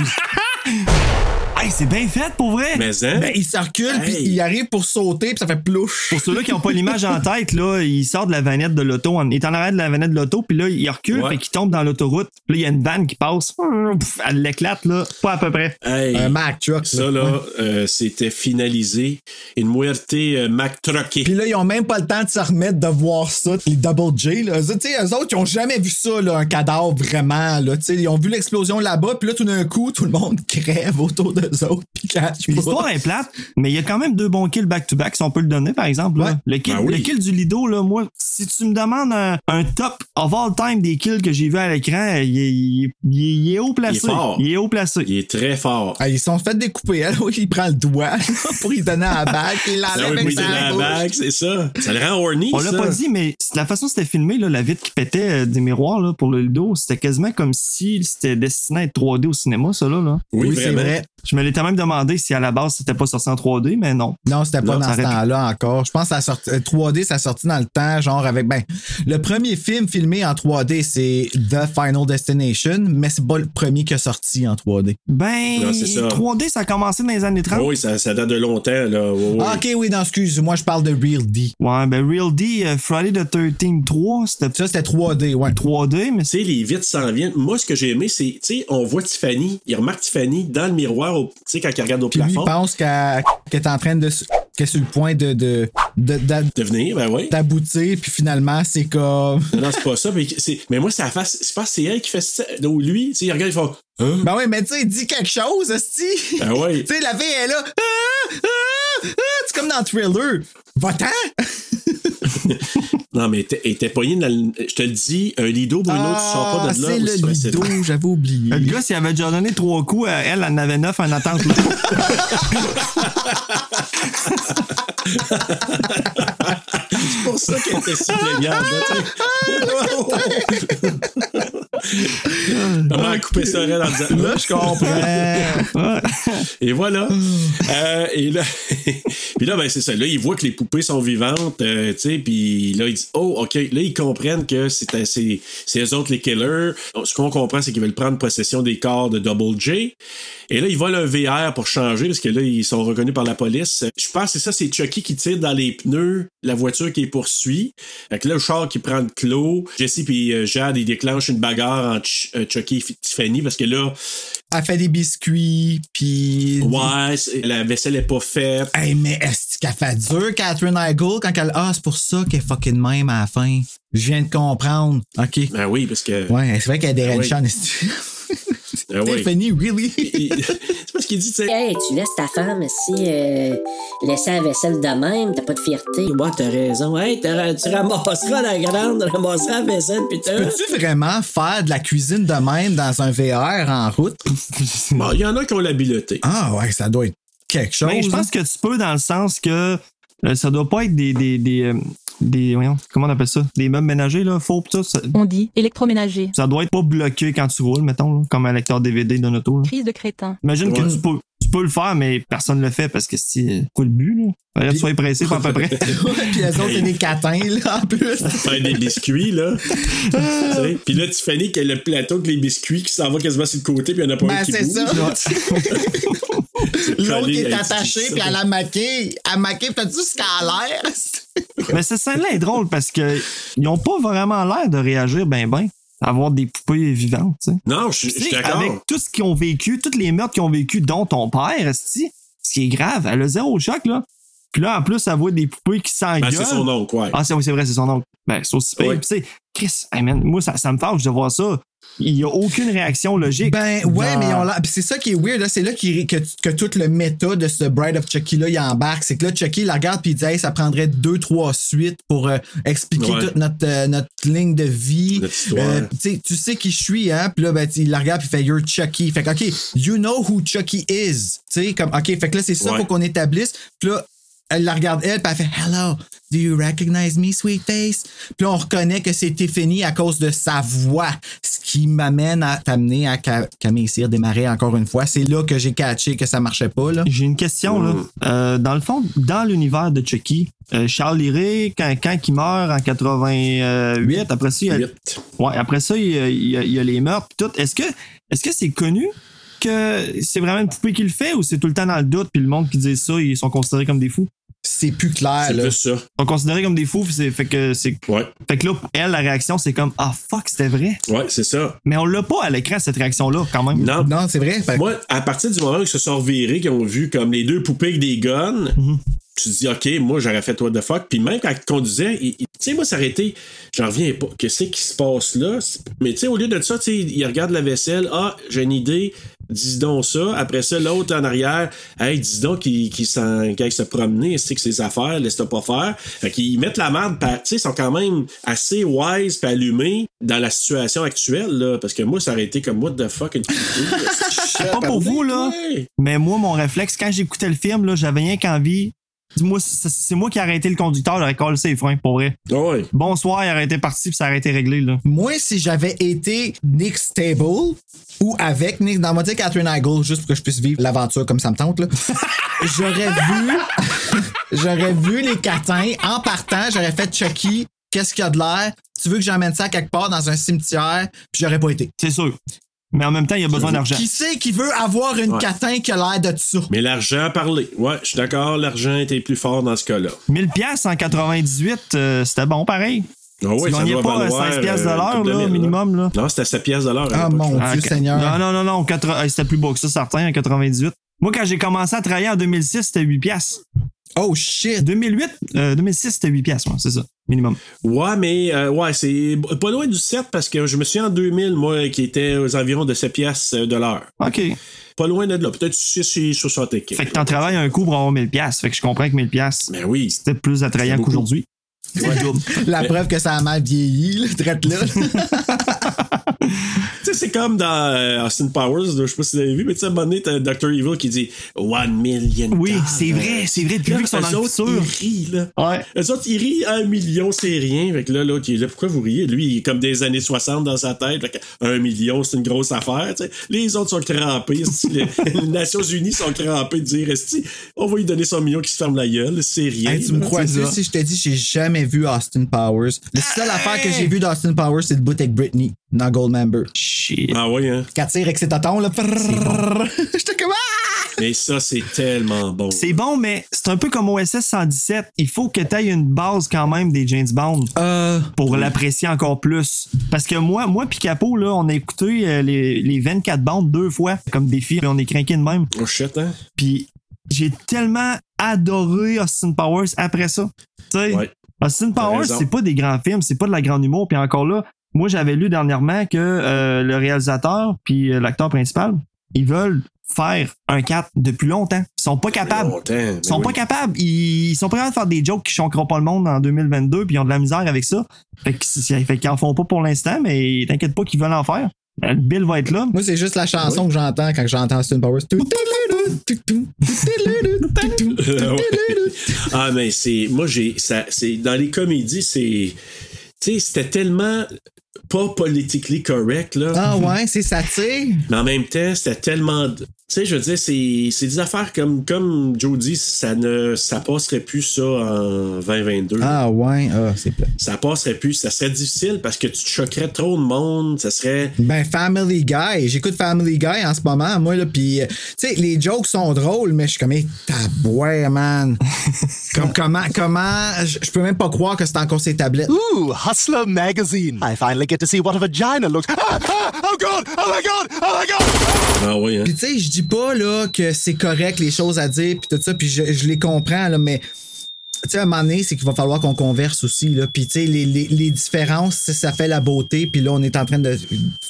Hey, c'est bien fait pour vrai.
Mais hein?
Ben, il circule, puis
Hey.
il arrive pour sauter, puis ça fait plouche.
Pour ceux-là qui n'ont pas l'image en tête, là, il sort de la vanette de l'auto. en- Il est en arrière de la vanette de l'auto, puis là, il recule,
Ouais.
fait qu'il tombe dans l'autoroute. Puis là, il y a une vanne qui passe. Pff, Elle l'éclate, là. Pas à peu près.
Hey,
Un Mac Truck.
ça, là, euh, c'était finalisé. Une muerte euh, Mac Trucky.
Puis là, ils ont même pas le temps de se remettre de voir ça, les Double J. Là. Eux, tu sais, eux autres, ils ont jamais vu ça, là, un cadavre vraiment. Là, Tu sais, ils ont vu l'explosion là-bas, puis là, tout d'un coup, tout le monde crève autour d'eux autres. Puis catch pas.
L'histoire est plate, mais il y a quand même deux bons kills back-to-back, si on peut le donner, par exemple. là.
Ouais.
Le, kill,
Ben oui.
le kill du Lido, là, moi, si tu me demandes un, un top of all time des kills que j'ai vu à l'écran, il, est- il est- il est- il est haut placé.
Il est fort.
Il est haut placé.
Il est très fort.
Ah, ils sont fait découper. Hein, oui, il prend le doigt là, pour y donner à la bague, puis il
Ah,
l'enlève
oui,
avec
oui, c'est
sa
la
bouche.
bague, c'est ça. Ça le rend horny,
On l'a
ça.
pas dit, mais c'est la façon dont c'était filmé, là, la vitre qui pétait euh, des miroirs là, pour le Lido, c'était quasiment comme si c'était destiné à être 3D au cinéma, ça là. là.
Oui,
Oui, c'est
vraiment.
vrai.
Je me l'étais même demandé si à la base c'était pas sorti en 3D, mais non.
Non, c'était pas
Non,
dans
ça
ce
aurait pu-
temps-là encore. Je pense que ça a sorti- euh, 3D, ça a sorti dans le temps, genre avec. Ben, le premier film filmé en 3D, c'est The Final Destination, mais c'est pas le premier qui a sorti en 3D.
Ben,
Non, Ah, c'est ça.
3D, ça a commencé dans les années 30.
Ah Oui, ça, ça date de longtemps, là. Oui, oui.
Ah, ok, oui, non, excuse, moi je parle de Real D.
Oh.
Ouais, ben Real D, euh, Friday the 13 3, c'était
Ça, c'était 3D, ouais.
3D, mais
Tu sais, les vitres s'en viennent. Moi, ce que j'ai aimé, c'est, tu sais, on voit Tiffany. Il remarque Tiffany dans le miroir, au- tu sais, quand il regarde au
Puis lui, il
plafond.
pense qu'elle qu'elle est en train de. s- qu'elle est sur le point de. de- de- d'a-
Devenir, ben oui.
d'aboutir, puis finalement, c'est comme.
Non, non, c'est pas ça. Mais, c'est- mais moi, ça face. Je pense que c'est elle qui fait ça. Donc, lui, tu sais, il regarde, il fait. Hein?
Ben ouais, mais tu sais, il dit quelque chose, Esti.
Ben ouais.
tu sais, la fille, elle est là. Ah, ah, ah, c'est comme dans Thriller. Va-t'en!
Non, mais t'es- elle était poignée dans le- Je te le dis, un lido, Bruno,
Ah,
tu sors pas de là.
C'est
aussi
le
facilement.
lido, j'avais oublié.
Le gars, s'il avait déjà donné trois coups, euh, elle elle en avait neuf en attente. là.
C'est
pour
pour
ça qu'elle était si plaignante. Comment elle coupait sa raide en disant
Là, je comprends.
et voilà. Euh, et là, puis là, ben, c'est ça. Là, ils voient que les poupées sont vivantes, euh, tu sais, puis là, ils disent Oh, OK. Là, ils comprennent que c'est euh, c'est c'est eux autres les killers. Ce qu'on comprend, c'est qu'ils veulent prendre possession des corps de Double J. Et là, ils volent un VR pour changer, parce que là, ils sont reconnus par la police. Je pense que c'est ça, c'est Chucky qui tire dans les pneus la voiture qui les poursuit. Fait que là, le char qui prend le clos. Jesse puis euh, Jade, ils déclenchent une bagarre entre Ch- euh, Chucky et F- Tiffany, parce que là,
Elle fait des biscuits, puis.
ouais, c'est- la vaisselle est pas faite.
Hey, mais est-ce qu'elle fait dur, Catherine Heigl, quand elle. Ah, c'est pour ça qu'elle est fucking de même à la fin. Je viens de comprendre. OK.
Ben oui, parce que.
Ouais, c'est vrai qu'elle est
Ah oui.
dérangeante.
Ah oui.
Tiffany, really?
c'est parce qu'il dit, tu sais,
Hey, tu laisses ta femme si euh, laisser la vaisselle de même, t'as pas de fierté. Ouais, t'as raison. Hey, t'as- tu ramasseras la grande, ramasseras la vaisselle, putain.
Peux-tu vraiment faire de la cuisine de même dans un VR en route?
bon, il y en a qui ont l'habileté.
Ah ouais, ça doit être quelque chose.
Mais je pense
hein.
que tu peux dans le sens que euh, ça doit pas être des. des, des, euh, des- voyons, comment on appelle ça? Des meubles ménagers, là, faux, pis tout. Ça,
On dit électroménager.
ça doit être pas bloqué quand tu roules, mettons, là, comme un lecteur DVD d'un auto. là.
Crise de crétin.
Imagine
Ouais.
que tu peux, tu peux le faire, mais personne le fait parce que c'est quoi le but, là? Fallait que tu sois pressé pas à peu près.
hein. Ouais, Puis les autres, c'est des catins, là, en plus.
Faire des biscuits, là. Tu sais, puis là, Tiffany, qui a le plateau avec les biscuits qui s'en va quasiment sur le côté, puis il n'y en a pas un
Ben,
qui
c'est
bouge.
ça. L'autre qui est attaché, puis elle
la
a maquillé. Elle a maquillé, puis t'as-tu ce qu'elle a l'air?
mais cette scène-là est drôle parce que ils ont pas vraiment l'air de réagir ben ben. à Avoir des poupées vivantes, tu sais.
Non, je je
Tu
suis
sais,
d'accord.
Avec tout ce qu'ils ont vécu, toutes les meurtres qu'ils ont vécu, dont ton père, esti, ce qui est grave, elle a zéro choc, là. Puis là, en plus, elle voit des poupées qui
Ben,
s'engueulent.
c'est son oncle, ouais.
Ah, c'est oui, c'est vrai, c'est son oncle. Ben, c'est aussi pire.
Ouais.
Puis tu sais, Chris, hey, man, moi, ça, ça me fâche de voir ça. Il n'y a aucune réaction logique.
Ben ouais,
dans-
mais ils ont l'air- puis c'est ça qui est weird, là. c'est là qu'il- que, que tout le méta de ce Bride of Chucky là, il embarque. C'est que là, Chucky il la regarde puis il dit Hey, ça prendrait deux, trois suites pour euh, expliquer
Ouais.
toute notre, euh, notre ligne de vie.
Notre histoire.
Euh, tu sais, tu sais qui je suis, hein? Puis là, ben, tu- il la regarde puis il fait You're Chucky. Fait que OK, you know who Chucky is. Tu sais, comme OK, fait que là, c'est ça,
Ouais.
faut qu'on établisse. Puis là, elle la regarde elle, puis elle fait Hello, do you recognize me, sweet face? Puis là, on reconnaît que c'est Tiffany à cause de sa voix. Ce qui m'amène à t'amener à Ca- Camille Cyr démarrer encore une fois. C'est là que j'ai catché que ça marchait pas, là.
J'ai une question, là.
Mm.
Euh, dans le fond, dans l'univers de Chucky, euh, Charles Liré, quand, quand il meurt en 88, après ça, il y a,
Huit.
Ouais, après ça, il y a, il y a- il y a les meurtres pis tout. Est-ce que est-ce que c'est connu que c'est vraiment une poupée qui le fait ou c'est tout le temps dans le doute puis le monde qui dit ça, ils sont considérés comme des fous?
C'est plus clair,
C'est
là.
plus ça.
Ils sont considérés comme des fous, pis c'est fait que c'est.
Ouais,
Fait que là, elle, la réaction, c'est comme Ah fuck, c'était vrai.
ouais, c'est ça.
Mais on l'a pas à l'écran, cette réaction-là, quand même.
Non.
Non, c'est vrai. Fait que-
Moi, à partir du moment où ils se sont revirés, qu'ils ont vu comme les deux poupées avec des guns,
Mhm.
tu te dis, OK, moi, j'aurais fait what the fuck. Puis même quand ils conduisaient, ils- ils- tu sais, moi, s'arrêter, j'en reviens pas. Qu'est-ce qui se passe là? C'est- Mais tu sais, au lieu de ça, tu sais, ils regardent la vaisselle. Ah, j'ai une idée. Dis donc ça. Après ça, l'autre en arrière, hey, dis donc qu'il qu'il s'en- qu'il aille se promener, c'est que ses affaires, laisse-le pas faire. Fait qu'ils mettent la merde, par- tu sais, ils sont quand même assez wise pis allumés dans la situation actuelle, là. Parce que moi, ça aurait été comme, what the fuck, une
C'est pas pour vous, là. Mais moi, mon réflexe, quand j'écoutais le film, là, j'avais rien qu'envie. Dis-moi, c'est c'est moi qui ai arrêté le conducteur, j'aurais collé ses freins, pour vrai.
Ouais.
Bonsoir, il aurait été parti, puis ça aurait été réglé, là.
Moi, si j'avais été Nick Stable ou avec Nick, dans mon dire Catherine Heigl, juste pour que je puisse vivre l'aventure comme ça me tente, là. j'aurais vu, j'aurais vu les catins en partant, j'aurais fait Chucky, qu'est-ce qu'il y a de l'air? Tu veux que j'emmène ça quelque part dans un cimetière, puis j'aurais pas été.
C'est sûr. Mais en même temps, il a besoin d'argent.
Qui c'est qui veut avoir une
Ouais.
catin qui a l'air de ça?
Mais l'argent a parlé. Ouais, je suis d'accord, l'argent était plus fort dans ce cas-là.
1000 piastres en 98, euh, c'était bon pareil.
Ah
tu gagnais pas euh, 16 piastres de l'heure, là, minimum, là.
Non, c'était 7 piastres de l'heure. à
Ah,
l'époque.
mon
Ah,
Dieu
ok.
Seigneur.
Non, non, non, non, quatre- hey, c'était plus beau que ça, certain, en 98. Moi, quand j'ai commencé à travailler en 2006, c'était 8 piastres.
Oh shit!
2008, euh, 2006, c'était 8 piastres, moi, c'est ça, minimum.
Ouais, mais euh, ouais, c'est b- pas loin du 7 parce que je me suis en 2000, moi, qui était aux environs de 7 piastres euh, de l'heure.
OK.
Pas loin de là, peut-être 6 et 60
Fait que t'en travailles un coup pour avoir 1000 piastres. Fait que je comprends que 1000 piastres,
Mais Ben oui, c'était
c'était plus
C'est
attrayant
beaucoup.
qu'aujourd'hui.
La preuve que ça a mal vieilli, le traite là.
sais, c'est comme dans euh, Austin Powers, là, je sais pas si vous avez vu, mais tu sais, à un moment donné, t'as Dr. Evil qui dit One million.
Oui,
dollars.
c'est vrai, c'est vrai, puis
Là,
vu qu'ils sont
eux
dans le
autres,
futur.
Ils rient, là. Ouais. Eux autres, ils rient un million, c'est rien. Fait que là, l'autre, il est là, pourquoi vous riez Lui, il est comme des années 60 dans sa tête. Fait que un million, c'est une grosse affaire, tu sais. Les autres sont crampés. esti, les, les Nations Unies sont crampées de dire esti, on va lui donner son million qui se ferme la gueule, c'est rien.
Hey, tu me
là,
crois
c'est
ça? Ah, Si je te dis, j'ai jamais vu Austin Powers. La seule affaire que j'ai vue d'Austin Powers, c'est le bout avec Britney dans Goldmember.
Shit.
Ah ouais, hein.
Qu'elle tire avec ses tatons, là. J'étais comme.
Mais ça, c'est tellement bon.
C'est bon, mais c'est un peu comme OSS 117. Il faut que tu aies une base quand même des James Bond
Euh,
pour l'apprécier encore plus. Parce que moi, moi puis Capo, là, on a écouté euh, les, les 24 bandes deux fois comme défi. puis On est craqué de même.
Oh shit, hein?
Puis j'ai tellement adoré Austin Powers après ça. Tu sais,
Ouais.
Austin Powers,
raison.
c'est pas des grands films, c'est pas de la grande humour. Puis encore là, moi, j'avais lu dernièrement que euh, le réalisateur puis euh, l'acteur principal, ils veulent faire un 4 depuis longtemps. Ils sont pas capables.
Longtemps, mais
Ils sont
oui.
pas capables. Ils ils sont prêts à faire des jokes qui choqueront pas le monde en 2022 puis ils ont de la misère avec ça. Fait que c'est- fait qu'ils en font pas pour l'instant, mais t'inquiète pas qu'ils veulent en faire. Ben, Bill va être là.
Moi, c'est juste la chanson que j'entends quand j'entends Austin Powers.
Ah ouais. ah mais c'est moi j'ai ça c'est dans les comédies c'est tu sais c'était tellement pas politically correct là.
Ah ouais, c'est satire.
Mais en même temps, c'était tellement tu sais je veux dire c'est c'est des affaires comme comme Joe dit, ça ne ça passerait plus ça en 2022.
Ah ouais, ah, c'est plat.
Ça passerait plus, ça serait difficile parce que tu te choquerais trop de monde, ça serait
Ben, Family Guy. J'écoute Family Guy en ce moment, moi, là. Puis, euh, tu sais, les jokes sont drôles, mais je suis comme, eh, tabouais, man. comme, comment, comment, je je peux même pas croire que c'est encore ces tablettes.
Ooh, Hustler magazine. I finally get to see what a vagina looks. Ah, ah, oh god! Oh my god! Oh my god!
Ah oui hein.
Puis, tu sais, je dis pas, là, que c'est correct, les choses à dire, puis tout ça, puis je, je les comprends, là, mais. Tu sais, à un moment donné, c'est qu'il va falloir qu'on converse aussi. Là. Puis, tu sais, les, les- les différences, ça- ça fait la beauté. Puis là, on est en train de.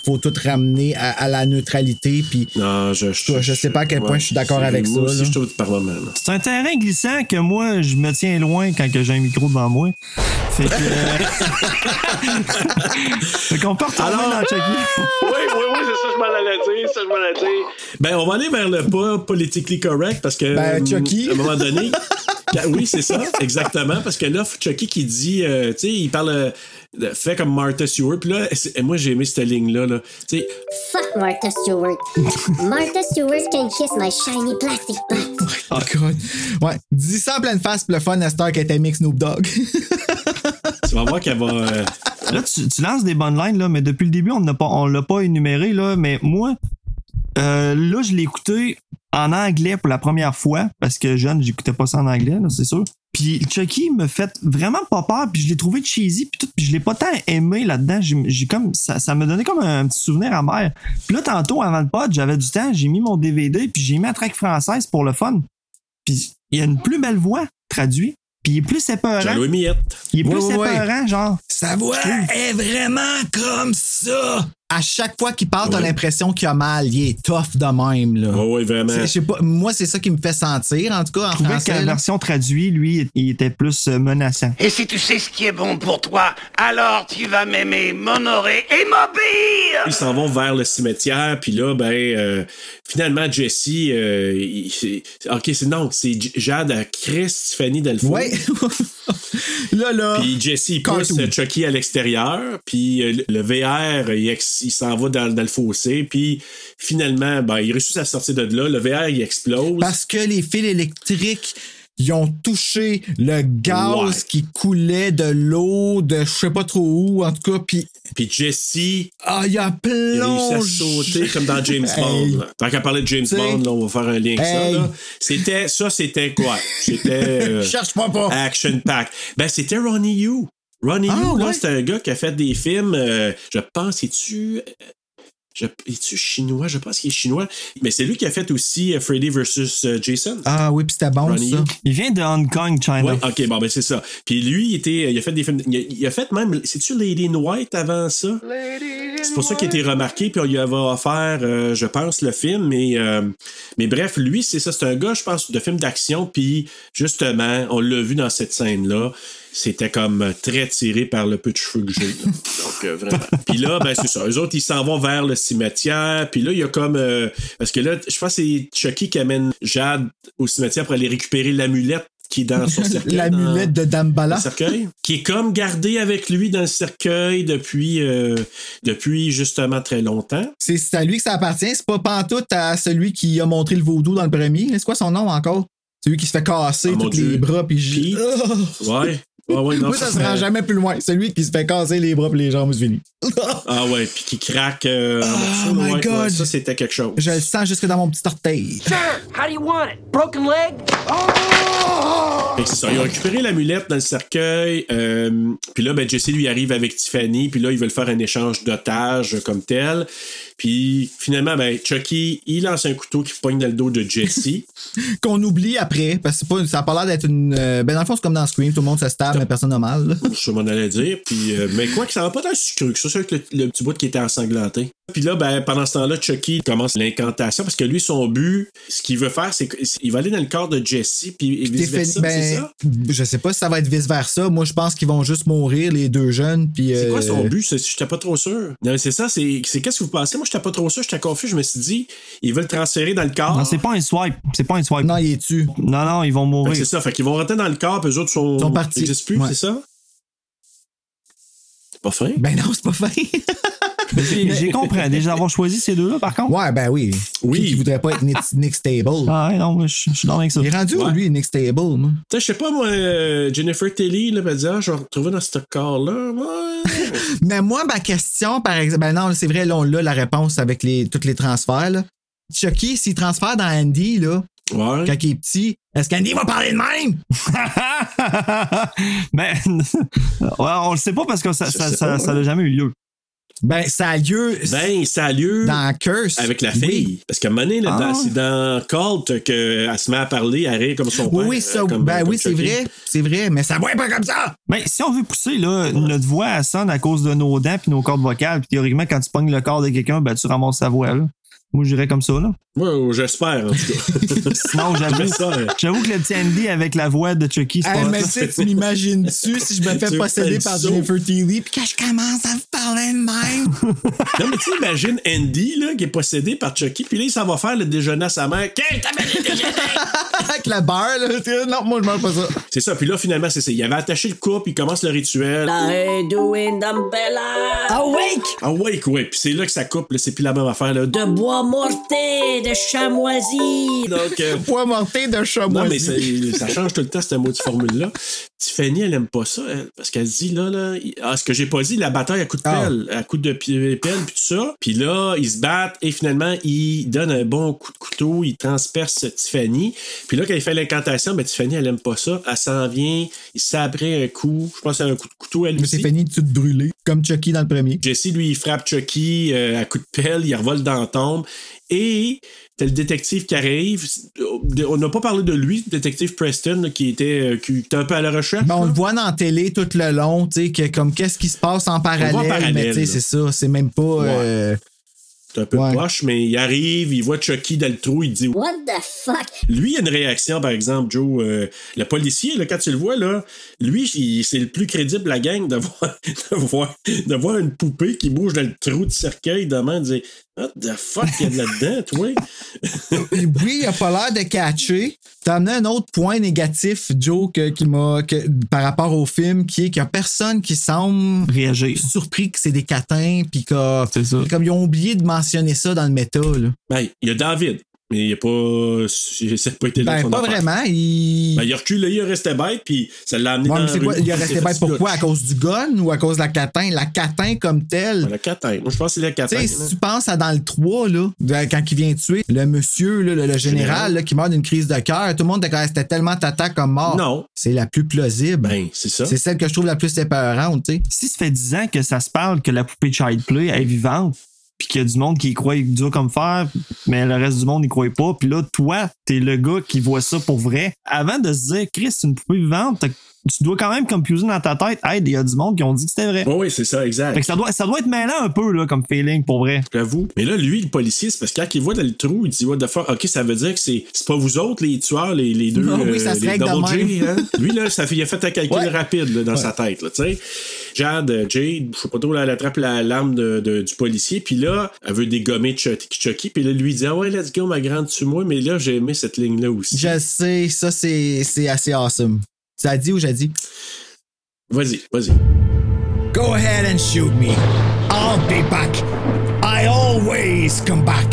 faut tout ramener à, à la neutralité. Puis,
Non, je je,
je sais pas à quel point je suis d'accord
c'est-
avec
moi
ça,
aussi,
là.
je trouve par moment. là.
C'est un terrain glissant que moi, je me tiens loin quand que j'ai un micro devant moi. Fait que. euh, fait qu'on peut retourner dans E. Chucky.
Oui, oui, oui, c'est ça que je m'en allais dire, c'est ça que je m'en allais dire. Ben, on va aller vers le pas politically correct parce que.
Ben,
hum,
Chucky.
À un moment donné. quand- oui, c'est ça, exactement. Parce que là, Chucky qui dit, euh, tu sais, il parle, euh, de- fait comme Martha Stewart. Puis là, c'est- moi, j'ai aimé cette ligne-là. Là. Tu sais,
Fuck Martha Stewart. Martha Stewart can kiss my shiny plastic butt.
Oh God. Ouais. Dis ça en pleine face, pour le fun, Nestor, qui était avec Snoop Dogg.
tu vas voir qu'elle va. euh,
Là, tu, tu lances des bonnes lignes, là, mais depuis le début, on n'a pas, on l'a pas énuméré, là, mais moi, euh, là, je l'ai écouté en anglais pour la première fois, parce que jeune, j'écoutais pas ça en anglais, là, c'est sûr. Puis Chucky me fait vraiment pas peur, puis je l'ai trouvé cheesy, puis tout, puis je l'ai pas tant aimé là-dedans. J'ai, j'ai comme ça, ça me donnait comme un, petit souvenir amer. Puis là, tantôt, avant le pod, j'avais du temps, j'ai mis mon DVD, puis j'ai mis la track française pour le fun. Puis il y a une plus belle voix traduite, puis il est plus
Ah,
épeurant.
hein?
Jean-Louis Millette.
Il est plus
Ouais, ouais, ouais.
épeurant, genre.
Sa voix est vraiment comme ça. À chaque fois qu'il parle, t'as
Ouais.
l'impression qu'il a mal. Il est tough de même, là.
Ouais, ouais, vraiment.
C'est- je sais pas, moi, c'est ça qui me fait sentir, en tout cas, en
Je trouvais que
français.
la
là.
version traduite, lui, il était plus euh, menaçant.
Et si tu sais ce qui est bon pour toi, alors tu vas m'aimer, m'honorer et m'obéir
Ils s'en vont vers le cimetière, puis là, ben, euh, finalement, Jesse, euh, il- c'est- ok, c'est non, c'est J- Jade à Chris Tiffany Delphine.
Ouais. là, là.
Puis Jesse il pousse euh,
Cartoon.
Chucky à l'extérieur, puis euh, le VR il, ex- il s'en va dans, dans le fossé, puis finalement ben il réussit à sortir de là, le VR il explose.
Parce que les fils électriques, ils ont touché le gaz
Ouais.
qui coulait de l'eau de je sais pas trop où, en tout cas. Puis,
Puis Jesse il
ah, il a
réussit à
plongé.
sauter comme dans James
Hey.
Bond. là. Tant qu'à parler de James
T'sais.
Bond, là, on va faire un lien avec
Hey.
ça. là. C'était ça, c'était quoi C'était euh,
Cherche-moi pas.
Action Pack. Ben c'était Ronnie Yu. Ronnie
Ah,
Yu, là,
ouais.
c'est un gars qui a fait des films. euh, je pense, es-tu euh, je, es-tu chinois? Je pense qu'il est chinois. Mais c'est lui qui a fait aussi euh, Freddy versus euh, Jason.
Ah oui, puis c'était bon,
Ronnie
ça.
Yu.
Il vient de Hong Kong, China.
Ouais, ok, bon, ben c'est ça. Puis lui, il, était, il a fait des films. Il a, il a fait même. C'est-tu Lady in White avant ça? C'est pour ça qu'il a été remarqué, puis on lui avait offert, euh, je pense, le film. Mais, euh, mais bref, lui, c'est ça. C'est un gars, je pense, de film d'action. Puis justement, on l'a vu dans cette scène-là. C'était comme très tiré par le peu de cheveux que j'ai. là. Donc, euh, vraiment. Puis là, ben, c'est ça. Eux autres, ils s'en vont vers le cimetière. Puis là, il y a comme. euh, parce que là, je pense que c'est Chucky qui amène Jade au cimetière pour aller récupérer l'amulette qui est dans son cercueil. dans-
L'amulette de Dambala.
le cercueil, qui est comme gardé avec lui dans le cercueil depuis, euh, depuis justement très longtemps.
C'est c'est à lui que ça appartient. C'est pas pantoute à celui qui a montré le vaudou dans le premier. C'est quoi son nom encore? Celui qui se fait casser
Ah, mon
tous
Dieu.
les bras puis Oh! j-
Ouais. Ouais, ouais, non,
Moi, ça se
serait-
rend jamais plus loin. Celui qui se fait casser les bras puis les jambes, c'est fini.
Ah ouais, puis qui craque euh, en morceaux,
Oh my
ouais, ouais,
God.
ça c'était quelque chose.
Je le sens jusque dans mon petit orteil.
Sure. How do you want it? Broken leg? Oh!
Fait que c'est ça, ils ont récupéré l'amulette dans le cercueil. euh, puis là, ben, Jesse lui arrive avec Tiffany. Puis là, ils veulent faire un échange d'otages euh, comme tel. Puis finalement, ben, Chucky, il lance un couteau qui poigne dans le dos de Jesse.
Qu'on oublie après, parce que c'est pas- ça a pas l'air d'être une. euh, ben, dans le fond, c'est comme dans Scream, tout le monde se stab, mais personne n'a mal. là.
je m'en allais dire. Puis, euh, mais quoi que ça va pas dans si cru que ça, c'est avec le, le petit bout qui était ensanglanté. Puis là, ben, pendant ce temps-là, Chucky commence l'incantation parce que lui, son but, ce qu'il veut faire, c'est qu'il va aller dans le corps de Jesse, puis et
T'es fait-
vice-versa, c'est
ben,
ça?
je sais pas si ça va être vice-versa. Moi, je pense qu'ils vont juste mourir, les deux jeunes. puis
C'est quoi son
euh,
but? C'est- J'étais pas trop sûr. Non, mais c'est ça, c'est c'est qu'est-ce que vous pensez? Moi, j'étais pas trop sûr, j'étais confus. Je me suis dit, ils veulent transférer dans le corps.
Non, c'est pas un swipe. C'est pas un swipe.
Non, il est tu.
Non, non, ils vont
Fait
mourir.
que Ben, C'est ça, fait qu'ils vont rentrer dans le corps, puis eux autres sont,
Ils sont partis.
n'existent plus,
Ouais.
c'est ça? C'est pas fin?
Ben non, c'est pas fin.
J'ai j'ai compris. Déjà avoir choisi ces deux-là, par contre.
Ouais, ben oui.
Oui.
Qui, qui voudrait pas être Nick, Nick Stable?
Ah, ouais, non, moi, je je suis dans avec ça.
Il est rendu où,
Ouais.
lui, Nick Stable? moi?
Tu sais, je sais pas, moi, euh, Jennifer Tilly, là, ben, dit, ah, je vais retrouver dans ce corps-là. Ouais.
Mais moi, ma question, par exemple, ben non, c'est vrai, là, on l'a la réponse avec les, tous les transferts. Là. Chucky, s'il transfère dans Andy, là,
ouais.
quand il est petit, est-ce qu'Andy va parler de même?
Mais Ben, ouais, on le sait pas parce que ça n'a
sais pas, ouais.
jamais eu lieu.
Ben, ça a lieu
Ben, ça a lieu
dans Curse.
avec la fille.
Oui.
Parce qu'à un moment donné, là,
Ah.
dans- c'est dans Colt qu'elle se met à parler, à rire comme son
Oui,
père.
oui,
euh,
ça,
comme-
ben
comme
oui, c'est
Chucky.
vrai, c'est vrai, mais ça va pas comme ça!
Mais Ben, si on veut pousser, là, notre voix elle sonne à cause de nos dents puis nos cordes vocales. Puis théoriquement, quand tu pognes le corps de quelqu'un, ben, tu ramasses sa voix. Là. Moi, je dirais comme ça. Là.
Ouais, j'espère, en tout cas.
Non, j'avoue,
J'espère.
j'avoue que le petit Andy avec la voix de Chucky, c'est
Hey,
pas
mais tu sais, tu m'imagines-tu si je me
Tu
fais
veux
posséder
faire
par
le saut?
Jennifer Tilly puis que je commence à vous parler de même?
Non, mais tu imagines Andy, là, qui est possédé par Chucky, puis là, il s'en va faire le déjeuner à sa mère. Qu'est-ce que t'as fait le déjeuner?
avec la beurre, là. tu sais, Non, moi, je mange pas ça.
C'est ça, puis là, finalement, c'est ça. Il avait attaché le couple, il commence le rituel.
doing Dumbella. Awake!
Ah, ouais, ouais. Puis c'est là que ça coupe, là, c'est plus la même affaire, là.
De bois morté, de chamoisie.
Donc, euh,
Poids morté de chamois.
Non, mais ça, ça change tout le temps, cette maudite formule-là. Tiffany, elle aime pas ça, elle, parce qu'elle dit, là, là, il- ah, ce que j'ai pas dit, la bataille à coups de
Ah.
pelle, à coups de pi- pelle, puis tout ça. Puis là, ils se battent et finalement, ils donnent un bon coup de couteau, ils transpercent Tiffany. Puis là, quand il fait l'incantation, ben, Tiffany, elle aime pas ça, elle s'en vient, il s'abrée un coup, je pense à un coup de couteau, elle
Mais c'est
aussi.
fini de tout brûler, comme Chucky dans le premier.
Jesse, lui, il frappe Chucky euh, à coups de pelle, il revole dans la tombe. Et t'as le détective qui arrive. On n'a pas parlé de lui, le détective Preston, là, qui était, euh, qui était un peu à la recherche.
Ben, on le
là.
voit dans la télé tout le long, tu sais, que comme qu'est-ce qui se passe en parallèle,
voit en parallèle,
mais tu sais,
là.
c'est ça, c'est même pas. euh,
C'est un peu
Ouais.
poche, mais il arrive, il voit Chucky dans le trou, il dit.
What the fuck?
Lui, il a une réaction, par exemple, Joe. euh, le policier, là, quand tu le vois, là, lui, il- c'est le plus crédible de la gang de voir, de voir- de voir une poupée qui bouge dans le trou du cercueil demain, dire What the fuck, il y a de là-dedans, toi?
oui, il a pas l'air de catcher. T'as amené un autre point négatif, Joe, que- qui m'a que- par rapport au film, qui est qu'il y a personne qui semble
réagir.
surpris que c'est des catins, puis que
C'est ça.
comme ils ont oublié de mentionner ça dans le méta. Là.
Ben, il y a David, mais il n'a pas. Ça n'a pas été là
Ben,
son
pas
affaire.
vraiment. Il...
Ben, il a reculé, il a resté bête, puis ça l'a amené
Ouais,
dans
mais
la
c'est
rue.
quoi? Il a
C'est
resté
fait
bête pourquoi? À cause du gun ou à cause de la catin? La catin comme telle.
Ben, Le catin. Moi, je pense que c'est le
Tu
catin.
sais, si tu penses à dans le 3, là, de- quand il vient tuer le monsieur, là, le, le général, là, qui meurt d'une crise de cœur, tout le monde était comme, c'était tellement tata comme mort.
Non.
C'est la plus plausible.
Ben, c'est ça.
C'est celle que je trouve la plus épeurante, tu sais.
Si ça fait 10 ans que ça se parle que la poupée Child Play est vivante, puis qu'il y a du monde qui y croit dur comme fer, mais le reste du monde n'y croit pas, puis là, toi, t'es le gars qui voit ça pour vrai. Avant de se dire, Chris, c'est une poupée vivante, t'as tu dois quand même compuser dans ta tête, hey, il y a du monde qui ont dit que c'était vrai.
oui, c'est ça, exact.
Fait que ça doit, ça doit être mêlant un peu, là, comme feeling, pour vrai.
J'avoue. Mais là, lui, le policier, c'est parce que quand il voit dans le trou, il dit What the fuck, ok, ça veut dire que c'est c'est pas vous autres les tueurs, les, les deux. euh,
Ah oui, ça se
les
règle de
double J,
même.
hein. Lui, là, ça fait, il a fait un calcul
Ouais.
rapide là, dans
Ouais.
sa tête, là, tu sais. Jade, euh, Jade, je sais pas trop, là, elle attrape la lame de- de- du policier, puis là, elle veut dégommer Ch- Chucky, puis là, lui, il dit Ah ouais, let's go, ma grande, tue-moi. Mais là, j'ai aimé cette ligne-là aussi.
Je sais, ça c'est c'est assez awesome. Ça dit ou j'ai dit?
Vas-y, vas-y.
Go ahead and shoot me. I'll be back. I always come back.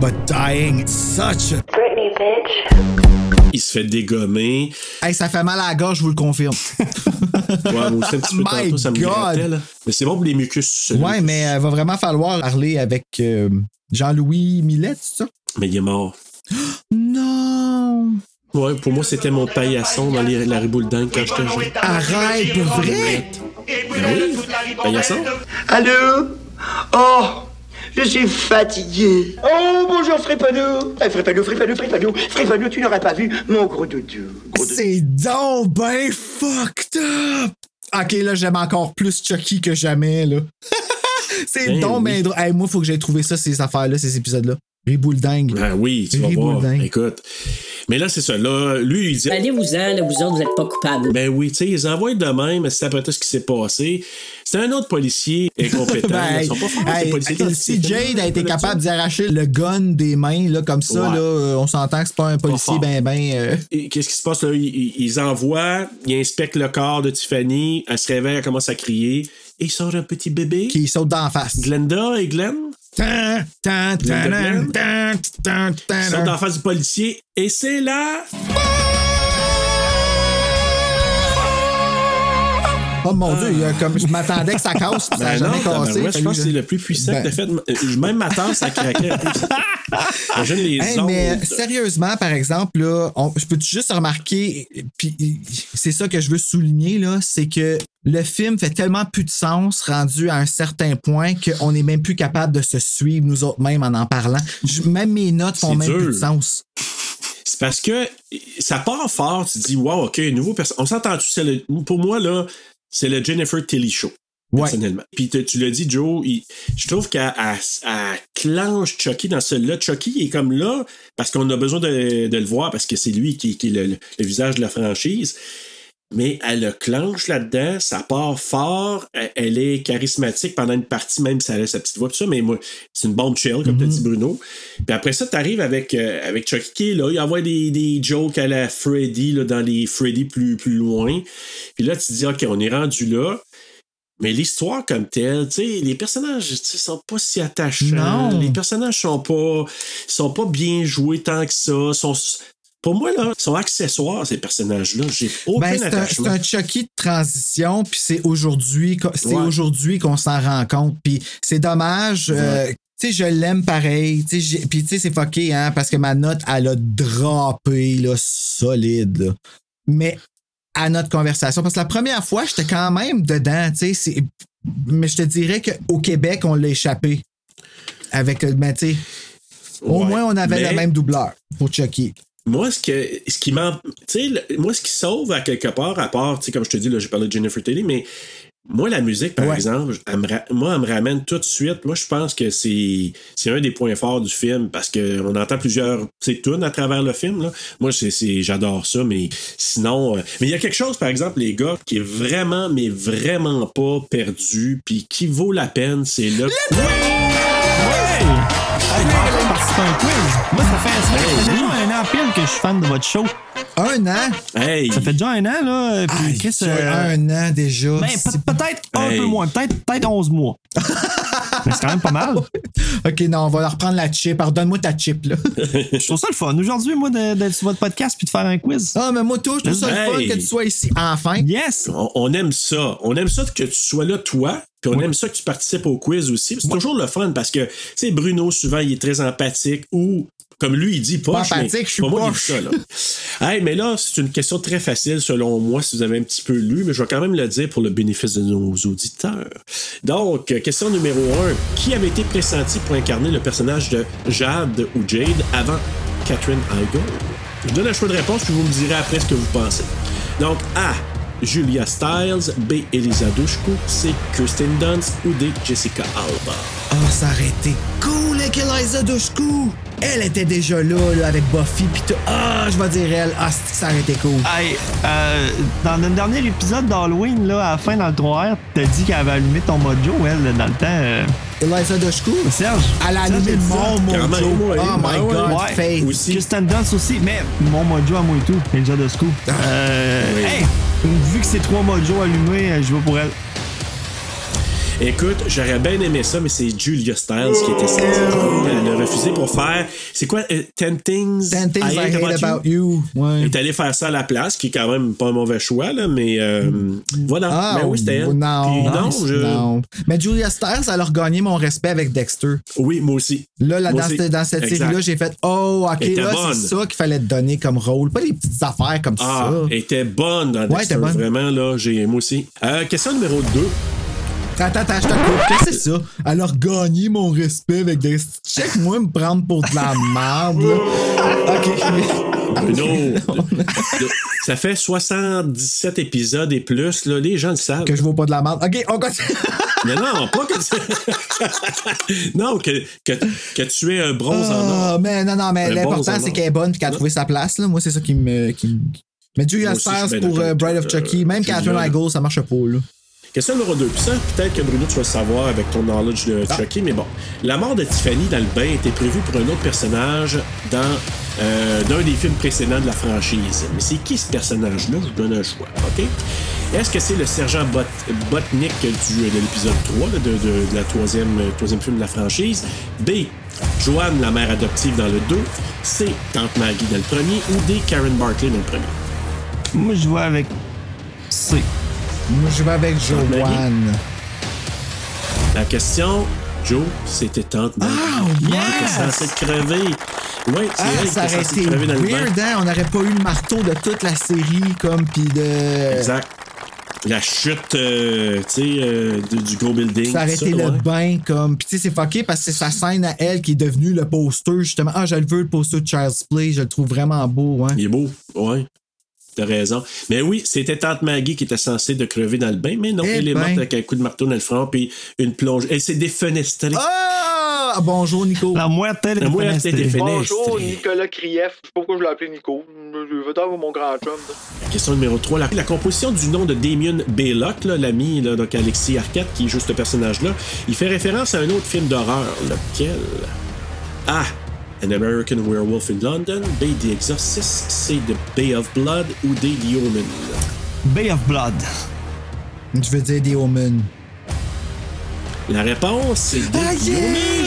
But dying is such a. Britney, bitch.
Il se fait dégommer.
Hey, ça fait mal à la gorge, je vous le confirme.
Ouais, moi aussi, un petit peu
My
tantôt, ça me
God.
grattait, là. Mais c'est bon pour les mucus. celui-là.
ouais, mais il va vraiment falloir parler avec euh, Jean-Louis Millet, c'est ça?
Mais il est mort.
Non!
Ouais, pour moi, c'était mon paillasson dans les- la riboule dingue quand j'étais jeune.
Arrête, pour Ah, vrai?
Ben oui, paillasson.
Allô Oh je suis fatigué. Oh, bonjour Frépanou. Eh, Frépanou, Frépanou, Frépanou, Frépanou, tu n'aurais pas vu mon gros doudou.
C'est donc ben fucked up! Ok, là, j'aime encore plus Chucky que jamais, là. c'est
Ben
donc ben
oui.
drôle. Hey, moi, faut que j'aille trouver ça, ces affaires-là, ces épisodes-là. Riboule dingue.
Ben oui, tu vas
Riboule
voir.
dingue.
Écoute. Mais là, c'est ça. Là, lui, il dit.
Allez-vous-en, là, vous autres, vous êtes pas coupables.
Ben oui, tu sais, ils envoient de même, c'est après tout ce qui s'est passé. C'est un autre policier incompétent.
Ben,
là.
hey,
ils sont pas forts, ces
hey,
policiers.
hey,
dans ce
si
système-là,
Jade a été
là-dessus.
capable d'y arracher le gun des mains, là, comme ça,
Ouais.
là, euh, on s'entend que c'est pas un policier
fort.
ben ben. euh,
Et Qu'est-ce qui se passe là? Ils- Ils, ils envoient, ils inspectent le corps de Tiffany, elle se réveille, elle commence à crier. Et il sort un petit bébé.
qui saute d'en face.
Glenda et Glenn.
Tan, tan, tan, tan, tan, tan, tan,
Ils sont en
tan.
face du policier et c'est là.
Oh mon dieu, il y a comme, je m'attendais que ça casse, puis ça a
Ben
jamais
non,
cassé.
tabarouette,
Fait
je pense
que
que c'est le plus puissant
Ben.
que t'as fait. Euh, Même ma tasse, ça craquait. un peu. Imagine les
Hey,
ondes.
mais sérieusement, par exemple, là, on- je peux juste remarquer, puis c'est ça que je veux souligner, là, c'est que le film fait tellement plus de sens rendu à un certain point qu'on n'est même plus capable de se suivre nous autres mêmes en en parlant. Je- Même mes notes font
C'est
même
dur.
plus de sens.
C'est parce que ça part fort, tu te dis, wow, OK, nouveau personne. On s'entend-tu? c'est le- Pour moi, là, c'est le Jennifer Tilly Show. Personnellement. Puis te- tu l'as dit, Joe, il- je trouve qu'elle elle- elle clenche Chucky dans celui-là. Chucky il est comme là parce qu'on a besoin de, de le voir parce que c'est lui qui, qui est le, le- le visage de la franchise. Mais elle le clenche là-dedans, ça part fort, elle, elle est charismatique pendant une partie, même si elle a sa petite voix, tout ça, mais moi, c'est une bombe chill, comme t'as dit Bruno. Puis après ça, t'arrives avec, euh, avec Chucky, qui est là, il envoie des, des jokes à la Freddy, là, dans les Freddy plus, plus loin. Puis là, tu te dis, OK, on est rendu là. Mais l'histoire comme telle, tu sais, les personnages tu sais, sont pas si attachants.
Non.
Les personnages sont pas sont pas bien joués tant que ça. Sont, pour moi, là, sont accessoires, ces personnages-là. J'ai aucun
Ben, c'est un- c'est
attachement.
un, Chucky de transition, puis c'est aujourd'hui qu'on- c'est
Ouais.
aujourd'hui qu'on s'en rend compte. Puis c'est dommage. euh, tu sais, je l'aime pareil. tu sais, j'ai- Puis tu sais, c'est fucké, hein, parce que ma note, elle a drapé, là, solide. là. Mais à notre conversation, parce que la première fois, j'étais quand même dedans, tu sais. c'est- Mais je te dirais qu'au Québec, on l'a échappé. Avec, le- mais tu sais, au
Ouais.
moins, on avait
Mais-
le même doubleur pour Chucky.
Moi, ce que ce qui m'en. Tu sais, le- moi, ce qui sauve à quelque part, à part, tu sais, comme je te dis, là, j'ai parlé de Jennifer Tilly, mais moi, la musique, par exemple, elle me ra- moi, elle me ramène tout de suite. Moi, je pense que c'est c'est un des points forts du film parce qu'on entend plusieurs tu sais, tunes à travers le film. Là. Moi, c'est- c'est j'adore ça, mais sinon. euh, mais il y a quelque chose, par exemple, les gars, qui est vraiment, mais vraiment pas perdu, puis qui vaut la peine, c'est le.
Hey, j'ai participé à un quiz. Moi, ça fait, ça fait- ça fait déjà un an pile que je suis fan de votre show.
Un an?
Hey!
Ça fait déjà un an, là. Puis, Chris,
Ça
euh,
a un an déjà.
ben, peut- peut-être un
Hey.
peu moins, peut-être peut 11 mois. Mais c'est quand même pas mal.
OK, non, on va leur prendre la chip. Pardonne-moi ta chip, là.
Je trouve ça le fun aujourd'hui, moi, de- d'être sur votre podcast puis de faire un quiz.
Ah, mais moi, tout, je trouve ça le fun
Hey.
que tu sois ici. Enfin.
Yes!
On, on aime ça. On aime ça que tu sois là, toi. Puis on aime ça que tu participes au quiz aussi. Puis C'est toujours le fun parce que, tu sais, Bruno, souvent, il est très empathique ou, comme lui, il dit, poche. mais
empathique, je suis
pas moi qui
poche.
dis ça, là. hey, mais là, c'est une question très facile selon moi, si vous avez un petit peu lu, mais je vais quand même le dire pour le bénéfice de nos auditeurs. Donc, euh, question numéro 1. Qui avait été pressenti pour incarner le personnage de Jade ou Jade avant Catherine Heigl? Je vous donne un choix de réponse, puis vous me direz après ce que vous pensez. Donc A. Julia Stiles, B. Elisa Dushku, C. Kirsten Dunst ou D. Jessica Alba.
Oh, ça aurait été cool avec Eliza Dushku! Elle était déjà là, là, avec Buffy pis tout. Ah, je vais dire elle. Ah, c'est que ça aurait été cool.
Hey, euh, dans le dernier épisode d'Halloween, là, à la fin dans le 3R, t'as dit qu'elle avait allumé ton mojo, elle, dans le temps. euh.
Eliza Dushku?
Serge?
Elle a allumé mon mojo. Oh my
ben
god, Faith.
Aussi. Kristen Dunst aussi, mais mon mojo à moi et tout, Elisa de Scoop. Euh,
Ah, Oui.
hey, vu que c'est trois mojos allumés, euh, je vais pour elle.
Écoute, j'aurais bien aimé ça, mais c'est Julia Stiles qui était censée. jouer. Elle a refusé pour faire. C'est quoi euh, Ten Things,
Ten things I hate about you.
Elle est allée faire ça à la place, qui est quand même pas un mauvais choix, là, mais euh, voilà.
Ah,
mais oui, c'était elle.
Non,
Puis non,
nice,
je-
non. Mais Julia Stiles, elle a regagné mon respect avec Dexter.
Oui, moi aussi.
Là, là,
Moi
dans,
aussi.
cette- dans cette
Exact.
série-là, j'ai fait Oh, ok,
Elle était
là,
bonne.
c'est ça qu'il fallait te donner comme rôle. Pas des petites affaires comme
Ah,
ça.
elle était bonne dans
Ouais,
Dexter,
elle était bonne.
vraiment, là, j'ai, moi aussi. Euh, question numéro 2.
Attends, attends, je te coupe. Qu'est-ce que c'est ça? Elle a regagné mon respect avec Dexter. Check-moi me prendre pour de la merde. là. ok.
Bruno, ça fait 77 épisodes et plus, là, les gens le savent.
Que je vaux pas de la merde. Ok, on continue.
Non, non, pas que tu... non, que, que, que tu es un bronze en or.
Ah, mais non, non, mais
Un
l'important,
bronze en
c'est
or.
qu'elle est bonne et qu'elle a trouvé sa place. Là. Moi, c'est ça qui me. Qui... me- Mais Julia
Moi aussi, je suis
Stiles
bien
pour
d'accord
euh,
avec
Bride
toi,
of Chucky,
euh,
même
Julia.
Catherine Igle, ça marche pas. Là.
Question numéro 2. Puis ça, peut-être que Bruno, tu vas le savoir avec ton knowledge de Chucky, mais bon. La mort de Tiffany dans le bain était prévue pour un autre personnage dans euh, d'un des films précédents de la franchise. Mais c'est qui ce personnage-là? Je vous donne un choix, OK? Est-ce que c'est le sergent Bot Botnick du, de l'épisode 3, là, de, de- de la troisième, euh, troisième film de la franchise? B. Joanne, la mère adoptive dans le 2. C. Tante Maggie dans le premier. Ou D. Karen Barkley dans le premier.
Moi, je vais avec C.
Moi, je vais avec Joanne.
La question, Joe, c'était Tante Maggie.
Ah, yes!
Ça s'est crevé. Oui, c'est
Ah,
elle qui
ça
est
aurait
censée
été
crever dans le bain.
weird, hein? On n'aurait pas eu le marteau de toute la série, comme, pis de.
Exact. La chute, euh, tu sais, euh, du, du gros building.
Ça aurait
tout
été
ça,
le
ouais.
bain, comme. Pis tu sais, c'est fucké parce que c'est sa scène à elle qui est devenue le poster, justement. Ah, je le veux, le poster de Child's Play, je le trouve vraiment beau, hein?
Il est beau, ouais. T'as raison. Mais oui, c'était Tante Maggie qui était censée de crever dans le bain, mais non,
Eh
elle est
ben.
morte avec un coup de marteau dans le front puis une plonge. Elle s'est défenestrée.
Ah! Bonjour, Nico.
La muerte, elle est
La muerte est
défenestrée.
défenestrée.
Bonjour, Nicolas Krief. Je sais pas pourquoi je l'ai appelé Nico. Je veux dire mon grand chum.
Question numéro 3. La, la composition du nom de Damien Baylock, là, l'ami là, donc Alexis Arquette, qui joue ce personnage-là, il fait référence à un autre film d'horreur. Lequel A. An American Werewolf in London. B. The Exorcist. C. The Bay of Blood. Ou D. The Omen.
Bay of Blood.
Je veux dire des Omen.
La réponse, c'est D.
Ah,
The
yeah!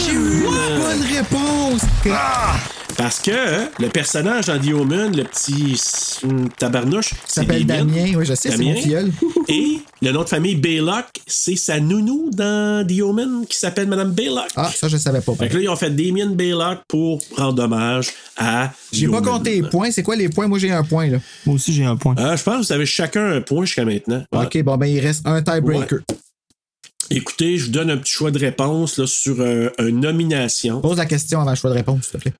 J'ai eu
Omen.
la bonne réponse!
Ah, Parce que hein, le personnage dans The Omen, le petit hum, tabarnouche, c'est
s'appelle Damien. Oui, je sais, c'est
Damien.
mon filleul.
Et le nom de famille Baylock, c'est sa nounou dans The Omen qui s'appelle Madame Baylock.
Ah, ça, je savais pas.
Fait que là, ils ont fait Damien Baylock pour rendre hommage à.
J'ai
The
pas
Omen.
compté les points. C'est quoi les points? Moi, j'ai un point, là.
Moi aussi, j'ai un point.
Ah, je pense que vous avez chacun un point jusqu'à maintenant. Ah, Voilà.
Ok, bon, ben, il reste un tiebreaker.
Écoutez, je vous donne un petit choix de réponse là, sur euh, une nomination.
Pose la question avant le choix de réponse, s'il te plaît.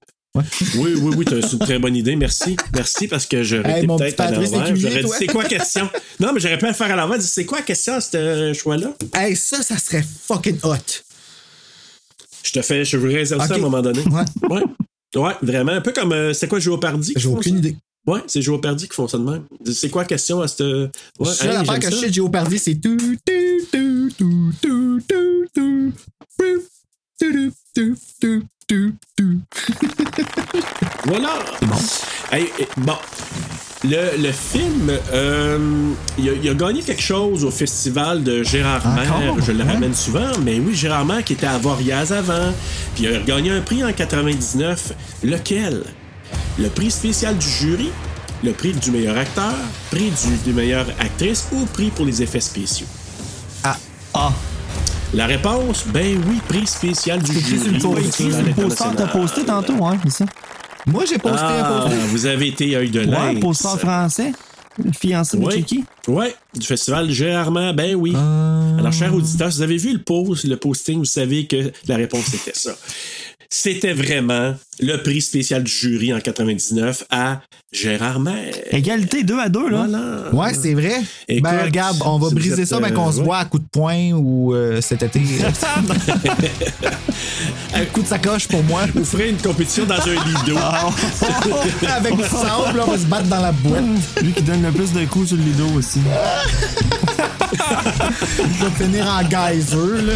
Oui, oui, oui, t'as- c'est une très bonne idée. Merci. Merci parce que j'aurais
Hey,
été
mon
peut-être
petit
à
Patrice
l'envers.
Lécuyer,
J'aurais dit,
toi.
c'est quoi la question? Non, mais j'aurais pu le faire à l'envers. dire, C'est quoi la question à ce euh, choix-là?
Hey, ça, ça serait fucking hot.
Je te fais, je vous réserve ça à
Ok.
un moment donné.
Ouais.
Ouais. Ouais, vraiment. Un peu comme, euh, c'est quoi Géopardi?
J'ai aucune idée.
Ouais, c'est Géopardi qui font ça de même. C'est quoi la question à cette. Ouais,
La seule
hey,
affaire
j'aime
que
ça.
je sais de Géopardi, c'est tout, tout, tout, tout, tout, tout, tout, tout, tout, tout, tout, tout, tout.
Voilà. Bon. eh, bon. Le, le film, euh, il, a, il a gagné quelque chose au festival de Gérard Maire.
Encore?
Je le
Ouais.
ramène souvent, mais oui, Gérard Maire qui était à Voriaz avant. Puis il a gagné un prix en 99. Lequel Le prix spécial du jury, le prix du meilleur acteur, prix du, du meilleure actrice ou prix pour les effets spéciaux
Ah.
Ah.
La réponse, ben oui, prix spécial du
Écrit
jury.
sur le poster, sur le poster que t'as posté tantôt, hein, c'est ça?
Moi, j'ai posté un
Ah,
posté.
vous avez été œil de
Ouais,
lynx.
poster en français. Le fiancé de
Oui,
Chucky.
ouais, du festival Gérardmer, ben oui. Alors, chers auditeurs, si vous avez vu le post, le posting, vous savez que la réponse était ça. c'était vraiment le prix spécial du jury en 99 à Gérard Maire.
Égalité 2 à 2, là.
Ouais, c'est vrai.
Écoute,
ben, regarde, on va
si vous
briser
êtes,
ça, ben,
euh,
qu'on se
ouais.
voit à coup de poing ou euh, cet été. un coup de sacoche pour moi.
Vous ferez une compétition dans un lido.
Avec du sable, là, on va se battre dans la boîte.
Lui qui donne le plus de coups sur le lido aussi.
Je vais finir en geyser, là.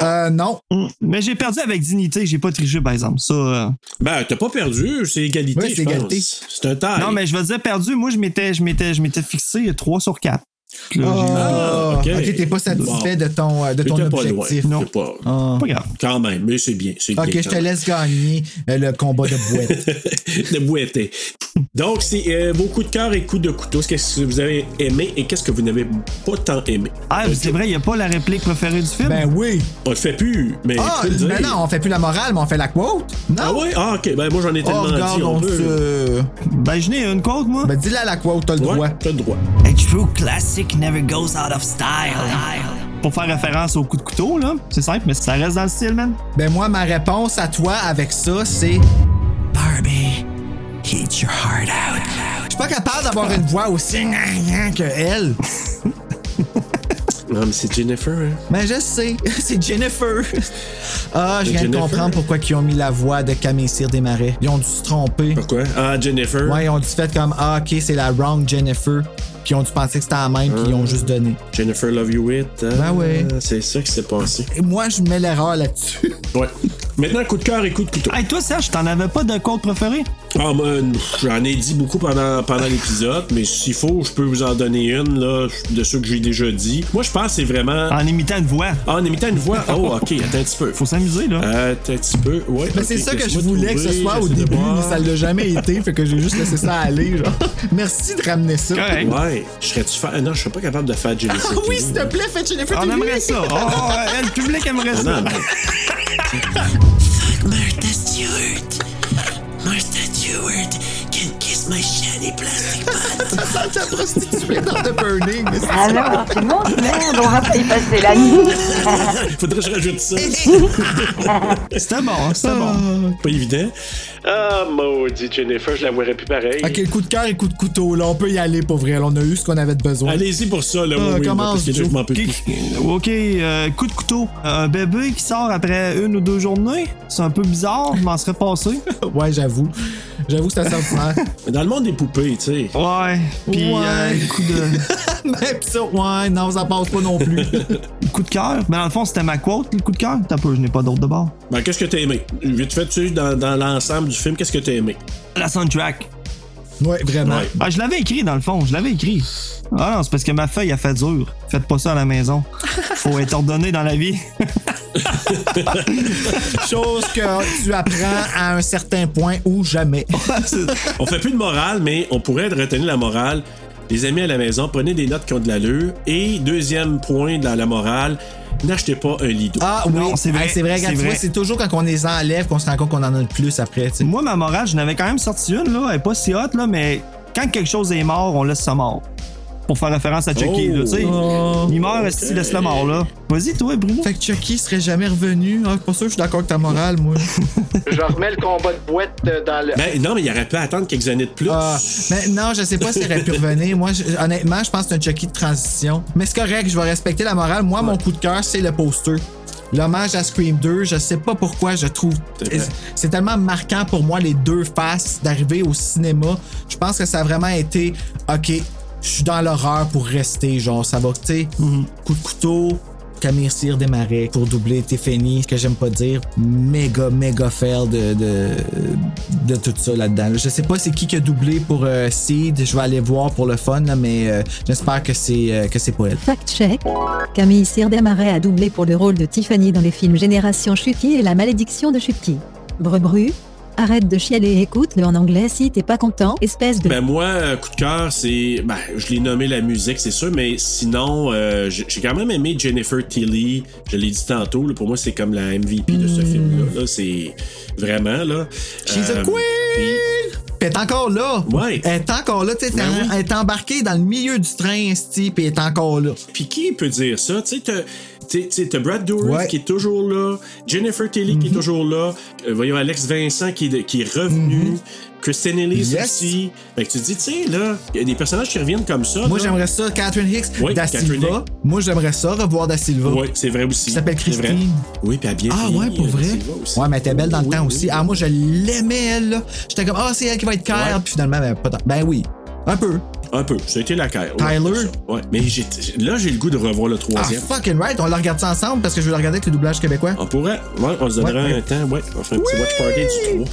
Euh, non.
Mm. Mais j'ai perdu avec dignité, j'ai pas triché, par exemple. Ça. euh,
Ben, t'as pas perdu, c'est égalité.
Ouais, c'est
je pense.
égalité.
C'est un taille.
Non, mais je veux dire perdu. Moi, je m'étais, je m'étais, je m'étais fixé 3 sur 4.
Ah,
ok.
ok, t'es pas satisfait de ton, euh, de
Mais
ton
t'es pas loin.
objectif.
T'es Pas,
Ah.
grave.
Quand même, mais c'est bien. c'est
Ok,
bien
je
quand
te
même.
laisse gagner euh, le combat de boîte.
de bouetter. Donc, c'est euh, vos coups de cœur et coups de couteau. Qu'est-ce que vous avez aimé et qu'est-ce que vous n'avez pas tant aimé?
Ah, c'est vrai, il a pas la réplique préférée du film.
Ben oui.
On le fait plus, mais.
Ah,
tu peux le
mais
dire.
non, on fait plus la morale, mais on fait la quote. Non.
Ah ouais? Ah, ok. Ben, moi, j'en ai tellement
Oh, regarde,
dit. On
on
peut.
se.
Ben, je n'ai une quote, moi.
Ben, dis-la la quote, t'as le droit.
T'as le droit.
A true classic never goes out of style.
Pour faire référence au coup de couteau, là. C'est simple, mais ça reste dans le style, man.
Ben, moi, ma réponse à toi avec ça, c'est.
Barbie, eat your heart out.
Je suis pas capable d'avoir une voix aussi gna gna que elle.
Non, mais c'est Jennifer. hein.
Mais je sais, c'est Jennifer. Ah, je
C'est
viens de
Jennifer.
comprendre pourquoi ils ont mis la voix de Camille Cyr des Marais. Ils ont dû se tromper.
Pourquoi? Ah, Jennifer.
Ouais, ils ont dû fait comme Ah, ok, c'est la wrong Jennifer. Puis ils ont dû penser que c'était la même, puis ils ont
Euh.
juste donné.
Jennifer Love You It. Ah,
Ben ouais.
C'est ça qui s'est passé.
Et moi, je mets l'erreur là-dessus.
Ouais. Maintenant, coup de cœur et coup de couteau.
Hey, toi, Serge, t'en avais pas de quote préférée?
Ah, moi, pff, j'en ai dit beaucoup pendant, pendant l'épisode, mais s'il faut, je peux vous en donner une, là, de ceux que j'ai déjà dit. Moi, je pense que c'est vraiment.
En imitant une voix.
Ah, en imitant une voix. Oh, ok, attends un petit peu.
Faut s'amuser, là.
Euh, Attends un petit peu. Ouais.
Mais
ok,
c'est ça que je
laisse-moi
voulais que
trouver,
ce soit au
j'essaie de
début,
voir.
mais ça l'a jamais été, fait que j'ai juste laissé ça aller, genre. Merci de ramener ça.
Correct.
Ouais. Je serais-tu fa- euh, Non, je suis pas capable de faire Jennifer.
Ah oui,
Tilly.
s'il te plaît, fais Jennifer
On
Tilly.
aimerait ça. Oh, euh, le public aimerait
Ah,
ça.
non, mais-
Martha Stewart. Martha Stewart can kiss my shiny plastic butt.
Ça sent la prostituée dans The Burning. mais c'est-
Alors, tu montes, merde, on va y passer la nuit.
Faudrait que je rajoute ça.
C'était bon, hein, c'était bon.
pas évident. Ah, maudit Jennifer, je la verrais plus pareil.
Ok, coup de cœur et coup de couteau, là, on peut y aller pour vrai. là, on a eu ce qu'on avait de besoin.
Allez-y pour ça, là.
Euh,
oui, oui,
commence,
parce que là,
Joe.
je m'en peux plus.
Ok, euh, coup de couteau. Un bébé qui sort après une ou deux journées, c'est un peu bizarre, je m'en serais passé.
Ouais, j'avoue. J'avoue que c'est un sentiment.
Mais dans le monde des poupées, tu sais.
Ouais. Puis
Ouais.
euh, coup de
Même ça, ouais, non, ça passe pas non plus.
coup de cœur. Mais dans le fond, c'était ma quote, le coup de cœur. T'as peu, je n'ai pas d'autre de bord.
Ben, qu'est-ce que t'as aimé? Vite fait, tu sais, dans, dans l'ensemble du film, qu'est-ce que t'as aimé?
La soundtrack.
Ouais, vraiment.
Ouais.
Ah, je l'avais écrit dans le fond, je l'avais écrit. Ah non, c'est parce que ma feuille a fait dur. Faites pas ça à la maison. Faut être ordonné dans la vie.
Chose que tu apprends à un certain point ou jamais.
On fait plus de morale, mais on pourrait retenir la morale. Les amis à la maison, prenez des notes qui ont de l'allure. Et deuxième point dans la morale, n'achetez pas un lido.
Ah oui,
Non, c'est vrai,
Hey, c'est vrai, regarde,
c'est
tu vois,
vrai.
c'est toujours quand on les enlève qu'on se rend compte qu'on en a le plus après. tu sais.
Moi, ma morale, je n'avais quand même sorti une, là. Elle est pas si haute, là, mais quand quelque chose est mort, on laisse ça mort. Pour faire référence à Chucky,
Oh.
là, tu sais.
Oh.
Il meurt, est-ce laisse le mort, là? Vas-y, toi, Bruno.
Fait que Chucky serait jamais revenu. Ah, pour ça, je suis d'accord avec ta morale, moi.
Je remets le combat de boîte euh, dans le.
Ben, non, mais il aurait pu attendre quelques années de plus.
Ah, mais non, je sais pas si elle aurait pu revenir. Moi, je- honnêtement, je pense que c'est un Chucky de transition. Mais c'est correct, je vais respecter la morale. Moi, mon coup de cœur, c'est le poster. L'hommage à Scream 2, je sais pas pourquoi, je trouve.
C'est vrai.
C'est tellement marquant pour moi, les deux faces d'arriver au cinéma. Je pense que ça a vraiment été. Ok, je suis dans l'horreur pour rester. Genre, ça va, tu sais, coup de couteau. Camille Cyr des Marais pour doubler Tiffany, que j'aime pas dire, méga, méga fail de, de, de tout ça là-dedans. Je sais pas c'est qui qui a doublé pour euh, Seed, je vais aller voir pour le fun, là, mais euh, j'espère que c'est euh, que c'est pas elle.
Fact-check. Camille Cyr Desmarais a doublé pour le rôle de Tiffany dans les films Génération Chucky et La Malédiction de Chucky. Brebru, arrête de chialer et écoute-le en anglais si t'es pas content, espèce de...
Ben moi, euh, coup de cœur, c'est... Ben, je l'ai nommé la musique, c'est sûr, mais sinon, euh, j'ai j'ai quand même aimé Jennifer Tilly. Je l'ai dit tantôt, là, pour moi, c'est comme la MVP de ce film-là. là. C'est vraiment, là...
Hmm. She's a
Euh,
queen!
puis-
Puis elle est encore là!
Ouais.
Elle est encore là, tu sais,
Ben
elle-
oui.
elle est embarquée dans le milieu du train, esti, puis elle est encore là.
Puis qui peut dire ça? Tu sais, t'as- Tu sais, t'as Brad Dourif qui est toujours là, Jennifer Tilly
Mm-hmm.
qui est toujours là, euh, voyons Alex Vincent qui est, de- qui est revenu, Kristen Ellis
Mm-hmm. Yes.
aussi. Fait que tu te dis, tu sais, là, il y a des personnages qui reviennent comme ça.
Moi,
là.
j'aimerais ça, Catherine Hicks,
Ah, Oui,
Da
Catherine
Silva. Moi, j'aimerais ça, revoir Da Silva.
Oui, c'est vrai aussi.
Qui s'appelle
C'est vrai.
Christine.
Oui, puis elle a bien
Ah
vieilli,
ouais, pour
euh, Da
vrai?
Silva aussi.
Ouais, mais elle était belle dans le temps aussi. Ah, moi, je l'aimais, elle, là. J'étais comme, ah, c'est elle qui va être Kyle. Puis finalement, ben, pas tant. Ben oui, un peu. Ah,
Un peu. Ça a été la caire. ouais,
Tyler?
c'est ça. Ouais. Mais j'ai- là, j'ai le goût de revoir le
Ah,
troisième. Ah,
fucking right, on la regarde ça ensemble parce que je veux la regarder avec le doublage québécois.
On pourrait. Ouais, on se donnera
Ouais,
un
ouais.
temps. Ouais, on fait un petit watch party du 3.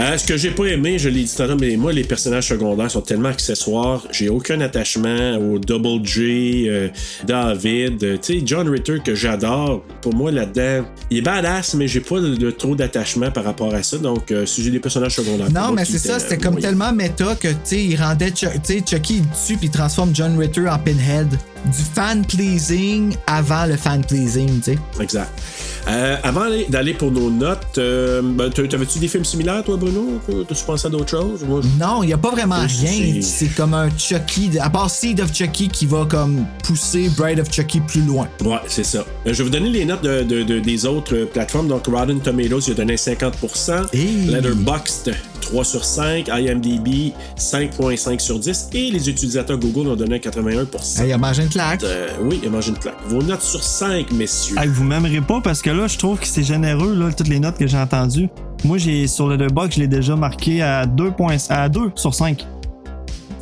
Euh, ce que j'ai pas aimé, je l'ai dit tantôt, mais moi, les personnages secondaires sont tellement accessoires. J'ai aucun attachement au Double J, euh, David. euh, tu sais, John Ritter, que j'adore, pour moi, là-dedans, il est badass, mais j'ai pas de, de- trop d'attachement par rapport à ça. Donc, euh, si j'ai des personnages secondaires. pour
Non,
moi,
mais
qui
c'est
étaient,
ça,
euh,
c'était comme
moyens.
tellement méta que, tu sais, il rendait Chuck- tu sais, Chucky, il tue puis il transforme John Ritter en Pinhead. Du fan-pleasing avant le fan-pleasing, tu sais.
Exact. Euh, avant d'aller- d'aller pour nos notes, euh, ben, t- t'avais-tu des films similaires, toi, Bruno? T'as-tu pensé à d'autres choses? Moi, je-
Non, il n'y a pas vraiment
C'est-
rien. C'est comme un Chucky, de- à part Seed of Chucky qui va comme pousser Bride of Chucky plus loin.
Ouais, c'est ça. Euh, je vais vous donner les notes de- de- de- des autres euh, plateformes. Donc, Rotten Tomatoes, il a donné 50%. Letterboxd, 3 sur 5. IMDb, 5.5 sur 10. Et les utilisateurs Google ont donné 81%.
Hey, il a mangé une claque.
Euh, oui, il a mangé une claque. Vos notes sur 5, messieurs.
Hey, vous m'aimerez pas parce que là, je trouve que c'est généreux, là, toutes les notes que j'ai entendues. Moi, j'ai sur le box, je l'ai déjà marqué à 2, à 2 sur 5.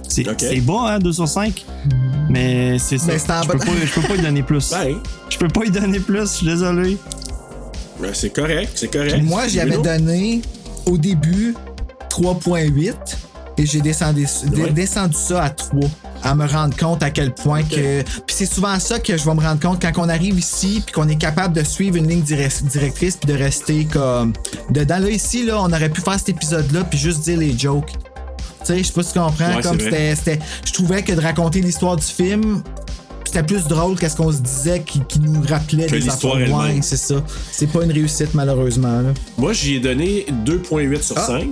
C'est c'est bas, hein, 2 sur 5. Mais c'est ça.
Mais c'est en
je,
bas-
peux pas, je peux pas y donner plus. Je peux pas y donner plus, je suis désolé.
Ben, c'est correct, c'est correct.
Moi, j'y avais
Bruno?
donné au début 3.8 et j'ai descendu, dé-
Ouais.
descendu ça à 3 à me rendre compte à quel point que... Puis c'est souvent ça que je vais me rendre compte quand on arrive ici puis qu'on est capable de suivre une ligne direc- directrice puis de rester comme... Dedans, là, ici, là, on aurait pu faire cet épisode-là puis juste dire les jokes. Tu sais, je sais pas si tu comprends.
Ouais,
comme
c'est vrai.
c'était, c'était- je trouvais que de raconter l'histoire du film, c'était plus drôle qu'à ce qu'on se disait qui, qui nous rappelait
Que
des
l'histoire
affaires. Ouais,
elle-même.
c'est ça. C'est pas une réussite, malheureusement. là.
Moi, j'y ai donné 2.8 sur 5.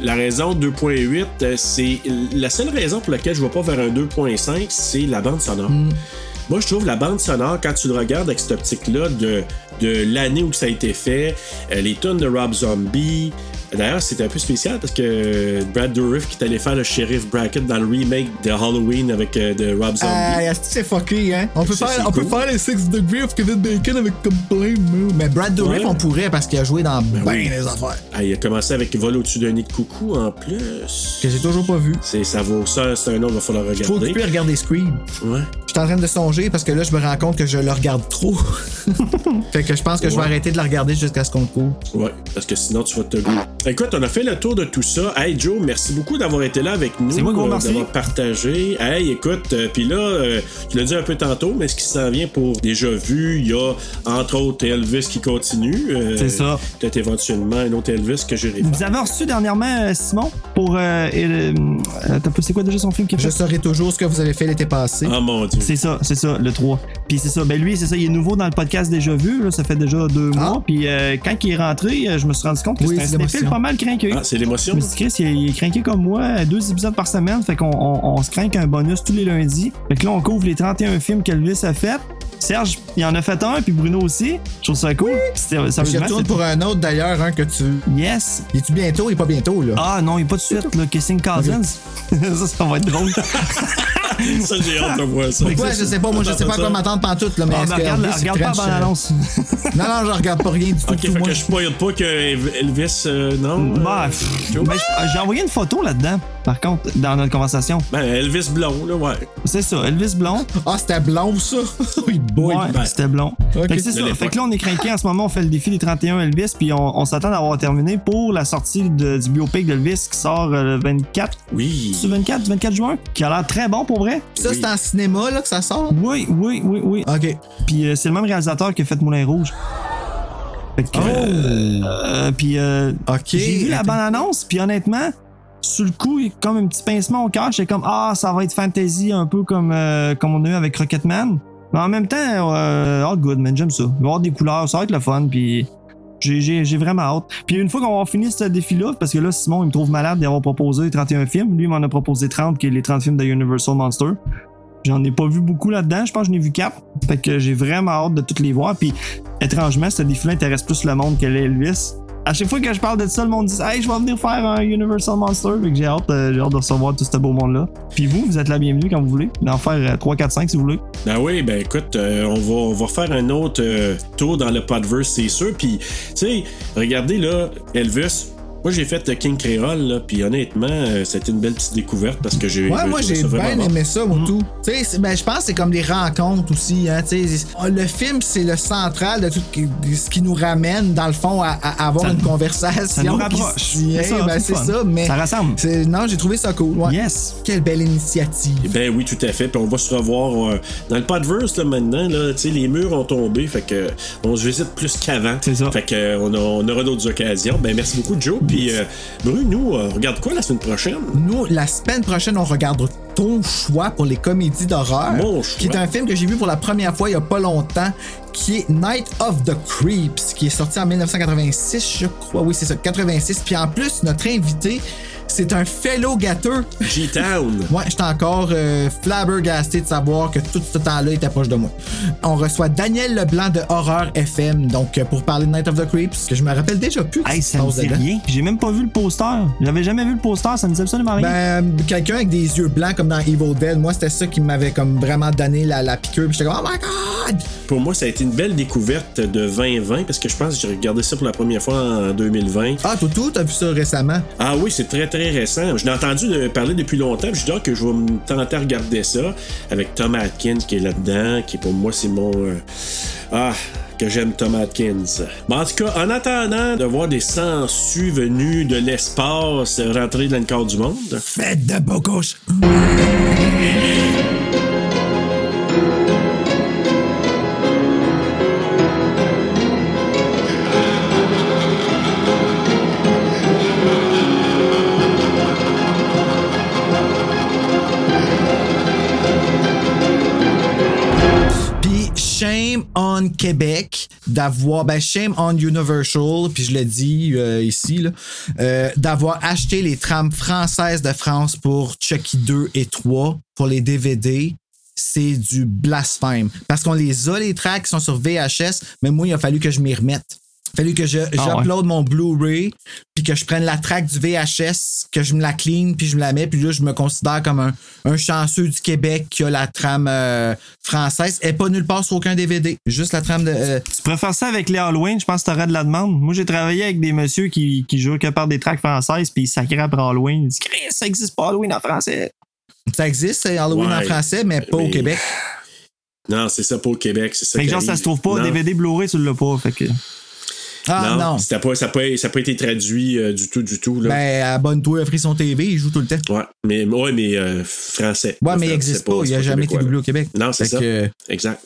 La raison 2.8, euh, c'est la seule raison pour laquelle je ne vais pas vers un 2.5, c'est la bande sonore. Moi, je trouve la bande sonore, quand tu le regardes avec cette optique-là de, de l'année où ça a été fait, euh, les tonnes de Rob Zombie. D'ailleurs, c'était un peu spécial parce que euh, Brad Dourif qui est allé faire le shérif Brackett dans le remake de Halloween avec euh, de Rob Zombie.
Ah, est-ce que c'est fucké, hein? On, peut
Ça, c'est
faire, on peut
cool.
faire les Six Degrees of Kevin Bacon avec comme plein de moves. Mais Brad Dourif,
Ouais.
on pourrait parce qu'il a joué dans ben,
oui.
les affaires.
Ah, il a commencé avec Vol au-dessus d'un nid de coucou en plus.
Que j'ai toujours pas vu.
C'est, ça vaut ça, c'est un autre, il va falloir regarder.
Trop occupé à regarder Scream.
Ouais.
Je suis en train de songer parce que là, je me rends compte que je le regarde trop. fait que je pense que je vais
Ouais.
arrêter de la regarder jusqu'à ce qu'on court.
Ouais, parce que sinon tu vas te. Écoute, on a fait le tour de tout ça. Hey Joe, merci beaucoup d'avoir été là avec nous,
C'est moi qui
euh,
vous remercie.
d'avoir partagé. Hey, écoute, euh, puis là, euh, tu l'as dit un peu tantôt, mais ce qui s'en vient pour déjà vu, il y a entre autres Elvis qui continue. euh,
C'est ça.
Peut-être éventuellement un autre Elvis que j'ai
Vous avez reçu dernièrement euh, Simon pour. euh, et le- euh, t'as- c'est quoi déjà son film qui est
Je saurai toujours ce que vous avez fait l'été passé.
Ah mon dieu.
C'est ça, c'est ça, le 3. Puis c'est ça, ben lui, c'est ça, il est nouveau dans le podcast déjà vu, là, ça fait déjà deux mois. Puis euh, quand il est rentré, euh, je me suis rendu compte que
Ah. Oui,
c'était un
c'est
cinéphile
l'émotion.
pas mal craqué.
Ah, c'est l'émotion.
Je me suis dit, Chris, il est, il est craqué comme moi, euh, deux épisodes par semaine, fait qu'on on, on se craque un bonus tous les lundis. Fait que là, on couvre les 31 films qu'Elvis a fait. Serge, il en a fait un, puis Bruno aussi. Je trouve ça cool. Puis c'est-
Je
sérieusement,
retourne
c'est-
pour un autre d'ailleurs, hein, que tu.
Yes!
Il est-tu bientôt? Il est pas bientôt, là.
Ah non, il est pas de suite, là. Kissing Cousins. ça, ça va être drôle.
ça, j'ai hâte de voir ça.
Pourquoi? Je sais pas, moi, je sais pas à quoi m'attendre pantoute, là, mais
Ah,
est-ce
ben,
que
regarde,
Elvis, il
regarde pas
traîne
la bande
euh.
chez- Non, non, je regarde pas rien du tout.
Ok,
tout,
fait
moi,
que je spoil pas que Elvis, euh, non?
Bah,
euh,
pff,
Joe?
ben, j- j'ai envoyé une photo là-dedans, par contre, dans notre conversation.
Ben, Elvis blond, là, ouais.
C'est ça, Elvis blond.
Ah, c'était blond, ça? oui, boy.
Ouais, c'était blond.
Ok.
Fait que c'est
De
ça.
l'époque.
Fait que là, on est craqué en ce moment, on fait le défi des 31 Elvis, puis on, on s'attend d'avoir terminé pour la sortie de- du biopic d'Elvis qui sort euh, le 24.
Oui.
C'est 24, du 24 juin, qui a l'air très bon pour vrai.
Ça, c'est en cinéma, là, que ça sort?
Oui, oui, oui, oui.
OK.
Puis euh, c'est le même réalisateur qui a fait Moulin Rouge. Fait que, euh, euh, puis euh, j'ai vu la bande-annonce, puis honnêtement, sur le coup, il y a comme un petit pincement au cœur, j'étais comme ah, ça va être fantasy un peu comme euh, comme on a eu avec Rocketman. Mais en même temps, euh, all good man, j'aime ça. Il va y avoir des couleurs, ça va être le fun, puis j'ai- j'ai j'ai vraiment hâte. Puis une fois qu'on va finir ce défi-là, parce que là, Simon, il me trouve malade d'avoir proposé 31 films. Lui, il m'en a proposé 30, qui est les 30 films de Universal Monster. J'en ai pas vu beaucoup là-dedans. Je pense que j'en ai vu quatre. Fait que j'ai vraiment hâte de toutes les voir. Puis, étrangement, ce défi-là intéresse plus le monde que l'Elvis. À chaque fois que je parle de ça, le monde dit Hey, je vais venir faire un Universal Monster. Fait que j'ai hâte, euh, j'ai hâte de recevoir tout ce beau monde-là. Puis vous, vous êtes la bienvenue quand vous voulez. D'en faire euh, 3, 4, 5 si vous voulez.
Ah oui, ben écoute, euh, on, va, on va faire un autre euh, tour dans le podverse, c'est sûr. Puis, tu sais, regardez là, Elvis. Moi, j'ai fait euh, King Creole, là, puis honnêtement, euh, c'était une belle petite découverte parce que j'ai.
Ouais, moi
trouvé
j'ai
ça vraiment
bien
bon.
aimé ça, mon tout. Tu sais, c'est- ben, je pense que c'est comme des rencontres aussi. Hein, tu sais. le film, c'est le central de tout ce qui nous ramène, dans le fond, à, à avoir
Ça
une
nous-
conversation.
ça nous
qui
rapproche.
se tient.
C'est ça,
Ben,
c'est
c'est
le fun.
ça, mais.
Ça rassemble.
c'est- Non, j'ai trouvé ça cool. ouais.
Yes.
Quelle belle initiative.
Ben oui, tout à fait. Puis on va se revoir euh, dans le podverse là, maintenant. Là, tu sais, les murs ont tombé, fait que euh, on se visite plus qu'avant. C'est ça. Fait que euh, on, a- on aura d'autres occasions. Ben merci beaucoup, Joe. Puis euh, Bru, nous, euh, on regarde quoi la semaine prochaine?
Nous, la semaine prochaine, on regarde ton choix pour les comédies d'horreur.
Mon choix.
Qui est un film que j'ai vu pour la première fois il y a pas longtemps, qui est Night of the Creeps, qui est sorti en 1986, je crois. Oui, c'est ça, 86. Puis en plus, notre invité, c'est un fellow gâteux.
G-Town.
ouais, j'étais encore euh, flabbergasté de savoir que tout ce temps-là, il était proche de moi. On reçoit Daniel Leblanc de Horror FM, donc euh, pour parler de Night of the Creeps, que je me rappelle déjà plus.
Hey, ça me
passe
dit
dedans.
rien. J'ai même pas vu le poster. J'avais jamais vu le poster. Ça me dit absolument rien.
Ben, quelqu'un avec des yeux blancs comme dans Evil Dead, moi c'était ça qui m'avait comme vraiment donné la, la piqûre. Puis J'étais comme Oh my god!
Pour moi, ça a été une belle découverte de 2020 parce que je pense que j'ai regardé ça pour la première fois en 2020.
Ah, Toto, t'as vu ça récemment?
Ah oui, c'est très très récent. Je l'ai entendu de- parler depuis longtemps. puis Je dis ah, que je vais me tenter à regarder ça avec Tom Atkins qui est là-dedans, qui pour moi c'est mon euh, ah que j'aime Tom Atkins. Mais en tout cas, en attendant de voir des sangsues venus de l'espace rentrer dans le corps du monde.
Faites de beau gauche! Puis Shame on Québec d'avoir, ben Shame on Universal, puis je le dis euh, ici, là, euh, d'avoir acheté les trames françaises de France pour Chucky 2 et 3 pour les DVD. C'est du blasphème. Parce qu'on les a, les tracks qui sont sur VHS, mais moi, il a fallu que je m'y remette. Il a fallu que je- j'upload mon Blu-ray, puis que je prenne la track du VHS, que je me la clean, puis je me la mets, puis là, je me considère comme un, un chanceux du Québec qui a la trame euh, française. Elle est pas nulle part sur aucun DVD, juste la trame de. euh,
Tu préfères ça avec les Halloween, je pense que t'aurais de la demande. Moi, j'ai travaillé avec des messieurs qui, qui jouent que par des tracks françaises, puis ils sacraient après Halloween. Ils disent, Chris, ça existe pas Halloween en français.
ça existe, c'est Halloween en
Ouais,
français, mais pas au
mais-
Québec.
Non, c'est ça pas au Québec, c'est ça.
Fait que
qui
genre, ça
arrive.
se trouve pas,
Non.
DVD Blu-ray, tu l'as pas. Fait que.
Ah non.
c'était Pas, ça n'a pas, ça a pas été traduit euh, du tout, du tout. Là.
Ben, abonne-toi à Frisson TV, il joue tout le temps.
Ouais, mais, ouais, mais euh, français.
Ouais, mais il
Enfin,
n'existe
c'est
pas, il
c'est
n'a jamais été
québécois,
doublé
là.
au Québec.
Non, c'est
Fait
ça.
que-
Exact.